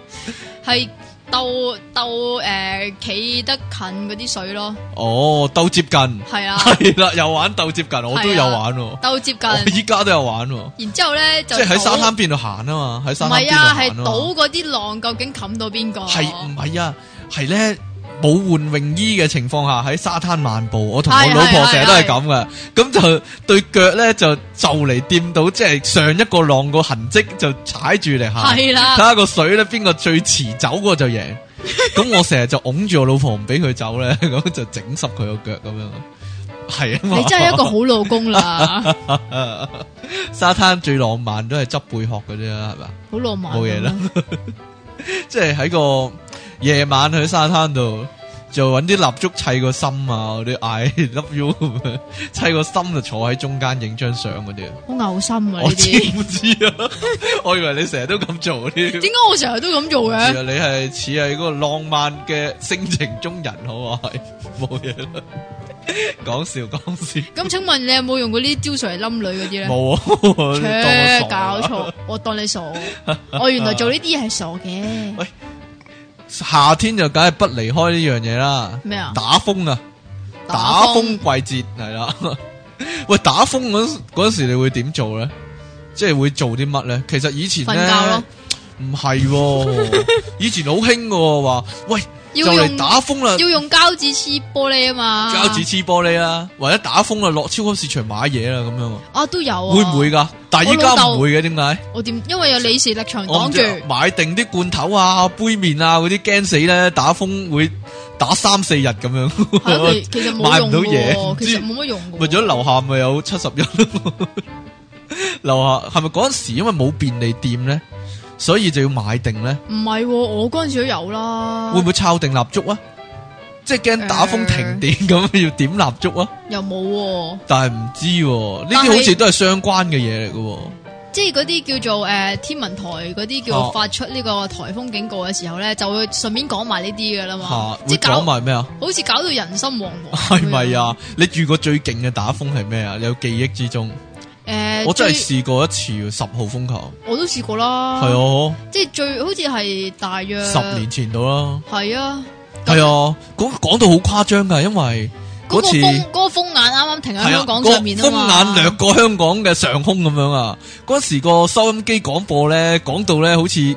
[SPEAKER 2] 係鬥鬥誒企得近嗰啲水咯，
[SPEAKER 1] 哦，鬥接近
[SPEAKER 2] 係 啊，
[SPEAKER 1] 係啦，又玩鬥接近，我都
[SPEAKER 2] 係啊
[SPEAKER 1] 有玩喎，
[SPEAKER 2] 鬥接近。
[SPEAKER 1] 我依家都有玩喎，
[SPEAKER 2] 然之後咧
[SPEAKER 1] 哦即
[SPEAKER 2] 就
[SPEAKER 1] 係喺沙
[SPEAKER 2] 賭
[SPEAKER 1] 灘邊度行啊嘛，喺沙
[SPEAKER 2] 唔
[SPEAKER 1] 灘邊
[SPEAKER 2] 係
[SPEAKER 1] 度
[SPEAKER 2] 啊，
[SPEAKER 1] 行
[SPEAKER 2] 係
[SPEAKER 1] 啊嘛。
[SPEAKER 2] 賭嗰啲浪究竟冚到邊個？
[SPEAKER 1] 系唔係啊？係咧冇換泳衣嘅情況下喺沙灘漫步，我同我
[SPEAKER 2] 係
[SPEAKER 1] 老婆
[SPEAKER 2] 係
[SPEAKER 1] 成日都係咁嘅。咁就對腳咧就就嚟掂到，即係上一個浪個痕跡就踩住嚟行，
[SPEAKER 2] 係
[SPEAKER 1] 睇
[SPEAKER 2] 啊啦，
[SPEAKER 1] 下個水咧邊個最遲走嗰個就贏。 咁我成日就拱住我老婆唔俾佢走咧，咁就整濕佢個腳咁樣。系啊嘛，
[SPEAKER 2] 你真係一個好老公啦，
[SPEAKER 1] 沙灘最浪漫都係執貝殼嘅啫，係咪？
[SPEAKER 2] 好浪漫。
[SPEAKER 1] 冇嘢啦。 即係喺個夜晚去沙灘度，就揾啲蠟燭砌個心啊，嗰啲嗌 love you 咁樣砌個心就坐喺中間影張相嗰啲啊。
[SPEAKER 2] 好嘔心啊！呢
[SPEAKER 1] 我知
[SPEAKER 2] 啲
[SPEAKER 1] 唔知啊？ 我以為你成日都咁做添。
[SPEAKER 2] 點解啊我成日都咁做
[SPEAKER 1] 唔知
[SPEAKER 2] 嘅？
[SPEAKER 1] 啊你係似係嗰個浪漫嘅性情中人，好啊，係冇嘢啦。 講笑講笑，
[SPEAKER 2] 咁請問你有冇用過呢啲招數嚟冧女嗰啲咧？
[SPEAKER 1] 冇啊！ 啊
[SPEAKER 2] 切
[SPEAKER 1] 切
[SPEAKER 2] 搞錯，我當你傻，我原來做呢啲嘢係傻嘅。
[SPEAKER 1] 夏天就梗係不離開呢樣嘢啦。
[SPEAKER 2] 咩啊？
[SPEAKER 1] 打風啊，打
[SPEAKER 2] 打風
[SPEAKER 1] 風季節係啦。 喂，打風嗰陣嗰陣時你會點做咧？即係會做啲乜咧？其實以前
[SPEAKER 2] 瞓覺
[SPEAKER 1] 咧
[SPEAKER 2] 咯
[SPEAKER 1] 唔係 喎，以前好興嘅話，喂就
[SPEAKER 2] 要
[SPEAKER 1] 嚟
[SPEAKER 2] 用
[SPEAKER 1] 打風啦，
[SPEAKER 2] 要用膠紙黐玻璃啊嘛。
[SPEAKER 1] 膠紙黐玻璃啦，或者打風啦，落超級市場買嘢啦咁樣啊。
[SPEAKER 2] 啊都有啊。
[SPEAKER 1] 会唔会？噶？但系依家
[SPEAKER 2] 我老
[SPEAKER 1] 唔
[SPEAKER 2] 豆
[SPEAKER 1] 會嘅，點解？
[SPEAKER 2] 我點？因為有李氏力場
[SPEAKER 1] 我
[SPEAKER 2] 擋
[SPEAKER 1] 唔
[SPEAKER 2] 住，
[SPEAKER 1] 知啊買定啲罐頭啊、杯麵啊嗰啲，驚死咧！打風會打三四日咁樣，
[SPEAKER 2] 係咯其其實冇
[SPEAKER 1] 買唔
[SPEAKER 2] 用
[SPEAKER 1] 到
[SPEAKER 2] 嘅
[SPEAKER 1] 嘢唔
[SPEAKER 2] 喎，
[SPEAKER 1] 知
[SPEAKER 2] 其實冇乜用嘅喎。
[SPEAKER 1] 咪咗樓下咪有七十一咯。 樓下係咪嗰阵时因為冇便利店咧，所以就要買定咧？
[SPEAKER 2] 唔係喎，我嗰陣時都有啦。
[SPEAKER 1] 會唔會抄定蠟燭啊？即係驚打風停電咁，要點蠟燭啊？
[SPEAKER 2] 又冇喎？
[SPEAKER 1] 但係唔知喎，呢
[SPEAKER 2] 但
[SPEAKER 1] 啲
[SPEAKER 2] 係
[SPEAKER 1] 好似都係相關嘅嘢嚟嘅喎。
[SPEAKER 2] 即係嗰啲叫做诶天文台嗰啲
[SPEAKER 1] 哦
[SPEAKER 2] 叫發出呢個颱風警告嘅時候咧，就會順便講埋呢啲噶啦嘛
[SPEAKER 1] 吓，，
[SPEAKER 2] 即
[SPEAKER 1] 會
[SPEAKER 2] 係搞
[SPEAKER 1] 講埋咩啊？
[SPEAKER 2] 好似搞到人心惶惶。
[SPEAKER 1] 系咪？啊？你遇過最勁嘅打風係咩啊？你有記憶之中，
[SPEAKER 2] 诶，
[SPEAKER 1] 我真係
[SPEAKER 2] 最哦
[SPEAKER 1] 試過一次喎十號風球，
[SPEAKER 2] 我都試過啦。
[SPEAKER 1] 係，哦，
[SPEAKER 2] 即係最好似係大約
[SPEAKER 1] 十年前到啦，
[SPEAKER 2] 係啊。
[SPEAKER 1] 係啊，講講到好誇張噶，因為
[SPEAKER 2] 嗰
[SPEAKER 1] 嗰
[SPEAKER 2] 個
[SPEAKER 1] 次
[SPEAKER 2] 風嗰個風眼啱啱停喺
[SPEAKER 1] 係啊
[SPEAKER 2] 香，港上面啊
[SPEAKER 1] 個
[SPEAKER 2] 嘛，
[SPEAKER 1] 風眼掠過香港嘅上空咁樣啊，嗰時個收音機廣播咧講到咧好似。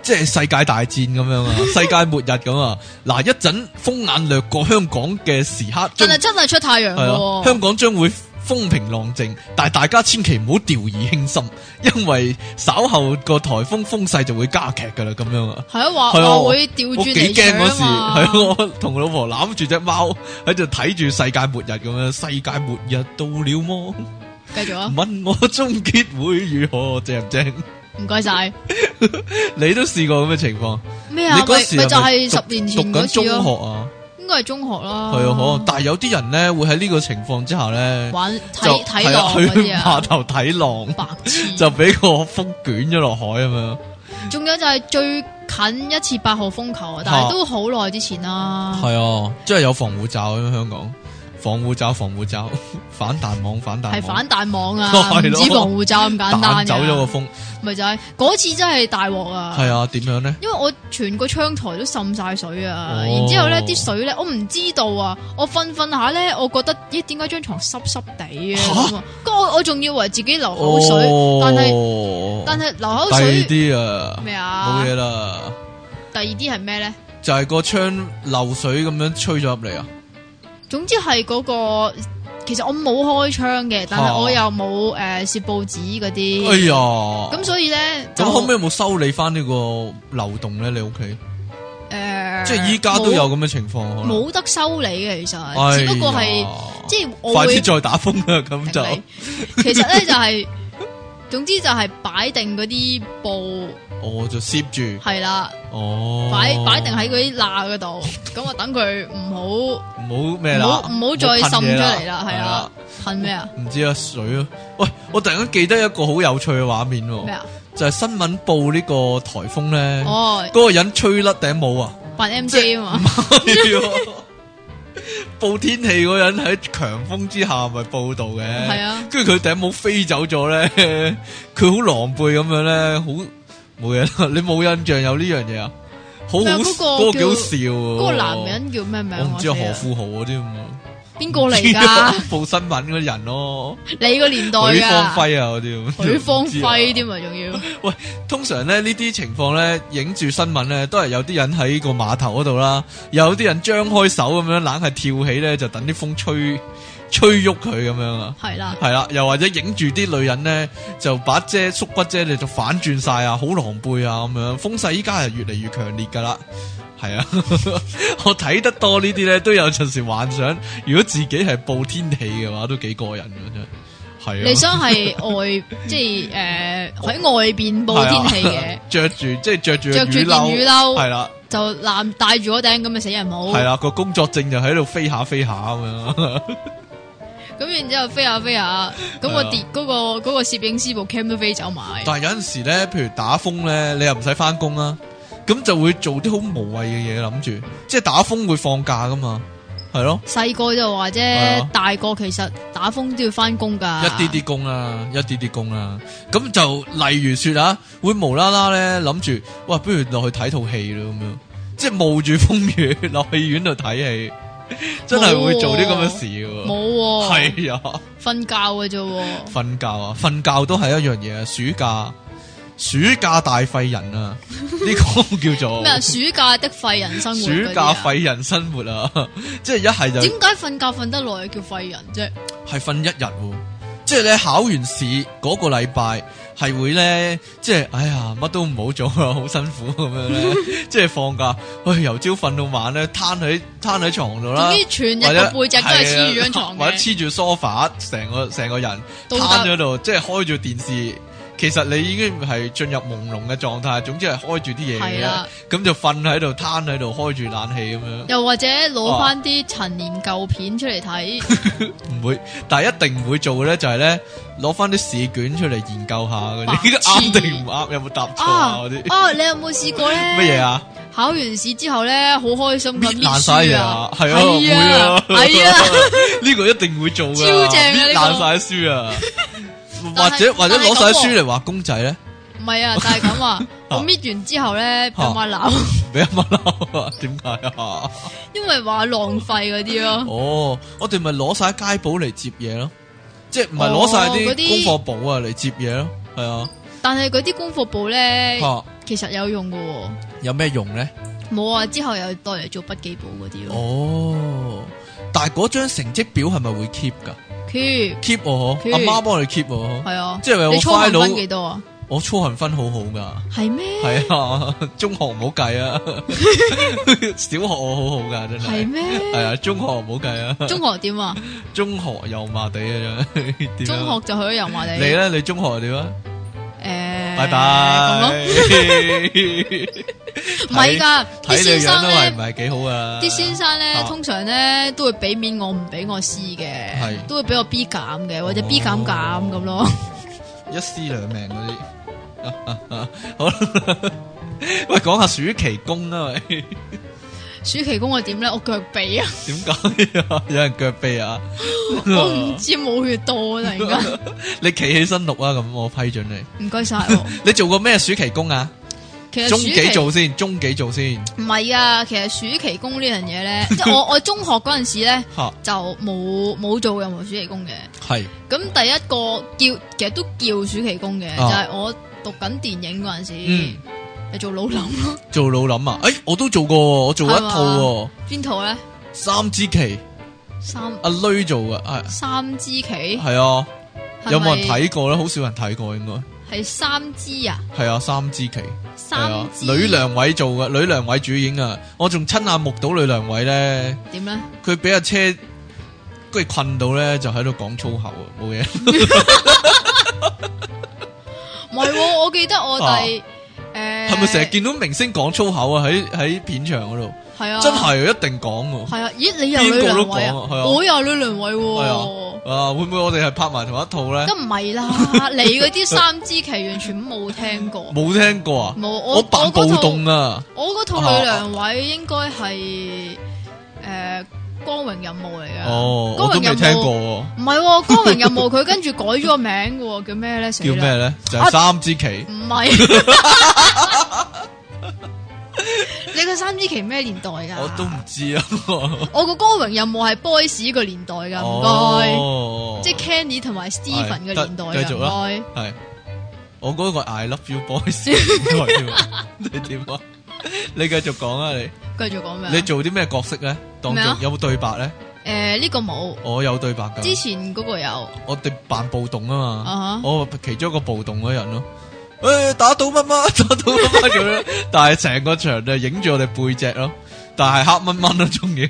[SPEAKER 1] 即係世界大戰咁樣 啊，世界末日咁啊！嗱，一陣風眼掠過香港嘅時刻，
[SPEAKER 2] 但係真係出太陽
[SPEAKER 1] 系
[SPEAKER 2] 嘅
[SPEAKER 1] 咯，
[SPEAKER 2] 喎
[SPEAKER 1] 香。港將會風平浪靜，但系大家千祈唔好掉以輕心，因為稍後個颱風風勢就會加劇噶啦，咁樣啊。
[SPEAKER 2] 係啊，話
[SPEAKER 1] 係啊
[SPEAKER 2] 話會調
[SPEAKER 1] 我
[SPEAKER 2] 轉
[SPEAKER 1] 幾
[SPEAKER 2] 嚟
[SPEAKER 1] 驚
[SPEAKER 2] 搶
[SPEAKER 1] 嗰時，
[SPEAKER 2] 啊
[SPEAKER 1] 係咯，我同老婆攬住只貓喺度睇住世界末日咁樣，世界末日到了麼？
[SPEAKER 2] 繼續啊，
[SPEAKER 1] 問我終結會如何？正唔正？
[SPEAKER 2] 唔該晒。
[SPEAKER 1] 你都試過咁嘅情況？
[SPEAKER 2] 咩
[SPEAKER 1] 你
[SPEAKER 2] 啊？咪
[SPEAKER 1] 嗰時
[SPEAKER 2] 咪就
[SPEAKER 1] 係
[SPEAKER 2] 係
[SPEAKER 1] 讀
[SPEAKER 2] 十年
[SPEAKER 1] 讀
[SPEAKER 2] 前嗰
[SPEAKER 1] 緊
[SPEAKER 2] 次
[SPEAKER 1] 中
[SPEAKER 2] 咯，哦
[SPEAKER 1] 學啊，
[SPEAKER 2] 應該係中學啦。
[SPEAKER 1] 係啊，可。但係有啲人咧會喺呢個情況之下咧，
[SPEAKER 2] 玩
[SPEAKER 1] 就
[SPEAKER 2] 睇睇
[SPEAKER 1] 係啊
[SPEAKER 2] 浪嗰
[SPEAKER 1] 去
[SPEAKER 2] 啲
[SPEAKER 1] 碼
[SPEAKER 2] 啊，
[SPEAKER 1] 頭睇 浪。
[SPEAKER 2] 白痴。
[SPEAKER 1] 就俾個風捲咗落海咁樣，
[SPEAKER 2] 啊仲有就係最近一次八號風球啊，但
[SPEAKER 1] 嚇
[SPEAKER 2] 係都好耐之前啦。
[SPEAKER 1] 係啊，即係有防護罩咁樣香港，防護罩防護罩， 反彈網反彈網，
[SPEAKER 2] 係反彈啊網啊，唔
[SPEAKER 1] 係咯
[SPEAKER 2] 止防護罩咁簡
[SPEAKER 1] 彈
[SPEAKER 2] 單
[SPEAKER 1] 走咗個
[SPEAKER 2] 嘅，
[SPEAKER 1] 風，
[SPEAKER 2] 咪就係嗰次真係大鑊啊！
[SPEAKER 1] 係啊，點樣咧？
[SPEAKER 2] 因為我全個窗台都滲晒水啊，
[SPEAKER 1] 哦
[SPEAKER 2] 然之後咧啲水咧，我唔知道啊，我瞓瞓下咧，我覺得咦點解張床濕濕地嘅咁啊？咁我我仲以為自己流口水，但係
[SPEAKER 1] 係
[SPEAKER 2] 但係流口水
[SPEAKER 1] 哦第哦二啲啊，
[SPEAKER 2] 咩
[SPEAKER 1] 冇
[SPEAKER 2] 啊？
[SPEAKER 1] 嘢啦，
[SPEAKER 2] 第二啲係咩咧？
[SPEAKER 1] 就係個窗漏水咁樣吹咗入嚟啊，
[SPEAKER 2] 總之係嗰、個，其實我冇開窗嘅，但
[SPEAKER 1] 嚇
[SPEAKER 2] 係我又冇诶攝報紙嗰
[SPEAKER 1] 哎
[SPEAKER 2] 啲，
[SPEAKER 1] 呀，
[SPEAKER 2] 咁
[SPEAKER 1] 咁
[SPEAKER 2] 所以咧
[SPEAKER 1] 咁
[SPEAKER 2] 就
[SPEAKER 1] 後尾有冇修理翻呢個漏洞咧？你屋企
[SPEAKER 2] 诶，
[SPEAKER 1] 即係依家都有咁嘅情況可能，
[SPEAKER 2] 冇冇得修理嘅，其實
[SPEAKER 1] 哎呀
[SPEAKER 2] 只不過係即係我
[SPEAKER 1] 快
[SPEAKER 2] 會
[SPEAKER 1] 啲再打風啦，咁就
[SPEAKER 2] 係咪其實咧就係、 總之就係擺定嗰啲布
[SPEAKER 1] 我哦就攝住，
[SPEAKER 2] 係啦，
[SPEAKER 1] 哦，
[SPEAKER 2] 擺擺定喺嗰啲罅嗰度，咁我等佢唔好
[SPEAKER 1] 唔好咩
[SPEAKER 2] 唔
[SPEAKER 1] 啦，
[SPEAKER 2] 好唔好再滲
[SPEAKER 1] 噴
[SPEAKER 2] 出
[SPEAKER 1] 嘢
[SPEAKER 2] 嚟啦，係啊啦，，噴咩啊？
[SPEAKER 1] 唔知啊水啊，喂，我突然間記得一個好有趣嘅畫面喎，
[SPEAKER 2] 咩啊？
[SPEAKER 1] 就係新聞報呢個颱風咧，
[SPEAKER 2] 哦，
[SPEAKER 1] 嗰個人吹甩頂帽啊，
[SPEAKER 2] 扮 M J 啊嘛，
[SPEAKER 1] 係喎報天氣嗰人喺強風之下咪報道嘅，
[SPEAKER 2] 係啊，
[SPEAKER 1] 跟住佢頂帽飛走咗咧，佢好狼狽咁樣咧，好冇嘢啦，你冇印象有呢樣嘢啊？好好
[SPEAKER 2] 咩啊嗰個
[SPEAKER 1] 嗰個幾好
[SPEAKER 2] 叫
[SPEAKER 1] 笑
[SPEAKER 2] 嗰
[SPEAKER 1] 嗰
[SPEAKER 2] 個男。人叫咩名啊？
[SPEAKER 1] 我唔知啊
[SPEAKER 2] 死
[SPEAKER 1] 何
[SPEAKER 2] 啦
[SPEAKER 1] 富豪嗰啲咁啊，
[SPEAKER 2] 邊個嚟㗎？
[SPEAKER 1] 報新聞嗰啲人咯，
[SPEAKER 2] 你個年代
[SPEAKER 1] 許方
[SPEAKER 2] 㗎？
[SPEAKER 1] 輝啊嗰啲咁，
[SPEAKER 2] 許方輝
[SPEAKER 1] 啲。
[SPEAKER 2] 添啊，仲要
[SPEAKER 1] 通常咧呢啲情況咧，影住新聞咧，都係有啲人喺個碼頭嗰度啦，有啲人張開手咁樣，懶係跳起咧，就等啲風吹吹喐佢咁樣啊。
[SPEAKER 2] 係啦，
[SPEAKER 1] 係啦，又或者影住啲女人咧，就把遮縮骨遮，你就反轉晒啊，好狼狽啊咁樣。風勢依家係越嚟越強烈噶啦，系啊， 我睇得多呢啲咧，都有阵时幻想，如果自己系报天氣嘅話，都幾過癮嘅真係。
[SPEAKER 2] 你
[SPEAKER 1] 系啊，
[SPEAKER 2] 想 係外，即係诶喺外边報天氣嘅，
[SPEAKER 1] 啊 着住即係着住
[SPEAKER 2] 着住件雨
[SPEAKER 1] 系
[SPEAKER 2] 褸，
[SPEAKER 1] 啦
[SPEAKER 2] 就攬戴住嗰頂咁嘅死人帽，
[SPEAKER 1] 係啦，個工作證就喺度飛下飛下咁樣，
[SPEAKER 2] 咁然之後飛下飛下，咁
[SPEAKER 1] 係啊
[SPEAKER 2] 我跌嗰個嗰個攝影師部 cam 都飛走埋，
[SPEAKER 1] 但係有阵时咧，譬如打風咧，你又唔使翻工啦，咁就會做啲好無謂嘅嘢，諗住即係打風會放假噶嘛，係咯，
[SPEAKER 2] 細個就話
[SPEAKER 1] 係啊
[SPEAKER 2] 啫，大個其實打風都要翻工㗎，
[SPEAKER 1] 一啲啲工啦，一啲啲工啦，咁就例如说啊，會無啦啦咧諗住，哇，不如落去睇套戲咯咁樣，即係冒住風雨 落戲院度睇戲，真係會做啲咁嘅事嘅
[SPEAKER 2] 冇
[SPEAKER 1] 喎。
[SPEAKER 2] 喎，
[SPEAKER 1] 係啊，
[SPEAKER 2] 瞓覺嘅啫喎。
[SPEAKER 1] 瞓覺啊，瞓覺都係一樣嘢啊，暑假暑假大廢人 啊，呢個叫做
[SPEAKER 2] 咩啊？暑假的廢人生活嗰啲啊
[SPEAKER 1] 暑假廢人生活啊， 即係一係就
[SPEAKER 2] 點解瞓覺瞓得耐叫廢人啫？
[SPEAKER 1] 係瞓一日喎，即係你考完試嗰個禮拜係會咧，即係哎呀乜都唔好做啊， 好辛苦咁樣咧，即係放假，喂由朝瞓到晚咧，攤喺攤喺床度啦
[SPEAKER 2] 總，之全日
[SPEAKER 1] 或
[SPEAKER 2] 個
[SPEAKER 1] 者啊
[SPEAKER 2] 背脊都係黐住張床
[SPEAKER 1] 係啊或者
[SPEAKER 2] 嘅，
[SPEAKER 1] 黐住 sofa，成個成個人
[SPEAKER 2] 都得
[SPEAKER 1] 攤咗度，即係開住電視。其實你已經係進入朦朧嘅狀態，總之係開住啲嘢
[SPEAKER 2] 係啊
[SPEAKER 1] 嘅
[SPEAKER 2] 啦，
[SPEAKER 1] 咁就瞓喺度，攤喺度，開住冷氣咁樣。
[SPEAKER 2] 又或者攞翻啲陳年舊片出嚟 睇，
[SPEAKER 1] 唔會，但系一定唔會做嘅咧，就係咧攞翻啲試卷出嚟研究下嗰
[SPEAKER 2] 白
[SPEAKER 1] 啲
[SPEAKER 2] 痴
[SPEAKER 1] 啱定唔啱，有冇答錯啊
[SPEAKER 2] 啊
[SPEAKER 1] 嗰啲
[SPEAKER 2] 啊！你有冇試過咧？
[SPEAKER 1] 乜嘢？啊？
[SPEAKER 2] 考完試之後咧，好開心咁
[SPEAKER 1] 搣
[SPEAKER 2] 搣
[SPEAKER 1] 爛晒
[SPEAKER 2] 書
[SPEAKER 1] 啊
[SPEAKER 2] 啊！，
[SPEAKER 1] 係啊，會
[SPEAKER 2] 係
[SPEAKER 1] 啊
[SPEAKER 2] 啊，，係啊，，
[SPEAKER 1] 呢個一定會做噶，
[SPEAKER 2] 超正
[SPEAKER 1] 搣
[SPEAKER 2] 啊呢個
[SPEAKER 1] 爛晒書啊，或
[SPEAKER 2] 但係
[SPEAKER 1] 者或者
[SPEAKER 2] 但係
[SPEAKER 1] 攞晒
[SPEAKER 2] 咁
[SPEAKER 1] 書
[SPEAKER 2] 喎
[SPEAKER 1] 嚟畫公仔咧，
[SPEAKER 2] 唔係啊，但係咁啊，我搣完之後
[SPEAKER 1] 啊
[SPEAKER 2] 咧，俾我鬧，
[SPEAKER 1] 俾阿媽鬧啊？ 點解啊？
[SPEAKER 2] 因為話浪費嗰啲咯。
[SPEAKER 1] 哦，我哋咪攞晒街簿嚟接嘢咯，即係唔係攞晒
[SPEAKER 2] 哦嗰
[SPEAKER 1] 啲
[SPEAKER 2] 啲
[SPEAKER 1] 功課簿啊嚟接嘢咯？係啊，
[SPEAKER 2] 但係嗰啲功課簿咧，
[SPEAKER 1] 嚇
[SPEAKER 2] 其實有用嘅喎。
[SPEAKER 1] 有咩用咧？
[SPEAKER 2] 冇啊，之後又帶嚟做筆記簿嗰啲咯。
[SPEAKER 1] 哦，但系嗰張成績表係咪會 keep 噶
[SPEAKER 2] keep
[SPEAKER 1] ？keep 我嗬
[SPEAKER 2] keep
[SPEAKER 1] 阿媽幫你 keep 我嗬
[SPEAKER 2] 系啊，
[SPEAKER 1] 即係有
[SPEAKER 2] 你初行
[SPEAKER 1] file
[SPEAKER 2] 分幾多啊？
[SPEAKER 1] 我操行分好好噶，
[SPEAKER 2] 係咩？
[SPEAKER 1] 係啊，中學唔好計啊， 小學我好好噶真
[SPEAKER 2] 係
[SPEAKER 1] 係，
[SPEAKER 2] 咩？
[SPEAKER 1] 係啊，中學唔好計啊，
[SPEAKER 2] 中學點啊？
[SPEAKER 1] 中學油麻地啊真係， 點
[SPEAKER 2] 中
[SPEAKER 1] 啊
[SPEAKER 2] 學就去咗油麻地。
[SPEAKER 1] 你咧，你中學又點啊？
[SPEAKER 2] 诶，
[SPEAKER 1] 拜
[SPEAKER 2] 咁咯
[SPEAKER 1] 拜，
[SPEAKER 2] 唔係㗎，啲
[SPEAKER 1] 睇
[SPEAKER 2] 先
[SPEAKER 1] 你樣
[SPEAKER 2] 生
[SPEAKER 1] 都係唔
[SPEAKER 2] 咧，
[SPEAKER 1] 係幾好啊？
[SPEAKER 2] 啲先生咧
[SPEAKER 1] 啊，
[SPEAKER 2] 通常咧都會俾面我，唔俾我 C
[SPEAKER 1] 係
[SPEAKER 2] 嘅，都會俾我 B 減嘅，或者
[SPEAKER 1] 哦
[SPEAKER 2] B 減減咁咯。
[SPEAKER 1] 一尸兩命嗰啲。 好啦，喂，講下暑期工啊，喂，
[SPEAKER 2] 暑期工我點咧？我腳臂啊，
[SPEAKER 1] 點解啊？ 有人腳痹啊？
[SPEAKER 2] 我唔知冇血到啊！突然間，
[SPEAKER 1] 你企起身錄啊，咁我批准你。
[SPEAKER 2] 唔該晒我。
[SPEAKER 1] 你做過咩暑期工啊？
[SPEAKER 2] 其實
[SPEAKER 1] 中
[SPEAKER 2] 暑
[SPEAKER 1] 幾
[SPEAKER 2] 期
[SPEAKER 1] 做先？中幾做先？
[SPEAKER 2] 唔係啊，其實暑期工呢樣 嘢咧，即係我我中學嗰陣時咧
[SPEAKER 1] 吓，
[SPEAKER 2] 就冇冇做任何暑期工嘅。
[SPEAKER 1] 係
[SPEAKER 2] 咁第一個叫其實都叫暑期工嘅，
[SPEAKER 1] 啊
[SPEAKER 2] 就係我讀緊電影嗰陣時，
[SPEAKER 1] 嗯
[SPEAKER 2] 係做老林咯。
[SPEAKER 1] 做老諗啊？诶、我都做過喎，我做過一套喎，
[SPEAKER 2] 邊套咧？
[SPEAKER 1] 三支旗
[SPEAKER 2] 三
[SPEAKER 1] 阿女做嘅，係
[SPEAKER 2] 三支旗
[SPEAKER 1] 係啊，有冇人？
[SPEAKER 2] 係咪
[SPEAKER 1] 睇啊過咧？好少人睇過應該
[SPEAKER 2] 係三支啊，
[SPEAKER 1] 係啊，三支旗。系
[SPEAKER 2] 三
[SPEAKER 1] 啊，
[SPEAKER 2] 支
[SPEAKER 1] 吕良伟做嘅，吕良伟主演啊，我仲亲眼目睹吕良伟咧，
[SPEAKER 2] 點咧？
[SPEAKER 1] 佢俾架车跟住困到咧，就喺度講粗口啊，冇嘢。
[SPEAKER 2] 唔係喎，我記得我第誒
[SPEAKER 1] 啊係咪成日見到明星講粗口啊？喺喺片場嗰度，
[SPEAKER 2] 係啊？
[SPEAKER 1] 真係一定講喎。
[SPEAKER 2] 係啊！咦，你又女
[SPEAKER 1] 邊個都
[SPEAKER 2] 良
[SPEAKER 1] 講
[SPEAKER 2] 偉
[SPEAKER 1] 啊係啊
[SPEAKER 2] 啊？我又女良偉
[SPEAKER 1] 係
[SPEAKER 2] 喎。
[SPEAKER 1] 啊，會唔會我哋係拍埋同一套咧？
[SPEAKER 2] 梗唔係啦， 你嗰啲三支旗完全冇聽過，
[SPEAKER 1] 冇聽過啊！
[SPEAKER 2] 冇我
[SPEAKER 1] 我扮
[SPEAKER 2] 我
[SPEAKER 1] 暴
[SPEAKER 2] 嗰套
[SPEAKER 1] 動啊！
[SPEAKER 2] 我嗰套女良位應該係诶光榮任務嚟嘅。
[SPEAKER 1] 哦，我
[SPEAKER 2] 光
[SPEAKER 1] 都
[SPEAKER 2] 榮
[SPEAKER 1] 未
[SPEAKER 2] 任
[SPEAKER 1] 聽過
[SPEAKER 2] 務
[SPEAKER 1] 喎，
[SPEAKER 2] 唔係喎，光榮任務佢跟住改咗個名嘅喎，叫咩咧？死啦
[SPEAKER 1] 叫咩？咧？就係
[SPEAKER 2] 啊
[SPEAKER 1] 三支旗。
[SPEAKER 2] 唔係。你個三支旗咩年代㗎？
[SPEAKER 1] 我都唔知啊。
[SPEAKER 2] 我個光榮任務係 boys 個年代㗎，唔該。
[SPEAKER 1] 哦
[SPEAKER 2] 即係 Candy 同埋 Steven 嘅
[SPEAKER 1] 得
[SPEAKER 2] 年代
[SPEAKER 1] 繼
[SPEAKER 2] 㗎，
[SPEAKER 1] 續
[SPEAKER 2] 唔
[SPEAKER 1] 啦
[SPEAKER 2] 該。
[SPEAKER 1] 系，我嗰个 I love you boys 年代添啊你点啊？你继续讲啊，你
[SPEAKER 2] 繼續講咩啊？
[SPEAKER 1] 你做啲咩角色咧？当
[SPEAKER 2] 咩
[SPEAKER 1] 中
[SPEAKER 2] 啊
[SPEAKER 1] 有冇对白咧？
[SPEAKER 2] 誒呢個冇，
[SPEAKER 1] 我有對白噶，
[SPEAKER 2] 之前嗰個有。
[SPEAKER 1] 我哋扮暴動啊嘛
[SPEAKER 2] 啊哈，
[SPEAKER 1] 我其中一個暴動嗰人咯，诶打到乜 乜，打到乜乜咁样，但系成个场就影住我哋背脊咯，但系黑蚊蚊咯，仲要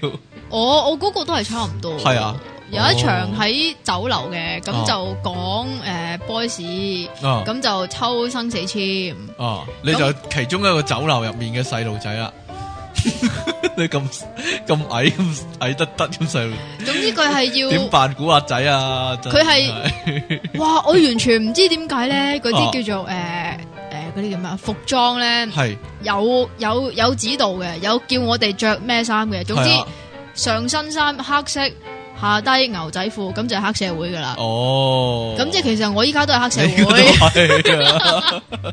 [SPEAKER 2] 我我嗰個都係差唔多。
[SPEAKER 1] 係啊，
[SPEAKER 2] 有一場喺酒樓嘅，咁
[SPEAKER 1] 哦
[SPEAKER 2] 就講诶 boys，
[SPEAKER 1] 啊
[SPEAKER 2] 咁就抽生死簽。
[SPEAKER 1] 啊！你就其中一个酒楼入面嘅细路仔啦， 你咁咁矮咁矮得得咁细路，
[SPEAKER 2] 總之佢係
[SPEAKER 1] 点
[SPEAKER 2] 要，
[SPEAKER 1] 扮古惑仔啊？真
[SPEAKER 2] 佢係哇！我完全唔知點解咧，嗰
[SPEAKER 1] 哦
[SPEAKER 2] 啲叫做诶诶嗰啲叫咩啊服裝咧，
[SPEAKER 1] 系
[SPEAKER 2] 有有有指導嘅，有叫我哋着咩衫嘅。總之
[SPEAKER 1] 係啊
[SPEAKER 2] 上身衫黑色，下低牛仔褲，咁就係黑社會噶啦。
[SPEAKER 1] 哦，
[SPEAKER 2] 咁即係其實我依家都係黑社
[SPEAKER 1] 你
[SPEAKER 2] 會。
[SPEAKER 1] 係 啊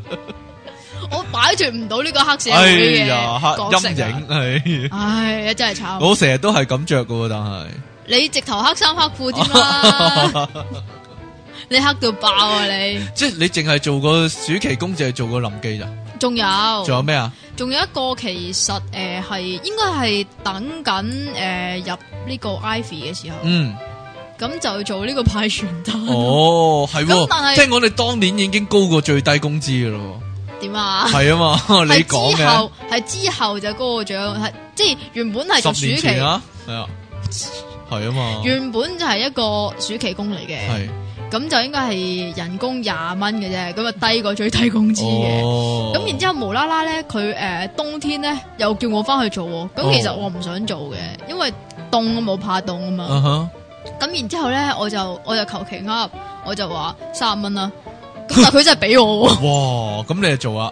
[SPEAKER 2] 我擺脱唔到呢個黑社
[SPEAKER 1] 哎
[SPEAKER 2] 會嘅
[SPEAKER 1] 呀，黑
[SPEAKER 2] 角色
[SPEAKER 1] 陰
[SPEAKER 2] 啊
[SPEAKER 1] 影係
[SPEAKER 2] 唉，真係慘！
[SPEAKER 1] 我成日都係咁着噶，但係
[SPEAKER 2] 你直頭黑衫黑褲添 啦，你黑到爆啊你！
[SPEAKER 1] 即係你淨係做過暑期工，淨係做過臨記咋？仲
[SPEAKER 2] 仲
[SPEAKER 1] 有
[SPEAKER 2] 有，
[SPEAKER 1] 咩啊？
[SPEAKER 2] 仲有一個其實诶系、應該係等緊诶、呃入呢個 Ivy 嘅時候，
[SPEAKER 1] 嗯，
[SPEAKER 2] 咁就做呢個派傳單。
[SPEAKER 1] 哦，係
[SPEAKER 2] 咁但
[SPEAKER 1] 喎，
[SPEAKER 2] 係
[SPEAKER 1] 聽講你當年已經高過最低工資噶咯
[SPEAKER 2] 點啊
[SPEAKER 1] 喎，？係啊嘛，你
[SPEAKER 2] 係
[SPEAKER 1] 講
[SPEAKER 2] 之
[SPEAKER 1] 嘅
[SPEAKER 2] 後係之後就高個獎，係即係原本係做暑
[SPEAKER 1] 十年
[SPEAKER 2] 期，
[SPEAKER 1] 前啊，係啊，係啊嘛，
[SPEAKER 2] 原本就係一個暑期工嚟嘅。
[SPEAKER 1] 係
[SPEAKER 2] 咁就應該係人工廿蚊嘅啫，咁啊低過最低工資嘅。
[SPEAKER 1] 哦，
[SPEAKER 2] 咁、然之後無啦啦咧，佢誒、呃冬天咧又叫我翻去做喎，
[SPEAKER 1] 哦
[SPEAKER 2] 咁其實我唔想做嘅，因為凍我冇怕凍啊嘛。
[SPEAKER 1] 啊哈，
[SPEAKER 2] 咁、然之後咧，我就我就求其噏，我就話三十蚊啦。咁 但係佢真係俾我喎，
[SPEAKER 1] 哇，咁你就做 啊？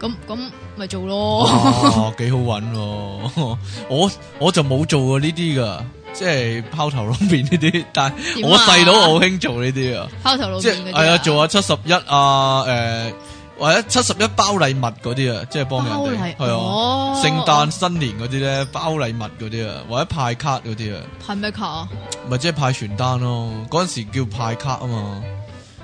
[SPEAKER 2] 咁咁咪做咯。
[SPEAKER 1] 哦，幾好揾喎！ 我我就冇做過呢啲噶，即係拋頭露面呢啲。但係
[SPEAKER 2] 點啊
[SPEAKER 1] 我細佬好興做呢啲啊，
[SPEAKER 2] 拋頭露
[SPEAKER 1] 即
[SPEAKER 2] 面
[SPEAKER 1] 係
[SPEAKER 2] 嗰啲
[SPEAKER 1] 係啊，做下七十一啊，誒或者七十一包禮物嗰啲啊，即係幫
[SPEAKER 2] 包
[SPEAKER 1] 人哋
[SPEAKER 2] 禮
[SPEAKER 1] 係啊。
[SPEAKER 2] 哦，
[SPEAKER 1] 聖誕、新年嗰啲咧，包禮物嗰啲啊，或者派卡嗰啲啊，
[SPEAKER 2] 係咩卡啊？
[SPEAKER 1] 咪即係派傳單咯。嗰陣時叫派卡啊嘛，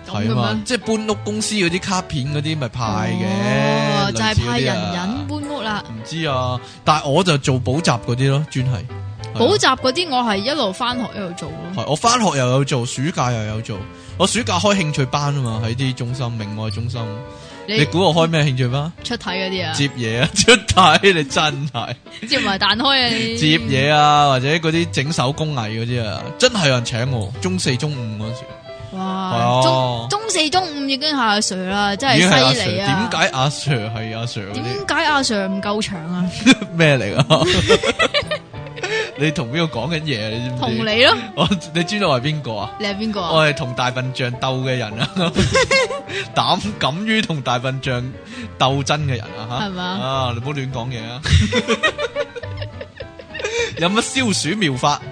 [SPEAKER 2] 咁
[SPEAKER 1] 係
[SPEAKER 2] 嘅
[SPEAKER 1] 啊嘛
[SPEAKER 2] 咩，？
[SPEAKER 1] 即係搬屋公司嗰啲卡片嗰啲咪派
[SPEAKER 2] 哦
[SPEAKER 1] 嘅，
[SPEAKER 2] 就係
[SPEAKER 1] 類似嗰啲啊
[SPEAKER 2] 派人人搬屋啦。
[SPEAKER 1] 唔知啊，但系我就做補習嗰啲咯，專係啊哦
[SPEAKER 2] 補
[SPEAKER 1] 系
[SPEAKER 2] 習嗰啲我係一路翻學一路做咯。
[SPEAKER 1] 我翻學又有做，暑假又有做。我暑假開興趣班啊嘛，喺啲中心、明愛中心。
[SPEAKER 2] 你
[SPEAKER 1] 你估我開咩興趣班？
[SPEAKER 2] 出體嗰啲啊，
[SPEAKER 1] 接嘢啊， 出體你真係
[SPEAKER 2] 接埋彈開啊你，
[SPEAKER 1] 接嘢啊，或者嗰啲整手工藝嗰啲啊，真係有人請我。中四、中五嗰時，
[SPEAKER 2] 哇！
[SPEAKER 1] 係啊
[SPEAKER 2] 中中四中五已經係阿 Sir 啦，真
[SPEAKER 1] 已經係阿
[SPEAKER 2] 係犀
[SPEAKER 1] Sir。
[SPEAKER 2] 利啊！
[SPEAKER 1] 點解阿 Sir 係阿 Sir 嗰啲
[SPEAKER 2] 點解阿 Sir 唔夠長啊？
[SPEAKER 1] 咩嚟 啊？你同邊個講緊嘢啊？你知唔知？
[SPEAKER 2] 同你咯，
[SPEAKER 1] 我你知道我係邊個啊？
[SPEAKER 2] 你係邊個啊？
[SPEAKER 1] 我系同大笨象斗嘅人啊， 胆敢于同大笨象斗争嘅人啊吓，
[SPEAKER 2] 係嘛
[SPEAKER 1] 啊，你唔好乱讲嘢啊！ 有乜消暑妙法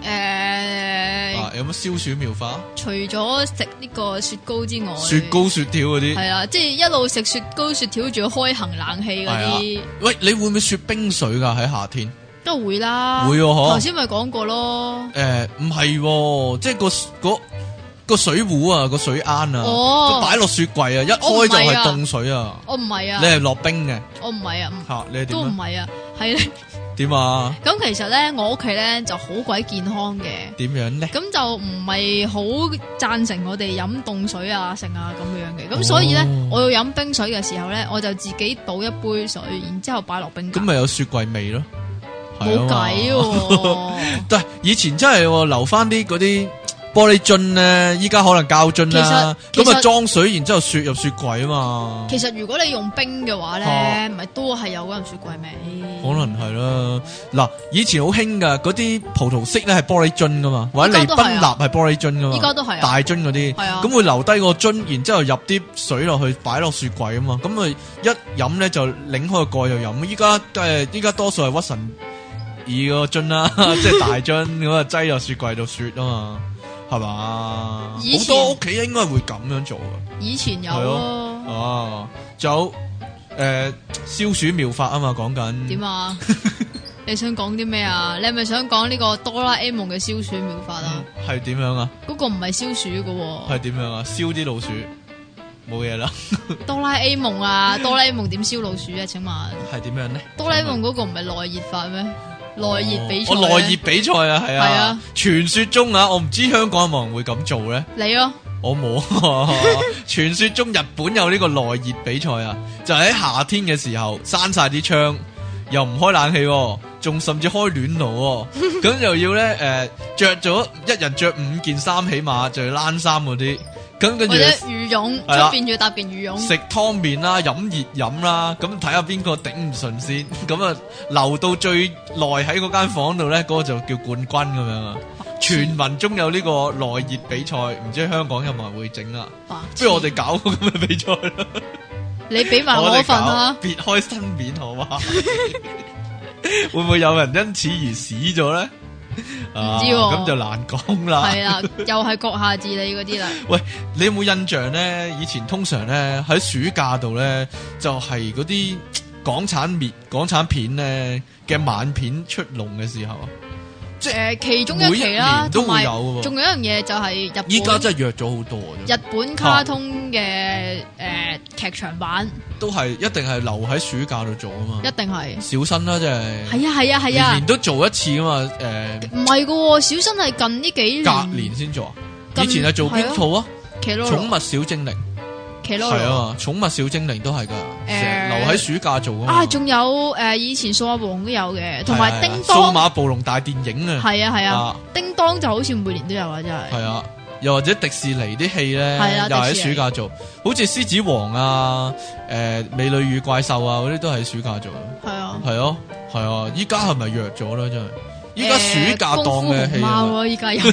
[SPEAKER 2] 誒，
[SPEAKER 1] 啊？有乜消暑妙法？
[SPEAKER 2] 除咗食呢個雪糕之外，
[SPEAKER 1] 雪糕雪條嗰啲，
[SPEAKER 2] 係啊，即係一路食雪糕雪條，仲要開行冷氣嗰
[SPEAKER 1] 係
[SPEAKER 2] 啲
[SPEAKER 1] 啊。喂，你會唔會雪冰水噶喺夏天？
[SPEAKER 2] 都會啦。
[SPEAKER 1] 會喎嗬
[SPEAKER 2] 頭先咪講過咯。
[SPEAKER 1] 诶，唔係喎，即係個嗰個水壺啊，個水罌啊
[SPEAKER 2] 哦，
[SPEAKER 1] 擺落雪櫃啊，一
[SPEAKER 2] 我唔
[SPEAKER 1] 開就係
[SPEAKER 2] 係啊
[SPEAKER 1] 凍水啊，
[SPEAKER 2] 我唔係
[SPEAKER 1] 你
[SPEAKER 2] 啊，
[SPEAKER 1] 係落冰嘅
[SPEAKER 2] 我唔係啊，唔
[SPEAKER 1] 吓，你係點
[SPEAKER 2] 都唔
[SPEAKER 1] 啊？
[SPEAKER 2] 係啊，係咧。
[SPEAKER 1] 點啊？
[SPEAKER 2] 咁其實咧，我屋企咧就好鬼健康嘅。
[SPEAKER 1] 點樣咧？
[SPEAKER 2] 咁就唔係好贊成我哋飲凍水啊、剩啊咁樣嘅，咁所以咧
[SPEAKER 1] 哦，
[SPEAKER 2] 我要飲冰水嘅時候咧，我就自己倒一杯水，然之後擺落冰格
[SPEAKER 1] 咁，咪有雪櫃味咯，係啊嘛
[SPEAKER 2] 冇計。喎。
[SPEAKER 1] 但係以前真係喎留翻啲嗰啲玻璃樽咧，依家可能膠樽啦，
[SPEAKER 2] 其
[SPEAKER 1] 咁
[SPEAKER 2] 實
[SPEAKER 1] 啊
[SPEAKER 2] 其實
[SPEAKER 1] 裝水，然之後雪入雪櫃啊嘛，
[SPEAKER 2] 其實如果你用冰嘅話咧，
[SPEAKER 1] 哦
[SPEAKER 2] 唔係都係有嗰陣雪櫃味。
[SPEAKER 1] 可能係啦。嗱，以前好興噶，嗰啲葡萄色咧係玻璃樽噶嘛，或者利
[SPEAKER 2] 依家都係
[SPEAKER 1] 賓
[SPEAKER 2] 啊
[SPEAKER 1] 納係玻璃樽噶嘛，
[SPEAKER 2] 依家都係啊
[SPEAKER 1] 大樽嗰啲，
[SPEAKER 2] 係啊
[SPEAKER 1] 咁會留低個樽，然之後入啲水落去，擺落雪櫃啊嘛，咁咪一飲咧就擰開個蓋就飲。依家誒，依家多數係屈臣二個樽 啦，即係大樽咁啊，擠落雪櫃度雪啊嘛，係嘛？
[SPEAKER 2] 以
[SPEAKER 1] 好
[SPEAKER 2] 前
[SPEAKER 1] 多屋企應該會咁樣做
[SPEAKER 2] 以前有
[SPEAKER 1] 係
[SPEAKER 2] 咯
[SPEAKER 1] 啊。，哦，仲有誒消暑妙法啊嘛，講緊
[SPEAKER 2] 點啊？ 你想講啲咩啊？你係咪想講呢個哆啦 A 夢嘅消暑妙法啊？
[SPEAKER 1] 嗯係點樣啊？
[SPEAKER 2] 嗰個唔係消暑嘅喎，
[SPEAKER 1] 係點樣啊？燒啲老鼠，冇嘢啦。
[SPEAKER 2] 哆啦 A 夢啊，哆啦 A 夢點燒老鼠啊？請問？
[SPEAKER 1] 係點樣咧？
[SPEAKER 2] 哆啦 A 夢嗰個唔係內熱法咩？內熱比賽
[SPEAKER 1] 我
[SPEAKER 2] 呢
[SPEAKER 1] 哦內熱比賽啊，係
[SPEAKER 2] 係
[SPEAKER 1] 啊
[SPEAKER 2] 啊，
[SPEAKER 1] 傳說中啊，我唔知香港有冇人會咁做咧，
[SPEAKER 2] 你咯，
[SPEAKER 1] 我冇。 傳說中日本有呢個內熱比賽啊，就喺夏天嘅時候，閂晒啲窗，又唔開冷氣喎，仲甚至開暖爐喎，咁又要咧誒著咗一人着五件衫，起碼就要冷衫嗰啲，咁跟住
[SPEAKER 2] 或者羽絨
[SPEAKER 1] 係啦
[SPEAKER 2] 出邊要搭件羽絨，
[SPEAKER 1] 食湯麵啦，飲熱飲啦，咁睇下邊個頂唔順先， 咁啊留到最耐喺嗰間房度咧，嗰、個就叫冠軍咁樣啊。傳聞中有呢個內熱比賽，唔知香港有冇人會整啦？
[SPEAKER 2] 白
[SPEAKER 1] 不
[SPEAKER 2] 痴
[SPEAKER 1] 如我哋搞個咁嘅比賽 啦，
[SPEAKER 2] 你俾埋
[SPEAKER 1] 我
[SPEAKER 2] 我
[SPEAKER 1] 哋
[SPEAKER 2] 份啦
[SPEAKER 1] 搞，別開新面好嘛？ 會唔會有人因此而死咗咧？啊，
[SPEAKER 2] 唔知喎
[SPEAKER 1] 咁就難講啦。
[SPEAKER 2] 係啊啦，又係閣下治理嗰啲啦，
[SPEAKER 1] 你有冇印象咧？以前通常咧喺暑假度咧，就係嗰啲港產滅港產片咧嘅晚片出籠嘅時候啊，
[SPEAKER 2] 誒其中一期啦
[SPEAKER 1] 每一年，都
[SPEAKER 2] 同
[SPEAKER 1] 會
[SPEAKER 2] 埋
[SPEAKER 1] 有嘅喎
[SPEAKER 2] 仲有一樣嘢就係
[SPEAKER 1] 依
[SPEAKER 2] 日
[SPEAKER 1] 家
[SPEAKER 2] 本
[SPEAKER 1] 真係弱咗好多啊真係
[SPEAKER 2] 日本卡通嘅誒劇場版
[SPEAKER 1] 都係一定係留喺暑假度做啊嘛
[SPEAKER 2] 一。定係，
[SPEAKER 1] 小新啦，真係，
[SPEAKER 2] 係啊係啊係
[SPEAKER 1] 年
[SPEAKER 2] 啊嗯
[SPEAKER 1] 年，都做一次啊嘛。誒，
[SPEAKER 2] 唔係嘅喎，小新係近呢幾年
[SPEAKER 1] 隔年先做啊。
[SPEAKER 2] 咁
[SPEAKER 1] 以前係做邊套啊？
[SPEAKER 2] 騎羅
[SPEAKER 1] 寵
[SPEAKER 2] 羅
[SPEAKER 1] 物小精靈
[SPEAKER 2] 騎羅
[SPEAKER 1] 係
[SPEAKER 2] 羅
[SPEAKER 1] 啊嘛，寵物小精靈都係噶，成日
[SPEAKER 2] 誒
[SPEAKER 1] 留喺暑假做啊嘛。
[SPEAKER 2] 啊，仲有誒以前數碼暴龍都有嘅，同埋
[SPEAKER 1] 係啊
[SPEAKER 2] 叮
[SPEAKER 1] 數
[SPEAKER 2] 當
[SPEAKER 1] 碼暴龍大電影啊，
[SPEAKER 2] 係啊係啊，
[SPEAKER 1] 啊。
[SPEAKER 2] 叮當就好似每年都有啊，真
[SPEAKER 1] 系
[SPEAKER 2] 係
[SPEAKER 1] 啊，又或者迪士尼啲戲咧
[SPEAKER 2] 係，啊
[SPEAKER 1] 又喺
[SPEAKER 2] 迪士
[SPEAKER 1] 暑
[SPEAKER 2] 尼
[SPEAKER 1] 假做，好似《獅子王》啊、诶、美女與怪獸》啊嗰啲都喺暑假做，
[SPEAKER 2] 係啊。
[SPEAKER 1] 係咯、係啊，依家係咪弱咗咧？真係，依家暑假
[SPEAKER 2] 誒
[SPEAKER 1] 檔嘅戲
[SPEAKER 2] 功夫熊貓
[SPEAKER 1] 啊
[SPEAKER 2] 咯，依 家有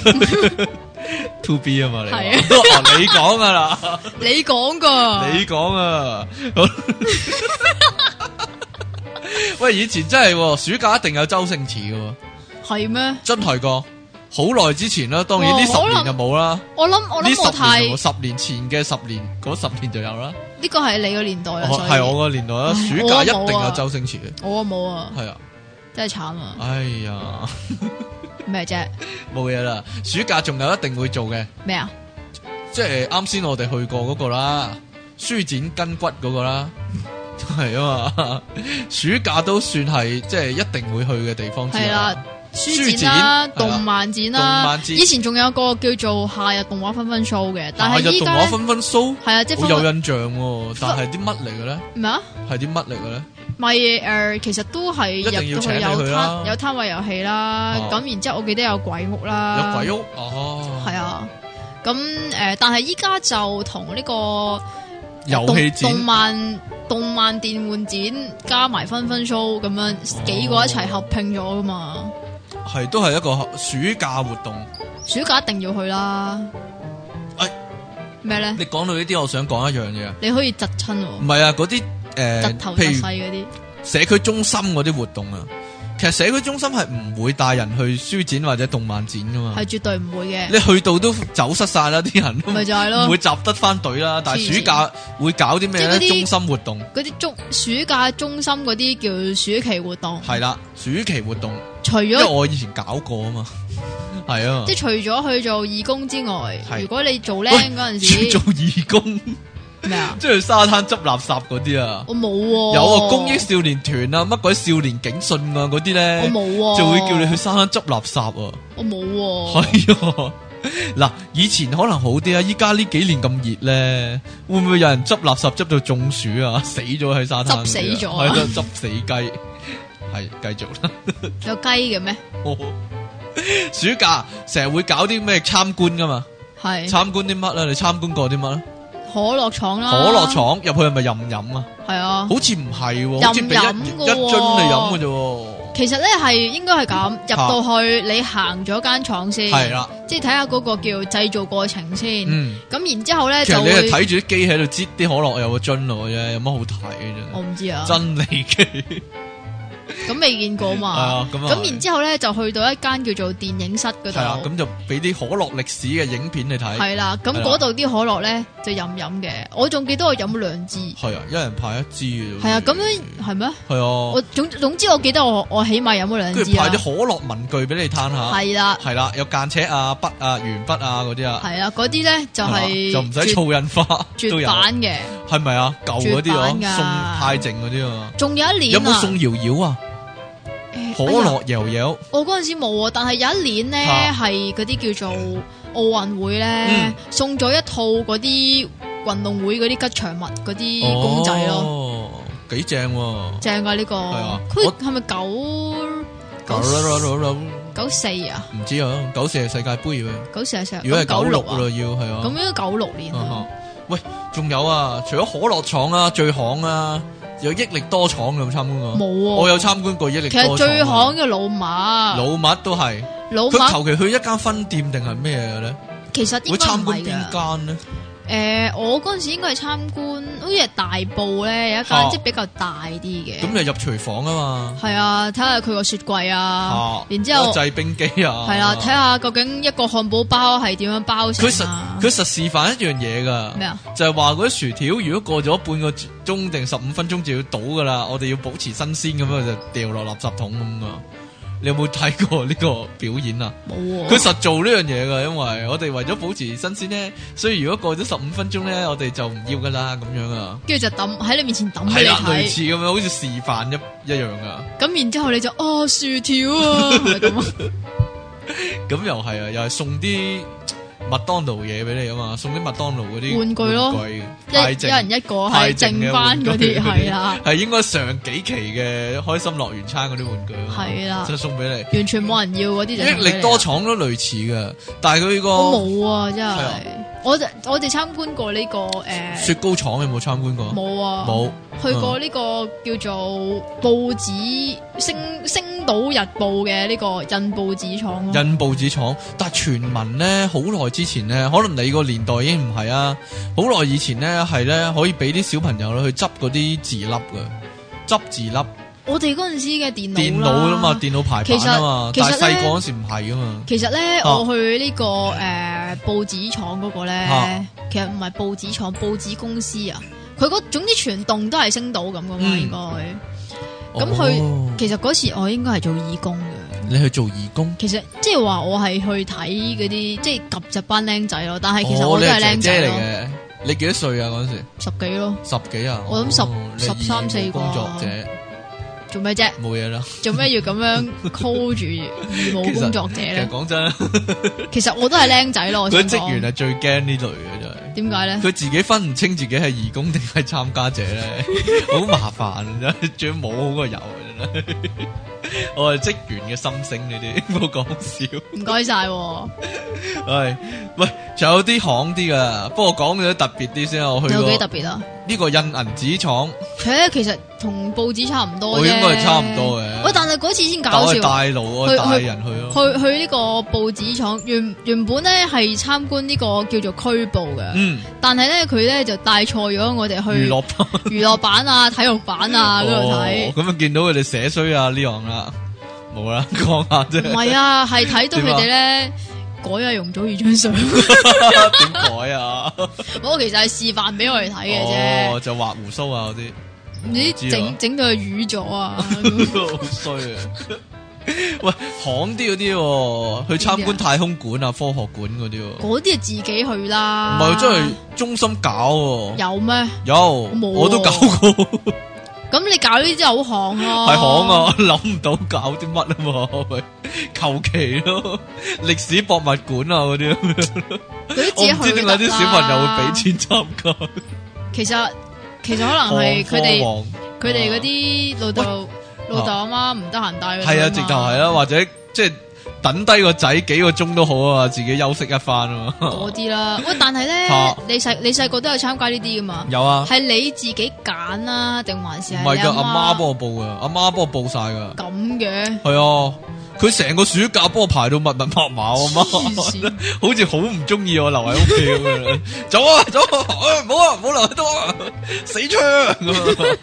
[SPEAKER 1] ，To B 啊嘛，你話
[SPEAKER 2] 係哦啊
[SPEAKER 1] 哦你講 噶 啦，
[SPEAKER 2] 你講噶，
[SPEAKER 1] 你講啊，好 喂，以前真係喎，暑假一定有周星馳嘅喎，
[SPEAKER 2] 係咩？
[SPEAKER 1] 真係個，好耐之前啦，當然
[SPEAKER 2] 哇
[SPEAKER 1] 呢十
[SPEAKER 2] 哦可
[SPEAKER 1] 年
[SPEAKER 2] 能
[SPEAKER 1] 就冇啦。
[SPEAKER 2] 我諗我
[SPEAKER 1] 呢
[SPEAKER 2] 諗我太
[SPEAKER 1] 十年十年前嘅十年嗰十年就有啦，
[SPEAKER 2] 呢個係你個年代啊，
[SPEAKER 1] 我
[SPEAKER 2] 所以
[SPEAKER 1] 哦係我個年代啦，
[SPEAKER 2] 唉
[SPEAKER 1] 暑假一定
[SPEAKER 2] 我都冇啊
[SPEAKER 1] 有周星馳嘅，
[SPEAKER 2] 我啊冇啊，
[SPEAKER 1] 係啊，
[SPEAKER 2] 真係慘啊！
[SPEAKER 1] 哎呀，
[SPEAKER 2] 咩啫？
[SPEAKER 1] 冇嘢啦，暑假仲有一定會做嘅，
[SPEAKER 2] 咩啊？
[SPEAKER 1] 即係啱先我哋去過嗰個啦，舒展筋骨嗰個啦， 係啊嘛，暑假都算係即係一定會去嘅地方之一
[SPEAKER 2] 係
[SPEAKER 1] 啦，
[SPEAKER 2] 啦，書展
[SPEAKER 1] 書
[SPEAKER 2] 啦，
[SPEAKER 1] 展
[SPEAKER 2] 動漫展
[SPEAKER 1] 動
[SPEAKER 2] 啦
[SPEAKER 1] 漫，展啊
[SPEAKER 2] 以前仲有個叫做夏日動畫紛紛 show 嘅，但
[SPEAKER 1] 夏
[SPEAKER 2] 係
[SPEAKER 1] 日
[SPEAKER 2] 依
[SPEAKER 1] 動
[SPEAKER 2] 家
[SPEAKER 1] 畫
[SPEAKER 2] 咧
[SPEAKER 1] 紛紛 show，
[SPEAKER 2] 係啊，即係
[SPEAKER 1] 我
[SPEAKER 2] 紛
[SPEAKER 1] 有
[SPEAKER 2] 紛
[SPEAKER 1] 印象喎，但係啲乜嚟嘅咧？
[SPEAKER 2] 咩啊？
[SPEAKER 1] 係啲乜嚟嘅咧？
[SPEAKER 2] 咪誒，其實都係
[SPEAKER 1] 一定要
[SPEAKER 2] 入到去
[SPEAKER 1] 請你
[SPEAKER 2] 有
[SPEAKER 1] 去啦
[SPEAKER 2] 攤有攤位遊戲啦，
[SPEAKER 1] 哦
[SPEAKER 2] 咁然之後我記得有鬼屋啦，
[SPEAKER 1] 有鬼屋哦，
[SPEAKER 2] 係啊，咁誒、呃但係依家就同呢、個
[SPEAKER 1] 遊戲
[SPEAKER 2] 動動
[SPEAKER 1] 展。
[SPEAKER 2] 漫動漫電玩展加埋分分 show 咁樣
[SPEAKER 1] 哦
[SPEAKER 2] 幾個一齊合拼咗噶嘛，
[SPEAKER 1] 系都系一個暑假活動。
[SPEAKER 2] 暑假一定要去啦。
[SPEAKER 1] 哎
[SPEAKER 2] 咩咧？
[SPEAKER 1] 你講到呢啲，我想講一樣嘢，啊
[SPEAKER 2] 你可以窒親
[SPEAKER 1] 唔
[SPEAKER 2] 喎，
[SPEAKER 1] 係啊，嗰啲诶，
[SPEAKER 2] 窒頭窒
[SPEAKER 1] 譬如啊
[SPEAKER 2] 勢嗰啲，
[SPEAKER 1] 社區中心嗰啲活動啊，其實社區中心係唔會帶人去書展或者動漫展噶嘛
[SPEAKER 2] 係。絕對唔會嘅，
[SPEAKER 1] 你去到都走失晒啦，啲人都
[SPEAKER 2] 咪就係咯
[SPEAKER 1] 唔會集得翻隊啦。但係暑假會搞啲咩咧？
[SPEAKER 2] 即係嗰
[SPEAKER 1] 中
[SPEAKER 2] 啲
[SPEAKER 1] 心活動
[SPEAKER 2] 嗰啲中暑假中心嗰啲叫暑期活動，
[SPEAKER 1] 係啦，暑期活動，
[SPEAKER 2] 除
[SPEAKER 1] 因為
[SPEAKER 2] 咗。
[SPEAKER 1] 我以前搞過啊嘛，係啊
[SPEAKER 2] 即。系除咗去做義工之外，
[SPEAKER 1] 係
[SPEAKER 2] 如果你做僆嗰阵
[SPEAKER 1] 去做
[SPEAKER 2] 时
[SPEAKER 1] 義工，
[SPEAKER 2] 咩啊？
[SPEAKER 1] 即係去沙灘執垃圾嗰啲啊，
[SPEAKER 2] 我冇喎，
[SPEAKER 1] 有啊，公益少年團啊，乜鬼少年警訊啊，嗰啲咧，
[SPEAKER 2] 我冇啊喎，
[SPEAKER 1] 就會叫你去沙灘執垃圾啊，
[SPEAKER 2] 我冇喎，
[SPEAKER 1] 係啊，嗱，以前可能好啲啊，依家呢幾年咁熱咧，會唔會有人執垃圾執到中暑啊， 死咗喺沙灘嗰啲啊，
[SPEAKER 2] 執死咗
[SPEAKER 1] 係咯，執死雞，係繼續啦，
[SPEAKER 2] 有雞嘅咩？
[SPEAKER 1] 好暑假成日會搞啲咩參觀噶嘛，
[SPEAKER 2] 係
[SPEAKER 1] 參觀啲乜啊？你參觀過啲乜啊？
[SPEAKER 2] 可樂廠啦，
[SPEAKER 1] 可樂廠入去係咪任飲啊？
[SPEAKER 2] 係啊。
[SPEAKER 1] 好似唔係喎，好似俾一
[SPEAKER 2] 任飲㗎
[SPEAKER 1] 一
[SPEAKER 2] 喎
[SPEAKER 1] 樽你飲嘅啫喎，
[SPEAKER 2] 其實咧係應該係咁，入到去你行咗間廠先，
[SPEAKER 1] 係啦，
[SPEAKER 2] 即係睇下嗰個叫製造過程先。咁
[SPEAKER 1] 嗯。
[SPEAKER 2] 然之后咧
[SPEAKER 1] 其
[SPEAKER 2] 就
[SPEAKER 1] 實你係
[SPEAKER 2] 會，
[SPEAKER 1] 睇住啲機喺度擠啲可樂有個樽落啫，有乜好睇
[SPEAKER 2] 我
[SPEAKER 1] 嘅
[SPEAKER 2] 唔知啊
[SPEAKER 1] 啫？，真理機
[SPEAKER 2] 咁未見過
[SPEAKER 1] 係
[SPEAKER 2] 嘛。
[SPEAKER 1] 啊，咁啊，
[SPEAKER 2] 嗯咁然之后咧就去到一間叫做電影室嗰
[SPEAKER 1] 係啊，
[SPEAKER 2] 度。
[SPEAKER 1] 咁就俾啲可樂歷史嘅影片你睇，
[SPEAKER 2] 係啊啦，咁
[SPEAKER 1] 係啦
[SPEAKER 2] 嗰度啲可樂咧就任飲嘅，我仲記得我飲咗兩支，
[SPEAKER 1] 係啊，一人派一支嘅啫，
[SPEAKER 2] 係啊，咁樣係咩？
[SPEAKER 1] 係
[SPEAKER 2] 我
[SPEAKER 1] 啊，
[SPEAKER 2] 總總之我記得我我起碼飲咗兩
[SPEAKER 1] 跟
[SPEAKER 2] 支
[SPEAKER 1] 住
[SPEAKER 2] 啦
[SPEAKER 1] 派啲，可樂文具俾你攤下，
[SPEAKER 2] 係啦
[SPEAKER 1] 係啦，有間尺啊、筆啊、鉛筆啊嗰啲啊，
[SPEAKER 2] 係啦，嗰啲咧就
[SPEAKER 1] 係嘛
[SPEAKER 2] 係
[SPEAKER 1] 就唔使儲印花
[SPEAKER 2] 絕
[SPEAKER 1] 都
[SPEAKER 2] 絕
[SPEAKER 1] 有，
[SPEAKER 2] 版嘅，
[SPEAKER 1] 係咪啊？舊嗰啲
[SPEAKER 2] 絕版
[SPEAKER 1] 啊，
[SPEAKER 2] 㗎
[SPEAKER 1] 送派剩嗰啲啊，
[SPEAKER 2] 仲有一
[SPEAKER 1] 有
[SPEAKER 2] 年
[SPEAKER 1] 冇
[SPEAKER 2] 啊
[SPEAKER 1] 送，搖搖啊？可樂油油
[SPEAKER 2] 我嗰阵时冇啊，但係有一年咧
[SPEAKER 1] 啊
[SPEAKER 2] 係嗰啲叫做奧運會咧
[SPEAKER 1] 嗯，
[SPEAKER 2] 送咗一套嗰啲運動會嗰啲吉祥物嗰啲公仔
[SPEAKER 1] 咯，
[SPEAKER 2] 咯，
[SPEAKER 1] 哦幾正喎！
[SPEAKER 2] 正噶呢個。
[SPEAKER 1] 啊
[SPEAKER 2] 佢
[SPEAKER 1] 我
[SPEAKER 2] 係咪九九四啊？
[SPEAKER 1] 唔知啊，九四係世界盃嘅，
[SPEAKER 2] 九四係上，
[SPEAKER 1] 如果係
[SPEAKER 2] 咁
[SPEAKER 1] 九六
[SPEAKER 2] 啊
[SPEAKER 1] 啦，，要係啊
[SPEAKER 2] 咁。應該九六年啊。
[SPEAKER 1] 啊哈喂，仲有啊，除咗可樂廠啊、最行啊，有益力多廠有冇參觀過？
[SPEAKER 2] 冇喎
[SPEAKER 1] 我有參觀過益力
[SPEAKER 2] 其
[SPEAKER 1] 多廠啊。
[SPEAKER 2] 實最行嘅老馬，
[SPEAKER 1] 老麥都係，
[SPEAKER 2] 老
[SPEAKER 1] 佢
[SPEAKER 2] 馬
[SPEAKER 1] 求其去一間分店定係咩嘅咧？
[SPEAKER 2] 其實應
[SPEAKER 1] 會
[SPEAKER 2] 該
[SPEAKER 1] 參
[SPEAKER 2] 唔
[SPEAKER 1] 觀
[SPEAKER 2] 係
[SPEAKER 1] 邊
[SPEAKER 2] 㗎。
[SPEAKER 1] 間咧？
[SPEAKER 2] 诶，我嗰阵时应该系参觀，好似係大埔咧有一間
[SPEAKER 1] 啊
[SPEAKER 2] 即係比較大啲嘅。
[SPEAKER 1] 咁就入廚房啊
[SPEAKER 2] 系啊，睇下佢個雪櫃
[SPEAKER 1] 嘛，
[SPEAKER 2] 啊
[SPEAKER 1] 啊，，
[SPEAKER 2] 然之后
[SPEAKER 1] 製冰機啊，
[SPEAKER 2] 係啦，睇下究竟一個漢堡包係點樣包成
[SPEAKER 1] 佢實
[SPEAKER 2] 啊
[SPEAKER 1] 佢實示範一樣嘢㗎。
[SPEAKER 2] 咩啊？
[SPEAKER 1] 就係話嗰啲薯條，如果過咗半個鐘定十五分鐘就要倒噶啦，我哋要保持新鮮咁樣就掉落垃圾桶咁啊！你有冇睇過呢個表演啊？
[SPEAKER 2] 冇
[SPEAKER 1] 佢
[SPEAKER 2] 喎，
[SPEAKER 1] 實做呢樣嘢噶，因為我哋為咗保持新鮮咧，所以如果過咗十五分鐘咧，我哋就唔要噶啦咁樣啊，
[SPEAKER 2] 跟住就抌喺你面前抌俾
[SPEAKER 1] 係
[SPEAKER 2] 你
[SPEAKER 1] 啦，類
[SPEAKER 2] 睇，
[SPEAKER 1] 似咁樣，好似示範一一樣噶。
[SPEAKER 2] 咁然之后你就哦薯 條啊，係咪咁啊
[SPEAKER 1] 咁又係啊，又係送啲麥當勞嘢俾你啊嘛，送啲麥當勞嗰啲
[SPEAKER 2] 玩具咯
[SPEAKER 1] 玩具，太
[SPEAKER 2] 一
[SPEAKER 1] 正
[SPEAKER 2] 一人一個
[SPEAKER 1] 太
[SPEAKER 2] 係剩
[SPEAKER 1] 嘅
[SPEAKER 2] 翻
[SPEAKER 1] 玩具
[SPEAKER 2] 嗰啲係啦，，
[SPEAKER 1] 係應該上幾期嘅開心樂園餐嗰啲玩具啊咯，
[SPEAKER 2] 係啦
[SPEAKER 1] 就送俾你。
[SPEAKER 2] 完全冇人要嗰啲就送
[SPEAKER 1] 益
[SPEAKER 2] 俾
[SPEAKER 1] 力
[SPEAKER 2] 你
[SPEAKER 1] 多
[SPEAKER 2] 啦
[SPEAKER 1] 廠都類似嘅，但係佢
[SPEAKER 2] 我
[SPEAKER 1] 個
[SPEAKER 2] 冇啊，真
[SPEAKER 1] 係啊
[SPEAKER 2] 係我哋我哋參觀過呢個诶
[SPEAKER 1] 雪糕廠有冇參觀過？
[SPEAKER 2] 冇啊，
[SPEAKER 1] 冇，
[SPEAKER 2] 去
[SPEAKER 1] 嗯
[SPEAKER 2] 過呢個叫做報紙星星島日報嘅呢個印報紙廠咯，
[SPEAKER 1] 印報紙廠，但係傳聞咧，好耐之前咧，可能你個年代已經唔係啊，好耐以前咧係咧可以俾啲小朋友咧去執嗰啲字粒嘅，執字粒
[SPEAKER 2] 我哋嗰陣時嘅電
[SPEAKER 1] 電腦
[SPEAKER 2] 啦
[SPEAKER 1] 啊嘛，電腦排版啊嘛，
[SPEAKER 2] 其
[SPEAKER 1] 但
[SPEAKER 2] 實
[SPEAKER 1] 係
[SPEAKER 2] 其實呢
[SPEAKER 1] 細個嗰時唔係啊嘛，
[SPEAKER 2] 其實咧，
[SPEAKER 1] 啊
[SPEAKER 2] 我去呢、個誒、呃、報紙廠嗰個咧，
[SPEAKER 1] 啊
[SPEAKER 2] 其實唔係報紙廠，報紙公司啊。佢嗰總之全棟都係星島咁噶嘛，
[SPEAKER 1] 嗯
[SPEAKER 2] 應該。咁佢
[SPEAKER 1] 哦
[SPEAKER 2] 其實嗰時我應該係做義工嘅。
[SPEAKER 1] 你去做義工。
[SPEAKER 2] 其實即係話我係去睇嗰啲即係及實班僆仔咯，但係其實
[SPEAKER 1] 哦
[SPEAKER 2] 我都
[SPEAKER 1] 你係
[SPEAKER 2] 係僆
[SPEAKER 1] 姐
[SPEAKER 2] 仔啊
[SPEAKER 1] 姐嚟
[SPEAKER 2] 咯，
[SPEAKER 1] 嘅。你幾多歲啊？嗰陣時
[SPEAKER 2] 十幾咯，
[SPEAKER 1] 十幾啊？
[SPEAKER 2] 我諗十
[SPEAKER 1] 哦你
[SPEAKER 2] 十
[SPEAKER 1] 義
[SPEAKER 2] 三
[SPEAKER 1] 務
[SPEAKER 2] 四啩啊
[SPEAKER 1] 工作者
[SPEAKER 2] 做咩啫？
[SPEAKER 1] 冇嘢啦。
[SPEAKER 2] 做咩要咁樣 call 住義務
[SPEAKER 1] 其實
[SPEAKER 2] 工作者
[SPEAKER 1] 其實
[SPEAKER 2] 咧？
[SPEAKER 1] 講真，
[SPEAKER 2] 其實我都係僆仔咯，我
[SPEAKER 1] 嗰啲
[SPEAKER 2] 想
[SPEAKER 1] 職員啊
[SPEAKER 2] 講
[SPEAKER 1] 係最驚呢類嘅真係。
[SPEAKER 2] 點解咧？
[SPEAKER 1] 佢自己分唔清自己係義工定係參加者咧， 好麻煩啊真係，最冇好過有真係。 我係職員嘅心聲呢啲， 冇講笑。
[SPEAKER 2] 唔該晒喎，
[SPEAKER 1] 唉，喂，仲有啲行啲噶，不過講咗特別啲先啊。我去
[SPEAKER 2] 有幾
[SPEAKER 1] 過
[SPEAKER 2] 特別啊？
[SPEAKER 1] 呢個印銀紙廠，
[SPEAKER 2] 佢其實同報紙差唔多
[SPEAKER 1] 我
[SPEAKER 2] 啫，
[SPEAKER 1] 應該係差唔多嘅
[SPEAKER 2] 喂，但係嗰次先
[SPEAKER 1] 但
[SPEAKER 2] 搞
[SPEAKER 1] 我係
[SPEAKER 2] 笑，啊
[SPEAKER 1] 帶路，我
[SPEAKER 2] 去
[SPEAKER 1] 係帶
[SPEAKER 2] 去
[SPEAKER 1] 人去咯。
[SPEAKER 2] 去去呢個報紙廠，原原本咧係參觀呢個叫做區報嘅，
[SPEAKER 1] 嗯，
[SPEAKER 2] 但係咧佢咧就帶錯咗我哋
[SPEAKER 1] 娛
[SPEAKER 2] 去
[SPEAKER 1] 樂版。
[SPEAKER 2] 娛樂 版啊、體育版啊嗰度睇
[SPEAKER 1] 哦，咁啊見到佢哋寫衰啊呢樣啦，冇啦，講下啫。
[SPEAKER 2] 唔係啊，係睇到佢哋咧。改啊，容祖兒張相，
[SPEAKER 1] 點改 啊？
[SPEAKER 2] 我其實係示範俾我哋睇嘅
[SPEAKER 1] 哦，
[SPEAKER 2] 啫，
[SPEAKER 1] 就畫胡鬚啊嗰啲。
[SPEAKER 2] 唔知
[SPEAKER 1] 知啊
[SPEAKER 2] 整整到佢瘀咗啊！ 咁
[SPEAKER 1] 好衰啊！喂，行啲嗰啲喎，去參觀太空館啊、科學館嗰啲喎，唔
[SPEAKER 2] 嗰啲係自己去啦，
[SPEAKER 1] 係真係中心搞喎。
[SPEAKER 2] 有咩？
[SPEAKER 1] 有，
[SPEAKER 2] 冇喎
[SPEAKER 1] 我都搞過，
[SPEAKER 2] 咁你搞呢啲真係好行咯，
[SPEAKER 1] 係行啊，諗唔到搞啲乜啊嘛，喂求其咯，歷史博物館啊嗰啲，我唔知點
[SPEAKER 2] 佢都自己去點
[SPEAKER 1] 解啲小朋友會俾。錢參加，
[SPEAKER 2] 啊
[SPEAKER 1] 哦
[SPEAKER 2] 其實其實可能係佢哋
[SPEAKER 1] 科學啊
[SPEAKER 2] 佢哋嗰啲老豆老豆阿媽唔得閒帶佢。
[SPEAKER 1] 系啊，直頭係。啦，或者即係等低個仔幾個鐘都好啊，自己休息一番啊嘛。
[SPEAKER 2] 嗰啲啦，喂！但係咧
[SPEAKER 1] 嚇，
[SPEAKER 2] 你細你細個都有參加呢啲噶嘛？
[SPEAKER 1] 有啊，
[SPEAKER 2] 係你自己揀啦，定還是
[SPEAKER 1] 唔
[SPEAKER 2] 係
[SPEAKER 1] 係
[SPEAKER 2] 你
[SPEAKER 1] 噶，阿媽
[SPEAKER 2] 媽
[SPEAKER 1] 幫我報噶，阿媽幫我報晒噶。
[SPEAKER 2] 咁嘅？
[SPEAKER 1] 係啊，佢成個暑假幫我排到密密麻麻，我 媽
[SPEAKER 2] 黐線
[SPEAKER 1] 好似好唔中意我留喺屋企咁樣。走啊走啊，哎唔好啊唔好留喺度啊，死槍咁啊！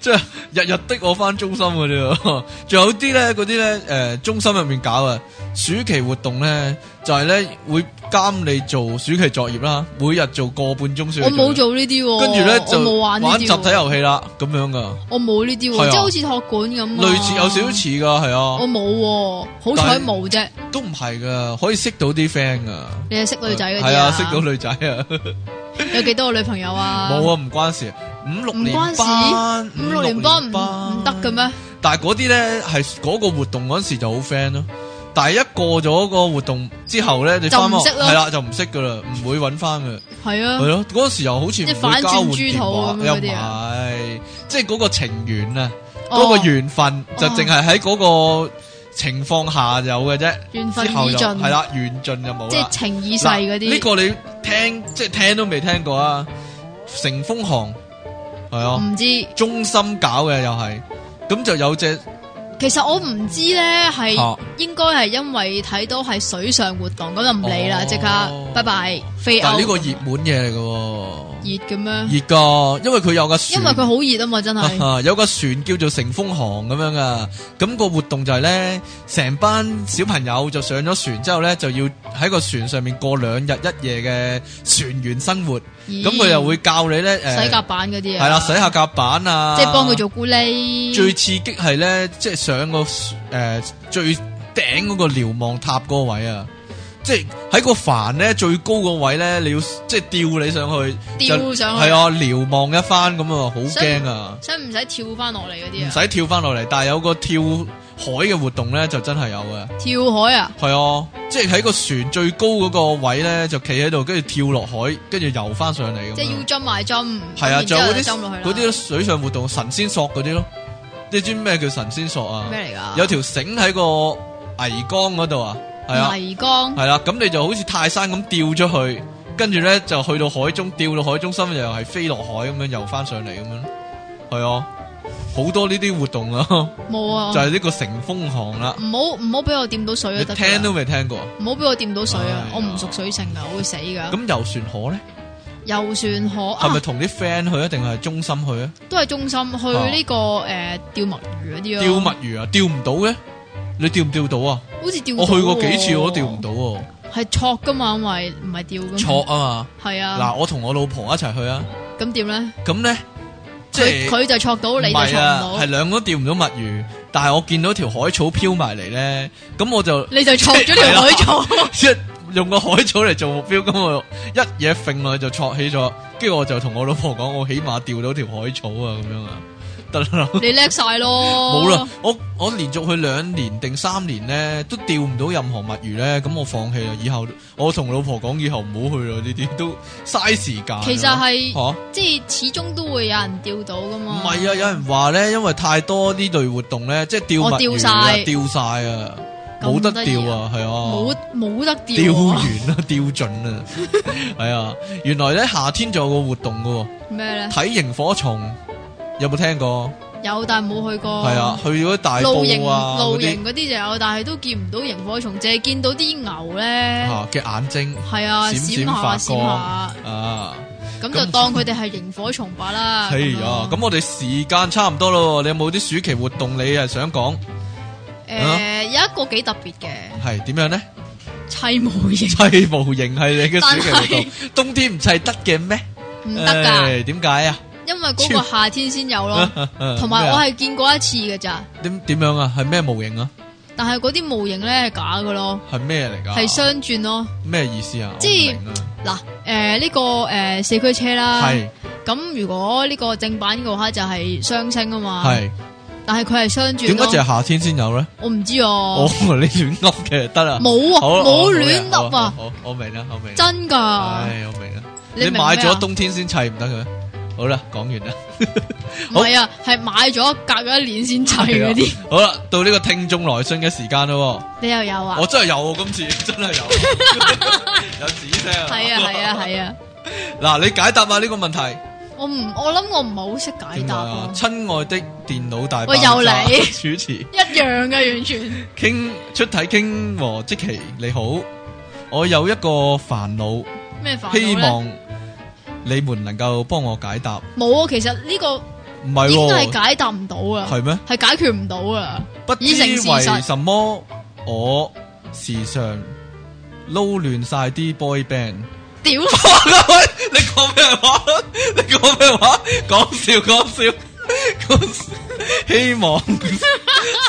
[SPEAKER 1] 即係日日的我翻中心嗰啲啊。仲有啲咧，嗰啲咧，诶，中心入面搞啊，暑期活動咧，就係咧會監你做暑期作業啦，每日做個半鐘暑期
[SPEAKER 2] 我
[SPEAKER 1] 作
[SPEAKER 2] 冇
[SPEAKER 1] 業，
[SPEAKER 2] 做呢啲喎，
[SPEAKER 1] 跟住咧
[SPEAKER 2] 我冇
[SPEAKER 1] 就
[SPEAKER 2] 玩呢
[SPEAKER 1] 玩
[SPEAKER 2] 啲
[SPEAKER 1] 集
[SPEAKER 2] 喎
[SPEAKER 1] 體，遊戲啦，咁樣噶。
[SPEAKER 2] 我冇呢啲
[SPEAKER 1] 係啊
[SPEAKER 2] 喎，即係好似托管咁啊。
[SPEAKER 1] 類似有少少似噶，係
[SPEAKER 2] 我
[SPEAKER 1] 啊，
[SPEAKER 2] 冇喎，好彩冇啫。
[SPEAKER 1] 都唔係噶，可以識到啲 friend 噶。
[SPEAKER 2] 你係識女仔嗰
[SPEAKER 1] 係
[SPEAKER 2] 啲
[SPEAKER 1] 啊，識到女仔啊，
[SPEAKER 2] 有幾多個女朋友啊？
[SPEAKER 1] 冇啊，唔關事。五六
[SPEAKER 2] 唔
[SPEAKER 1] 年
[SPEAKER 2] 關事
[SPEAKER 1] 班，
[SPEAKER 2] 五六年班唔唔得嘅咩？
[SPEAKER 1] 但系嗰啲咧系嗰個活動嗰時就好 friend 咯。但係一過咗個活動之後咧，你
[SPEAKER 2] 就唔
[SPEAKER 1] 翻學
[SPEAKER 2] 識咯
[SPEAKER 1] 係啦，就唔識噶啦，唔會揾翻嘅。
[SPEAKER 2] 系啊
[SPEAKER 1] 系，咯，嗰陣時又好似
[SPEAKER 2] 即
[SPEAKER 1] 唔
[SPEAKER 2] 係
[SPEAKER 1] 會
[SPEAKER 2] 反轉
[SPEAKER 1] 交換
[SPEAKER 2] 豬
[SPEAKER 1] 電
[SPEAKER 2] 肚
[SPEAKER 1] 話，
[SPEAKER 2] 咁
[SPEAKER 1] 又唔
[SPEAKER 2] 嗰啲啊
[SPEAKER 1] 係，即係嗰個情緣啊，
[SPEAKER 2] 哦
[SPEAKER 1] 嗰個緣分就淨係喺嗰個情況下有嘅啫，
[SPEAKER 2] 緣分
[SPEAKER 1] 之後
[SPEAKER 2] 已
[SPEAKER 1] 就
[SPEAKER 2] 尽，
[SPEAKER 1] 係啦，緣盡就冇
[SPEAKER 2] 即
[SPEAKER 1] 啦
[SPEAKER 2] 係。情已逝嗰
[SPEAKER 1] 嗱呢
[SPEAKER 2] 啲，
[SPEAKER 1] 個你聽即係聽都未聽過啊，乘風航係啊，
[SPEAKER 2] 唔知。
[SPEAKER 1] 中心搞嘅又係，咁就有隻
[SPEAKER 2] 其實我唔知咧，係
[SPEAKER 1] 嚇
[SPEAKER 2] 應該係因為睇到係水上活動，咁就唔理啦，
[SPEAKER 1] 哦
[SPEAKER 2] 即刻拜拜飛
[SPEAKER 1] 但係
[SPEAKER 2] 歐。
[SPEAKER 1] 呢個熱門嘢嚟嘅喎，
[SPEAKER 2] 熱嘅咩？
[SPEAKER 1] 熱㗎，因為佢有個船
[SPEAKER 2] 因為佢好熱啊嘛，真 係。
[SPEAKER 1] 啊有個船叫做乘風航咁樣噶，咁、個活動就係咧，成班小朋友就上咗船之後咧，就要喺個船上面過兩日一夜嘅船員生活，
[SPEAKER 2] 咦
[SPEAKER 1] 咁佢又會教你咧，誒
[SPEAKER 2] 洗甲板嗰啲啊，
[SPEAKER 1] 係啦，洗下甲板啊，
[SPEAKER 2] 即係幫佢做咕喱。
[SPEAKER 1] Ờ。最刺激係咧，即係上個誒、呃最頂嗰個瞭望塔嗰個位啊！即係喺個帆咧最高個位咧，你要即係吊你上去，
[SPEAKER 2] 吊
[SPEAKER 1] 就
[SPEAKER 2] 上去
[SPEAKER 1] 係啊，瞭望一番咁啊，好驚啊！
[SPEAKER 2] 使唔使跳翻落嚟嗰啲
[SPEAKER 1] 唔
[SPEAKER 2] 啊？
[SPEAKER 1] 使跳翻落嚟，但係有個跳海嘅活動咧，就真係有嘅。
[SPEAKER 2] 跳海啊？
[SPEAKER 1] 係啊，即係喺個船最高嗰個位咧，就企喺度，跟住跳落海，跟住游翻上嚟咁樣。
[SPEAKER 2] 即係要針埋針，
[SPEAKER 1] 係啊，
[SPEAKER 2] 然之
[SPEAKER 1] 仲
[SPEAKER 2] 後
[SPEAKER 1] 有嗰
[SPEAKER 2] 就針落
[SPEAKER 1] 啲
[SPEAKER 2] 去
[SPEAKER 1] 嗰啲水上活動神仙索嗰啲咯。你知唔知咩叫神仙索啊
[SPEAKER 2] 啦？咩嚟㗎？
[SPEAKER 1] 有條繩喺個危缸嗰度啊，係啊，
[SPEAKER 2] 泥缸
[SPEAKER 1] 係啦，咁你就好似泰山咁吊咗去，跟住咧就去到海中，吊到海中心又係飛落海咁樣游翻上嚟咁樣，係啊，好多呢啲活動啊，
[SPEAKER 2] 冇啊
[SPEAKER 1] 就？係呢個乘風航啦，
[SPEAKER 2] 唔好唔好俾我掂到水
[SPEAKER 1] 你
[SPEAKER 2] 嗯都得㗎啦。啊
[SPEAKER 1] 聽都未聽過？
[SPEAKER 2] 唔好俾我掂到水啊！
[SPEAKER 1] 哎呀
[SPEAKER 2] 我唔熟水性噶，我會死噶。
[SPEAKER 1] 咁遊船河咧，
[SPEAKER 2] 游船河
[SPEAKER 1] 係
[SPEAKER 2] 啊
[SPEAKER 1] 咪，同啲 friend 去啊，定係中心去啊？
[SPEAKER 2] 都係中心去呢個诶釣墨魚嗰啲咯。
[SPEAKER 1] 釣墨魚啊，釣唔到嘅，你釣唔釣到啊？
[SPEAKER 2] 好似釣
[SPEAKER 1] 我
[SPEAKER 2] 到
[SPEAKER 1] 去過
[SPEAKER 2] 喎
[SPEAKER 1] 幾次我都釣唔，到喎，
[SPEAKER 2] 係戳噶嘛，因為唔係釣噶嘛。
[SPEAKER 1] 錯啊
[SPEAKER 2] 係
[SPEAKER 1] 嘛。
[SPEAKER 2] 嗯啊，
[SPEAKER 1] 嗱，我同我老婆一齊去啊，
[SPEAKER 2] 咁點咧？
[SPEAKER 1] 咁咧即
[SPEAKER 2] 佢
[SPEAKER 1] 係。
[SPEAKER 2] 佢就戳到，你
[SPEAKER 1] 唔
[SPEAKER 2] 就戳
[SPEAKER 1] 係啊，
[SPEAKER 2] 唔
[SPEAKER 1] 係
[SPEAKER 2] 到，
[SPEAKER 1] 兩個都釣唔到墨魚，但係我見到條海草飄埋嚟咧，咁我就
[SPEAKER 2] 你就戳咗條海草。
[SPEAKER 1] 即係用個海草嚟做目標，咁我一嘢揈落去就戳起咗，跟住我就同我老婆講，我起碼釣到條海草啊，咁樣啊，得啦，
[SPEAKER 2] 你叻晒咯，
[SPEAKER 1] 冇啦，，我我連續去兩年定三年咧，都釣唔到任何墨魚咧，咁我放棄啦，以後我同老婆講，以後唔好去啦，呢啲都嘥時間。啊
[SPEAKER 2] 其實係哦
[SPEAKER 1] 嚇
[SPEAKER 2] 即係始終都會有人釣到噶
[SPEAKER 1] 唔
[SPEAKER 2] 嘛。
[SPEAKER 1] 係啊，有人話咧，因為太多呢類活動咧，即係釣
[SPEAKER 2] 我
[SPEAKER 1] 物
[SPEAKER 2] 釣
[SPEAKER 1] 魚啊，
[SPEAKER 2] 哦晒
[SPEAKER 1] 釣晒啊，
[SPEAKER 2] 咁
[SPEAKER 1] 冇得
[SPEAKER 2] 得意啊
[SPEAKER 1] 釣啊，係
[SPEAKER 2] 冇
[SPEAKER 1] 啊，
[SPEAKER 2] 冇得
[SPEAKER 1] 釣
[SPEAKER 2] 釣啊
[SPEAKER 1] 完啦，釣盡啦，係啊，原來咧夏天仲有個活動
[SPEAKER 2] 咩
[SPEAKER 1] 嘅
[SPEAKER 2] 咧？
[SPEAKER 1] 喎，睇螢火蟲，有冇聽過？
[SPEAKER 2] 有但係冇去過。
[SPEAKER 1] 係啊，去咗大
[SPEAKER 2] 哦露營
[SPEAKER 1] 埔啊
[SPEAKER 2] 露
[SPEAKER 1] 嗰啲
[SPEAKER 2] 營嗰啲就有，但係都見唔到螢火蟲，淨係見到啲牛咧，
[SPEAKER 1] 嚇嘅眼睛
[SPEAKER 2] 係啊，
[SPEAKER 1] 啊閃
[SPEAKER 2] 閃
[SPEAKER 1] 閃
[SPEAKER 2] 下
[SPEAKER 1] 發
[SPEAKER 2] 閃下
[SPEAKER 1] 光，啊，
[SPEAKER 2] 咁
[SPEAKER 1] 咁
[SPEAKER 2] 就當佢哋係螢火蟲吧啦。
[SPEAKER 1] 係啊，咁我哋時間差唔多咯，你有冇啲暑期活動你係想講啊
[SPEAKER 2] 誒有一個幾特別嘅
[SPEAKER 1] 係點樣咧？
[SPEAKER 2] 砌模 型，
[SPEAKER 1] 砌模型係你嘅暑期活
[SPEAKER 2] 但
[SPEAKER 1] 動，冬天唔砌得嘅咩？
[SPEAKER 2] 唔得㗎，
[SPEAKER 1] 唉點解啊？
[SPEAKER 2] 因為嗰個夏天先有咯。哦 同埋
[SPEAKER 1] 咩啊
[SPEAKER 2] 我係見過一次嘅咋，
[SPEAKER 1] 點點樣啊？係咩模型啊？
[SPEAKER 2] 但係嗰啲模型咧係假嘅咯，
[SPEAKER 1] 係咩嚟㗎？
[SPEAKER 2] 係相轉咯。
[SPEAKER 1] 咩意思啊？
[SPEAKER 2] 即
[SPEAKER 1] 係
[SPEAKER 2] 係啊嗱誒呢個誒四驅車啦，
[SPEAKER 1] 係
[SPEAKER 2] 咁如果呢個正版嘅話就係雙星啊嘛，
[SPEAKER 1] 係
[SPEAKER 2] 但係佢係相轉
[SPEAKER 1] 點解
[SPEAKER 2] 咯。
[SPEAKER 1] 就係夏天先有咧？
[SPEAKER 2] 我唔知啊
[SPEAKER 1] 哦，，你亂噏嘅得啦，
[SPEAKER 2] 冇啊，
[SPEAKER 1] 好啦
[SPEAKER 2] 冇亂
[SPEAKER 1] 好
[SPEAKER 2] 噏
[SPEAKER 1] 好
[SPEAKER 2] 啊，
[SPEAKER 1] 好，我明啦，我明啦，
[SPEAKER 2] 真噶，
[SPEAKER 1] 唉，我明啦，
[SPEAKER 2] 你
[SPEAKER 1] 你
[SPEAKER 2] 明
[SPEAKER 1] 買
[SPEAKER 2] 咩啊
[SPEAKER 1] 咗冬天先砌唔得嘅咩？好啦，講完啦，
[SPEAKER 2] 唔係啊，係買咗隔咗一年先砌嗰啲，
[SPEAKER 1] 好啦，到呢個聽眾來信嘅時間咯
[SPEAKER 2] 你又有啊
[SPEAKER 1] 喎，我？真係有喎，今次 真係 有，有紙聲，
[SPEAKER 2] 係啊係啊，係啊，
[SPEAKER 1] 嗱，你解答下呢個問題。
[SPEAKER 2] 我唔我諗我唔係好識解答
[SPEAKER 1] 啊
[SPEAKER 2] 啊！，
[SPEAKER 1] 親愛的電腦大爆
[SPEAKER 2] 喂又
[SPEAKER 1] 炸
[SPEAKER 2] 嚟
[SPEAKER 1] 主持
[SPEAKER 2] 一樣嘅完全
[SPEAKER 1] 傾出體傾和即期你好，我有一個煩惱，
[SPEAKER 2] 咩煩惱呢
[SPEAKER 1] 希望你們能夠幫我解答。
[SPEAKER 2] 冇啊，其實呢個
[SPEAKER 1] 唔係
[SPEAKER 2] 已經
[SPEAKER 1] 喎，
[SPEAKER 2] 係解答唔到啊，
[SPEAKER 1] 係咩？
[SPEAKER 2] 係解決唔到啊，
[SPEAKER 1] 不知
[SPEAKER 2] 已成事實
[SPEAKER 1] 為什麼我時常撈亂晒啲 boy band。
[SPEAKER 2] 屌！
[SPEAKER 1] 你講咩話？你講咩話？講笑講笑，講笑希望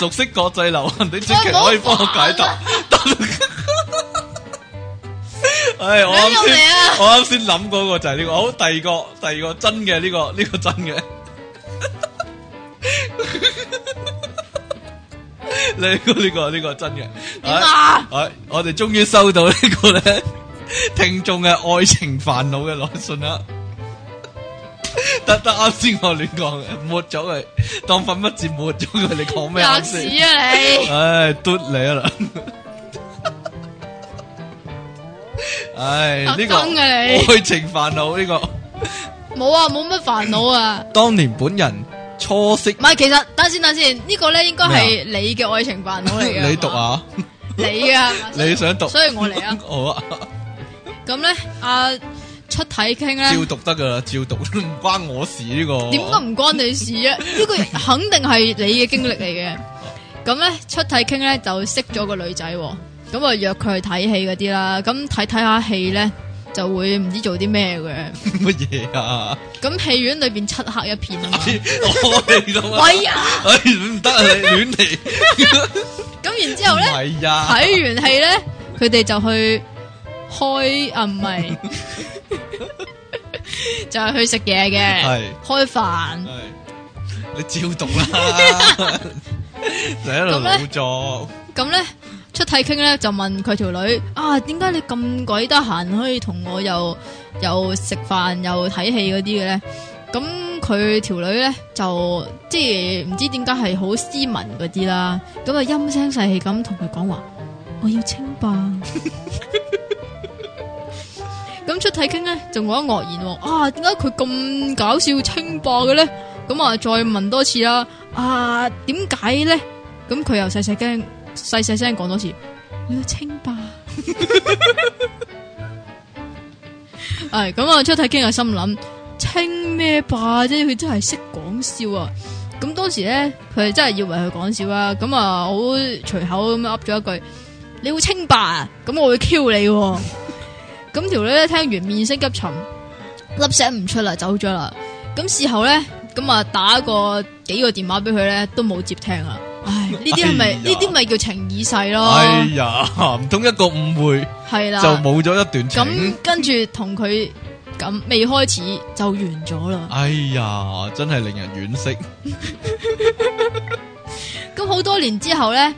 [SPEAKER 1] 熟悉國際流行的主持可以幫我解答。 唉，我
[SPEAKER 2] 你又
[SPEAKER 1] 啱先
[SPEAKER 2] 嚟啊，
[SPEAKER 1] 我啱先諗嗰個就係呢、個，好第二個，第二個真嘅呢、個呢、個真嘅。 你呢個呢個呢個真嘅。
[SPEAKER 2] 点啊？
[SPEAKER 1] 我我哋终于收到呢 个咧听众嘅爱情烦恼嘅来信啦。得得，啱先我乱讲嘅，抹咗佢，当粉笔字抹咗佢，你讲咩
[SPEAKER 2] 吔
[SPEAKER 1] 啱先？
[SPEAKER 2] 屎啊你！
[SPEAKER 1] 唉，嘟你啊啦！ 唉，呢、
[SPEAKER 2] 特
[SPEAKER 1] 个
[SPEAKER 2] 登啊
[SPEAKER 1] 爱
[SPEAKER 2] 你
[SPEAKER 1] 情烦恼呢个，
[SPEAKER 2] 冇啊，冇乜煩惱啊。
[SPEAKER 1] 当年本人初识
[SPEAKER 2] 唔係，其實等先等先，呢個咧應該係你嘅愛情煩惱嚟嘅。
[SPEAKER 1] 啊 你读
[SPEAKER 2] 係嘛？
[SPEAKER 1] 啊，
[SPEAKER 2] 你嘅 係嘛
[SPEAKER 1] 你想读？
[SPEAKER 2] 所以我 嚟啊。
[SPEAKER 1] 好啊，
[SPEAKER 2] 咁咧，阿出體傾咧，
[SPEAKER 1] 照读得噶啦，照读 唔关我事呢、个。
[SPEAKER 2] 點都唔關你事啊！呢個肯定係你嘅經歷嚟嘅。咁咧，出體傾咧就識咗個女仔喎，咁啊約佢去睇戲嗰啲啦。咁睇睇下戲咧，就會唔知做啲咩嘅。
[SPEAKER 1] 乜嘢啊？
[SPEAKER 2] 咁戲院裏邊漆黑一片啊 嘛。
[SPEAKER 1] 我嚟到啊！
[SPEAKER 2] 喂啊！
[SPEAKER 1] 哎，唔得啊！你乱嚟，
[SPEAKER 2] 咁然之後咧。
[SPEAKER 1] 唔系啊！
[SPEAKER 2] 睇完戲咧，佢哋就去開啊，唔係， 就係去食嘢嘅，
[SPEAKER 1] 系
[SPEAKER 2] 開飯。
[SPEAKER 1] 系，你照读啦，就喺度老作，
[SPEAKER 2] 咁咧出體傾咧就問佢條女啊，點解你咁鬼得閒可以同我又又食飯又睇戲嗰啲嘅咧？咁佢條女咧就即係唔知點解係好斯文嗰啲啦，咁啊陰聲細氣咁同佢講話，我要清白。咁出體傾咧就我一愕然喎，啊點解佢咁搞笑清白嘅咧？咁啊再問多次啦，啊點解咧？咁佢又細細驚。细细声讲多次，我要清白。系咁啊！出體傾啊，心諗清咩霸啫？佢真係識講笑啊！咁當時咧，佢真係以為佢講笑啦。咁啊，好隨口咁樣噏咗一句：你會清白啊？咁我會 Q 你、喎。咁條女咧聽完面色急沉，粒聲唔出啦，走咗啦。咁事後咧，咁啊打個幾個電話俾佢咧，都冇接聽啊。唉，呢啲 係
[SPEAKER 1] 哎
[SPEAKER 2] 咪
[SPEAKER 1] 呀
[SPEAKER 2] 呢啲咪叫情已逝咯？
[SPEAKER 1] 哎呀，唔通一个误会
[SPEAKER 2] 係啦，
[SPEAKER 1] 就冇咗一段
[SPEAKER 2] 咁
[SPEAKER 1] 情？
[SPEAKER 2] 跟住同佢咁未開始就完咗啦。
[SPEAKER 1] 哎呀，真系令人惋惜。
[SPEAKER 2] 咁好多年之後咧，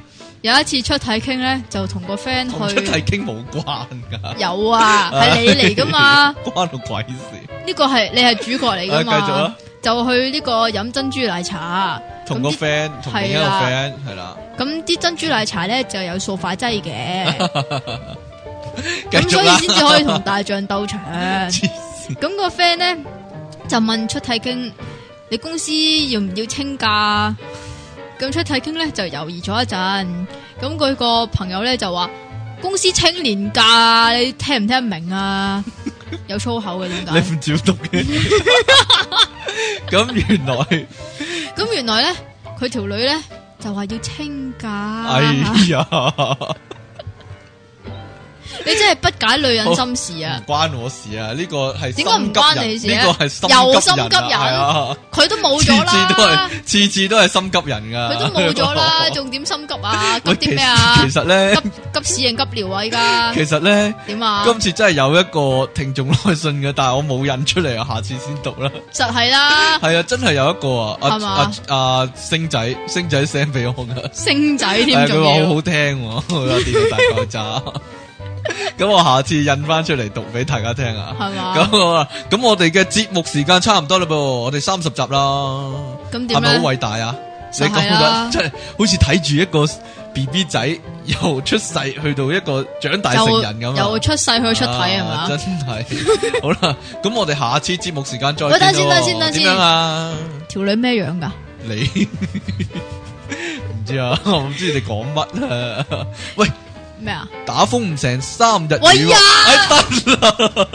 [SPEAKER 2] 有一次出體傾咧，就同個 friend
[SPEAKER 1] 同出
[SPEAKER 2] 去
[SPEAKER 1] 题倾冇关噶，
[SPEAKER 2] 有啊，係你嚟噶 嘛？
[SPEAKER 1] 关到鬼事。
[SPEAKER 2] 呢個係你係主角嚟
[SPEAKER 1] 啊，继
[SPEAKER 2] 噶
[SPEAKER 1] 续
[SPEAKER 2] 嘛
[SPEAKER 1] 啦？，
[SPEAKER 2] 就去呢個飲珍珠奶茶，
[SPEAKER 1] 同个
[SPEAKER 2] 咁啲
[SPEAKER 1] friend，同另一个
[SPEAKER 2] 係啦
[SPEAKER 1] friend 系啦，
[SPEAKER 2] 咁啲珍珠奶茶咧就有塑化劑嘅，
[SPEAKER 1] 继
[SPEAKER 2] 咁
[SPEAKER 1] 续
[SPEAKER 2] 所以
[SPEAKER 1] 啦。
[SPEAKER 2] 先至可 以同大象鬥長。
[SPEAKER 1] 黐線
[SPEAKER 2] 咁個 friend 咧就問出體傾：你公司要唔要清假？咁出體傾咧就猶豫咗一陣，咁佢個朋友咧就話：公司清年假，你聽唔聽得 明啊？有粗口嘅點
[SPEAKER 1] 你
[SPEAKER 2] 解？
[SPEAKER 1] 唔照读嘅，咁原来，
[SPEAKER 2] 咁原來咧，佢條女咧就話要清假，
[SPEAKER 1] 哎 呀。
[SPEAKER 2] 你真係不解女人心事 啊
[SPEAKER 1] 唔！关我事啊！呢个系
[SPEAKER 2] 點解唔關你事啊
[SPEAKER 1] 呢个系心
[SPEAKER 2] 又
[SPEAKER 1] 急
[SPEAKER 2] 心
[SPEAKER 1] 人
[SPEAKER 2] 急人
[SPEAKER 1] 啊，
[SPEAKER 2] 佢都冇
[SPEAKER 1] 系
[SPEAKER 2] 咗
[SPEAKER 1] 啊，次次都
[SPEAKER 2] 啦，
[SPEAKER 1] 系次次都系心急人噶，
[SPEAKER 2] 佢都冇咗 啦，仲點心急啊？急啲咩啊
[SPEAKER 1] 喂其？其實咧，
[SPEAKER 2] 急急屎定急尿啊！依家
[SPEAKER 1] 其實咧，
[SPEAKER 2] 點啊？
[SPEAKER 1] 今次真係有一個聽眾來信嘅，但係我冇印出嚟啊，下次先讀啦。
[SPEAKER 2] 實 係啦，
[SPEAKER 1] 係啊，真係有一個啊，
[SPEAKER 2] 係
[SPEAKER 1] 阿
[SPEAKER 2] 嘛
[SPEAKER 1] 阿阿星仔，星仔 send 俾我噶，
[SPEAKER 2] 星仔
[SPEAKER 1] 係
[SPEAKER 2] 添
[SPEAKER 1] 哎佢
[SPEAKER 2] 仲
[SPEAKER 1] 話好
[SPEAKER 2] 要
[SPEAKER 1] 好聽喎，佢話電腦大爆炸。咁我下次印翻出嚟讀俾大家聽 啊。
[SPEAKER 2] 係嘛？
[SPEAKER 1] 咁啊，咁我哋嘅節目時間差唔多啦噃，我哋三十集啦。
[SPEAKER 2] 咁
[SPEAKER 1] 系
[SPEAKER 2] 點
[SPEAKER 1] 咪好
[SPEAKER 2] 咧？
[SPEAKER 1] 偉大啊？你
[SPEAKER 2] 實
[SPEAKER 1] 覺
[SPEAKER 2] 係
[SPEAKER 1] 得
[SPEAKER 2] 啦
[SPEAKER 1] 真係好似睇住一個 B B 仔由出世去到一個長大成人咁
[SPEAKER 2] 由
[SPEAKER 1] 啊
[SPEAKER 2] 由出世去出體係
[SPEAKER 1] 啊
[SPEAKER 2] 嘛？
[SPEAKER 1] 真係好啦，咁我哋下次節目時間再
[SPEAKER 2] 喂
[SPEAKER 1] 見
[SPEAKER 2] 等陣先
[SPEAKER 1] 咯
[SPEAKER 2] 等陣先等陣先
[SPEAKER 1] 點樣啊？
[SPEAKER 2] 條女咩樣㗎？
[SPEAKER 1] 你 唔知啊？我唔知你講乜啊？喂，
[SPEAKER 2] 咩啊？
[SPEAKER 1] 打風唔成三日雨
[SPEAKER 2] 喂呀
[SPEAKER 1] 喎，哎得啦，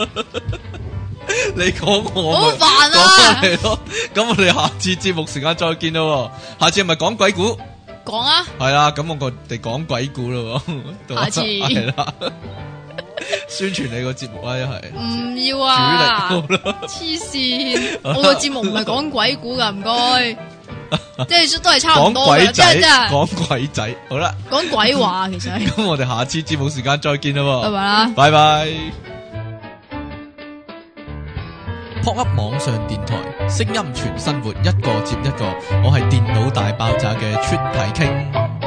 [SPEAKER 1] 你講我
[SPEAKER 2] 好
[SPEAKER 1] 咪
[SPEAKER 2] 煩啊！
[SPEAKER 1] 系咯，咁我哋下次節目時間再見咯喎，下次係咪講鬼故？
[SPEAKER 2] 講啊！
[SPEAKER 1] 系啦，咁我哋講鬼故咯喎，
[SPEAKER 2] 下次
[SPEAKER 1] 系啦，宣傳你個節目啊，一係
[SPEAKER 2] 唔要
[SPEAKER 1] 主
[SPEAKER 2] 啊！
[SPEAKER 1] 力好啦，
[SPEAKER 2] 黐線！我個節目唔係講鬼故㗎，唔 該，即係都係差唔
[SPEAKER 1] 講
[SPEAKER 2] 多
[SPEAKER 1] 鬼
[SPEAKER 2] 㗎，即係
[SPEAKER 1] 仔，
[SPEAKER 2] 即係
[SPEAKER 1] 講鬼仔，好啦，
[SPEAKER 2] 講鬼話其實係，
[SPEAKER 1] 咁我哋下次節目時間再見咯
[SPEAKER 2] 係
[SPEAKER 1] 喎，
[SPEAKER 2] 咪啊啦？
[SPEAKER 1] 拜拜。p o p Up 網上電台，聲音全生活，一個接一個，我係電腦大爆炸嘅出體傾。